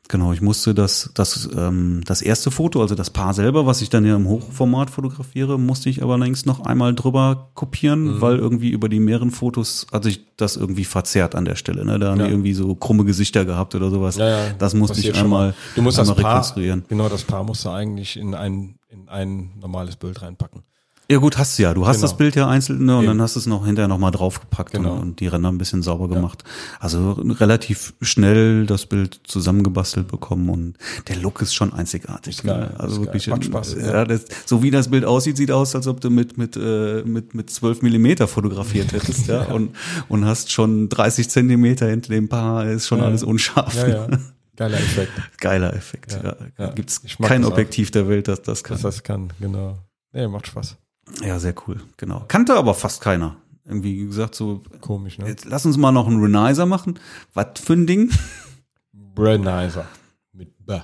Speaker 1: Genau, ich musste das, das, ähm, das erste Foto, also das Paar selber, was ich dann ja im Hochformat fotografiere, musste ich aber längst noch einmal drüber
Speaker 2: Mhm.
Speaker 1: kopieren, weil irgendwie über die mehreren Fotos hat sich das irgendwie verzerrt an der Stelle. Ne? Da haben
Speaker 2: Ja.
Speaker 1: die irgendwie so krumme Gesichter gehabt oder sowas. das musste
Speaker 2: passiert
Speaker 1: ich
Speaker 2: schon
Speaker 1: einmal,
Speaker 2: Du musst
Speaker 1: einmal
Speaker 2: das Paar,
Speaker 1: rekonstruieren.
Speaker 2: Genau, das Paar musst du eigentlich in ein, in ein normales Bild reinpacken.
Speaker 1: Ja gut, hast du ja. Du hast
Speaker 2: Genau.
Speaker 1: das Bild ja einzeln ne, und
Speaker 2: Eben.
Speaker 1: dann hast du es noch hinterher nochmal draufgepackt
Speaker 2: Genau.
Speaker 1: und, und die Ränder ein bisschen sauber gemacht. Also relativ schnell das Bild zusammengebastelt bekommen und der Look ist schon einzigartig.
Speaker 2: Ist geil,
Speaker 1: ne? also
Speaker 2: ist geil.
Speaker 1: wirklich
Speaker 2: Macht Spaß,
Speaker 1: Ja, das, so wie das Bild aussieht, sieht aus, als ob du mit mit äh, mit mit 12 Millimeter fotografiert hättest, ja, und und hast schon 30 Zentimeter hinter dem Paar, ist schon
Speaker 2: Ja,
Speaker 1: alles
Speaker 2: ja.
Speaker 1: unscharf. ne?
Speaker 2: Ja, ja. Geiler Effekt,
Speaker 1: Geiler Effekt. Ja,
Speaker 2: ja.
Speaker 1: Gibt's
Speaker 2: Ich mag
Speaker 1: kein
Speaker 2: das auch.
Speaker 1: Objektiv der Welt, das das kann.
Speaker 2: dass das kann, genau. Nee, macht Spaß.
Speaker 1: Ja, sehr cool, genau. Kannte aber fast keiner. Irgendwie gesagt so,
Speaker 2: Komisch, ne?
Speaker 1: jetzt lass uns mal noch einen Renizer machen. Was für ein Ding?
Speaker 2: Brennizer. Mit B.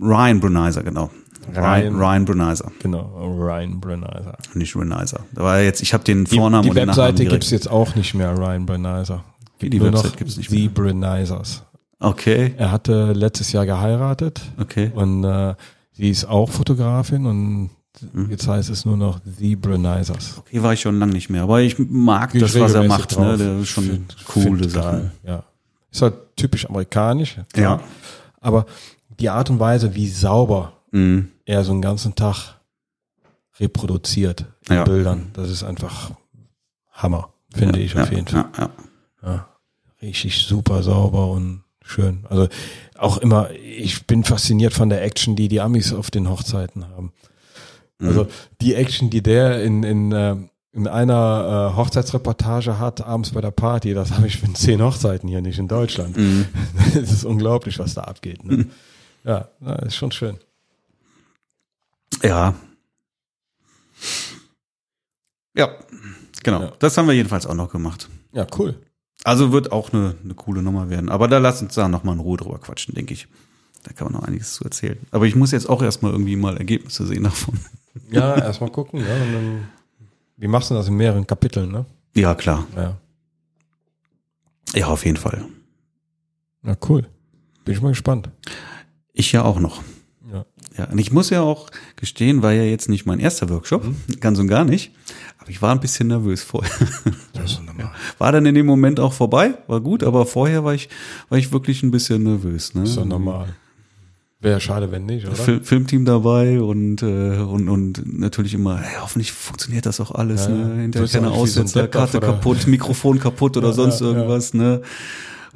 Speaker 1: Ryan Brunizer, genau. Ryan,
Speaker 2: Ryan.
Speaker 1: Ryan Brunizer,
Speaker 2: Genau, Ryan Brennizer.
Speaker 1: nicht Renizer. Da war jetzt, ich habe den
Speaker 2: Die,
Speaker 1: Vornamen
Speaker 2: die
Speaker 1: und den Nachnamen
Speaker 2: Webseite
Speaker 1: direkt.
Speaker 2: gibt's jetzt auch nicht mehr, Ryan Brennizer.
Speaker 1: Die Website gibt's nicht
Speaker 2: Die Brennizers.
Speaker 1: Okay,
Speaker 2: Er hatte letztes Jahr geheiratet
Speaker 1: okay.
Speaker 2: und äh, sie ist auch Fotografin und jetzt heißt es nur noch The Brenizers.
Speaker 1: Mhm. Okay, war ich schon lange nicht mehr, aber ich mag das, was er macht. Ne? Der ist schon coole Sachen.
Speaker 2: Ja. Ist halt typisch amerikanisch. klar.
Speaker 1: Ja.
Speaker 2: Aber die Art und Weise, wie sauber
Speaker 1: Mhm.
Speaker 2: er so einen ganzen Tag reproduziert in
Speaker 1: Ja.
Speaker 2: Bildern, das ist einfach Hammer, finde ich auf
Speaker 1: ja,
Speaker 2: jeden Fall.
Speaker 1: Ja, ja.
Speaker 2: Richtig super sauber und schön. Also auch immer, ich bin fasziniert von der Action, die die Amis auf den Hochzeiten haben. Also die Action, die der in, in, äh, in einer äh, Hochzeitsreportage hat, abends bei der Party, das habe ich in zehn Hochzeiten hier nicht in Deutschland.
Speaker 1: Mhm.
Speaker 2: Es ist unglaublich, was da abgeht. Ne? Ja, na, ist schon schön.
Speaker 1: Ja. Ja, genau.
Speaker 2: Ja.
Speaker 1: Das haben wir jedenfalls auch noch gemacht.
Speaker 2: Ja, cool.
Speaker 1: Also wird auch eine, eine coole Nummer werden. Aber da lass uns da nochmal in Ruhe drüber quatschen, denke ich. Da kann man noch einiges zu erzählen. Aber ich muss jetzt auch erstmal irgendwie mal Ergebnisse sehen davon.
Speaker 2: Ja, erstmal gucken. Ja, und dann, wie machst du das in mehreren Kapiteln? Ne?
Speaker 1: Ja, klar.
Speaker 2: Ja.
Speaker 1: Ja, auf jeden Fall.
Speaker 2: ja, cool. Bin ich mal gespannt.
Speaker 1: Ich ja auch noch.
Speaker 2: Ja.
Speaker 1: Ja, und ich muss ja auch gestehen, war ja jetzt nicht mein erster Workshop,
Speaker 2: Mhm.
Speaker 1: ganz und gar nicht. Aber ich war ein bisschen nervös vorher.
Speaker 2: Das ist normal.
Speaker 1: War dann in dem Moment auch vorbei, war gut, aber vorher war ich, war ich wirklich ein bisschen nervös. Ne?
Speaker 2: Das ist doch normal. Wäre ja schade, wenn nicht, oder?
Speaker 1: Fil Filmteam dabei und, äh, und, und natürlich immer, hey, hoffentlich funktioniert das auch alles,
Speaker 2: Ja, ja.
Speaker 1: ne? Hinterher
Speaker 2: So ist
Speaker 1: keine
Speaker 2: auch nicht wie so ein
Speaker 1: Aussetzer,
Speaker 2: Laptop
Speaker 1: Karte
Speaker 2: oder-
Speaker 1: kaputt, Mikrofon kaputt oder
Speaker 2: Ja,
Speaker 1: sonst
Speaker 2: ja, ja.
Speaker 1: irgendwas, ne?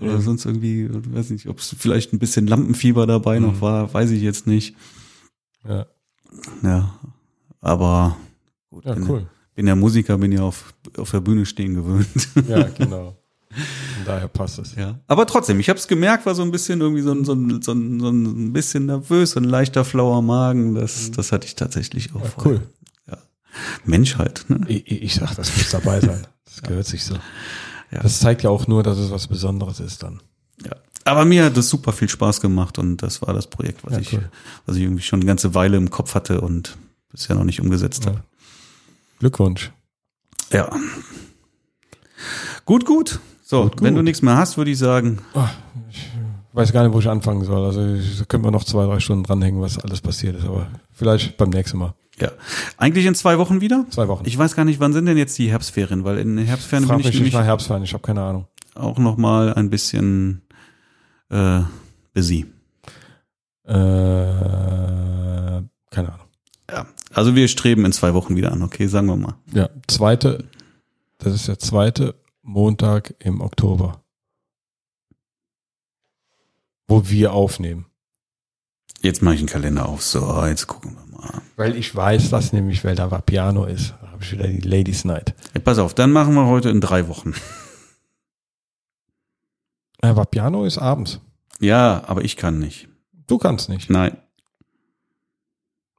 Speaker 1: Oder
Speaker 2: Mhm.
Speaker 1: sonst irgendwie, weiß nicht, ob es vielleicht ein bisschen Lampenfieber dabei
Speaker 2: Mhm.
Speaker 1: noch war, weiß ich jetzt nicht.
Speaker 2: Ja,
Speaker 1: Ja. Aber gut, genau.
Speaker 2: ja
Speaker 1: bin,
Speaker 2: cool.
Speaker 1: bin ja Musiker, bin ja auf, auf der Bühne stehen gewöhnt.
Speaker 2: Ja, genau. Von daher passt es.
Speaker 1: Ja. Aber trotzdem, ich habe es gemerkt, war so ein bisschen irgendwie so ein, so ein, so ein, so ein bisschen nervös, so ein leichter flauer Magen. Das, das hatte ich tatsächlich auch.
Speaker 2: Mhm. Ja,
Speaker 1: vorher.
Speaker 2: cool.
Speaker 1: Mensch halt, ne?
Speaker 2: Ich, ich ich sag, das muss dabei sein. Das gehört sich so.
Speaker 1: Ja.
Speaker 2: Das zeigt ja auch nur, dass es was Besonderes ist dann.
Speaker 1: Ja. Aber mir hat das super viel Spaß gemacht und das war das Projekt, was
Speaker 2: Ja,
Speaker 1: ich,
Speaker 2: cool.
Speaker 1: was ich irgendwie schon eine ganze Weile im Kopf hatte und bisher noch nicht umgesetzt
Speaker 2: Ja. Glückwunsch.
Speaker 1: habe. Ja. Gut, gut. So,
Speaker 2: Gut, gut.
Speaker 1: wenn du nichts mehr hast, würde ich sagen,
Speaker 2: Weiß gar nicht, wo ich anfangen soll. Also ich- da könnte man noch zwei, drei Stunden dranhängen, was alles passiert ist. Aber vielleicht beim nächsten Mal.
Speaker 1: ja. Eigentlich in zwei Wochen wieder?
Speaker 2: Zwei Wochen.
Speaker 1: Ich weiß gar nicht, wann sind denn jetzt die Herbstferien, weil in den Herbstferien bin
Speaker 2: frage
Speaker 1: ich
Speaker 2: mich nicht
Speaker 1: nämlich
Speaker 2: nach Herbstferien. Ich habe keine Ahnung.
Speaker 1: auch noch mal ein bisschen äh, busy.
Speaker 2: Äh, keine Ahnung.
Speaker 1: Ja. Also wir streben in zwei Wochen wieder an, okay, sagen wir mal.
Speaker 2: Ja, zweite, das ist der zweite Montag im Oktober. Wo wir aufnehmen.
Speaker 1: Jetzt mache ich einen Kalender auf. So, jetzt gucken wir mal.
Speaker 2: Weil ich weiß das nämlich, weil da war Piano ist. Da habe ich wieder die Ladies Night.
Speaker 1: Ja, pass auf, dann machen wir heute in drei Wochen.
Speaker 2: Aber Piano ist abends.
Speaker 1: Ja, aber ich kann nicht.
Speaker 2: Du kannst nicht.
Speaker 1: Nein.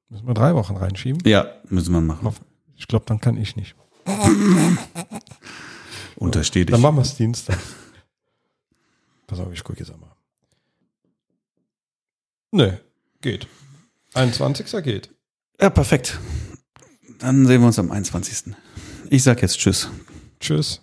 Speaker 2: Müssen wir drei Wochen reinschieben.
Speaker 1: Ja, müssen wir machen.
Speaker 2: Ich glaube, dann kann ich nicht.
Speaker 1: Untersteh dich.
Speaker 2: Dann machen wir es Dienstag. Pass auf, ich gucke jetzt einmal. Nö, geht. 21. geht.
Speaker 1: Ja, perfekt. Dann sehen wir uns am 21. Ich sag jetzt Tschüss.
Speaker 2: Tschüss.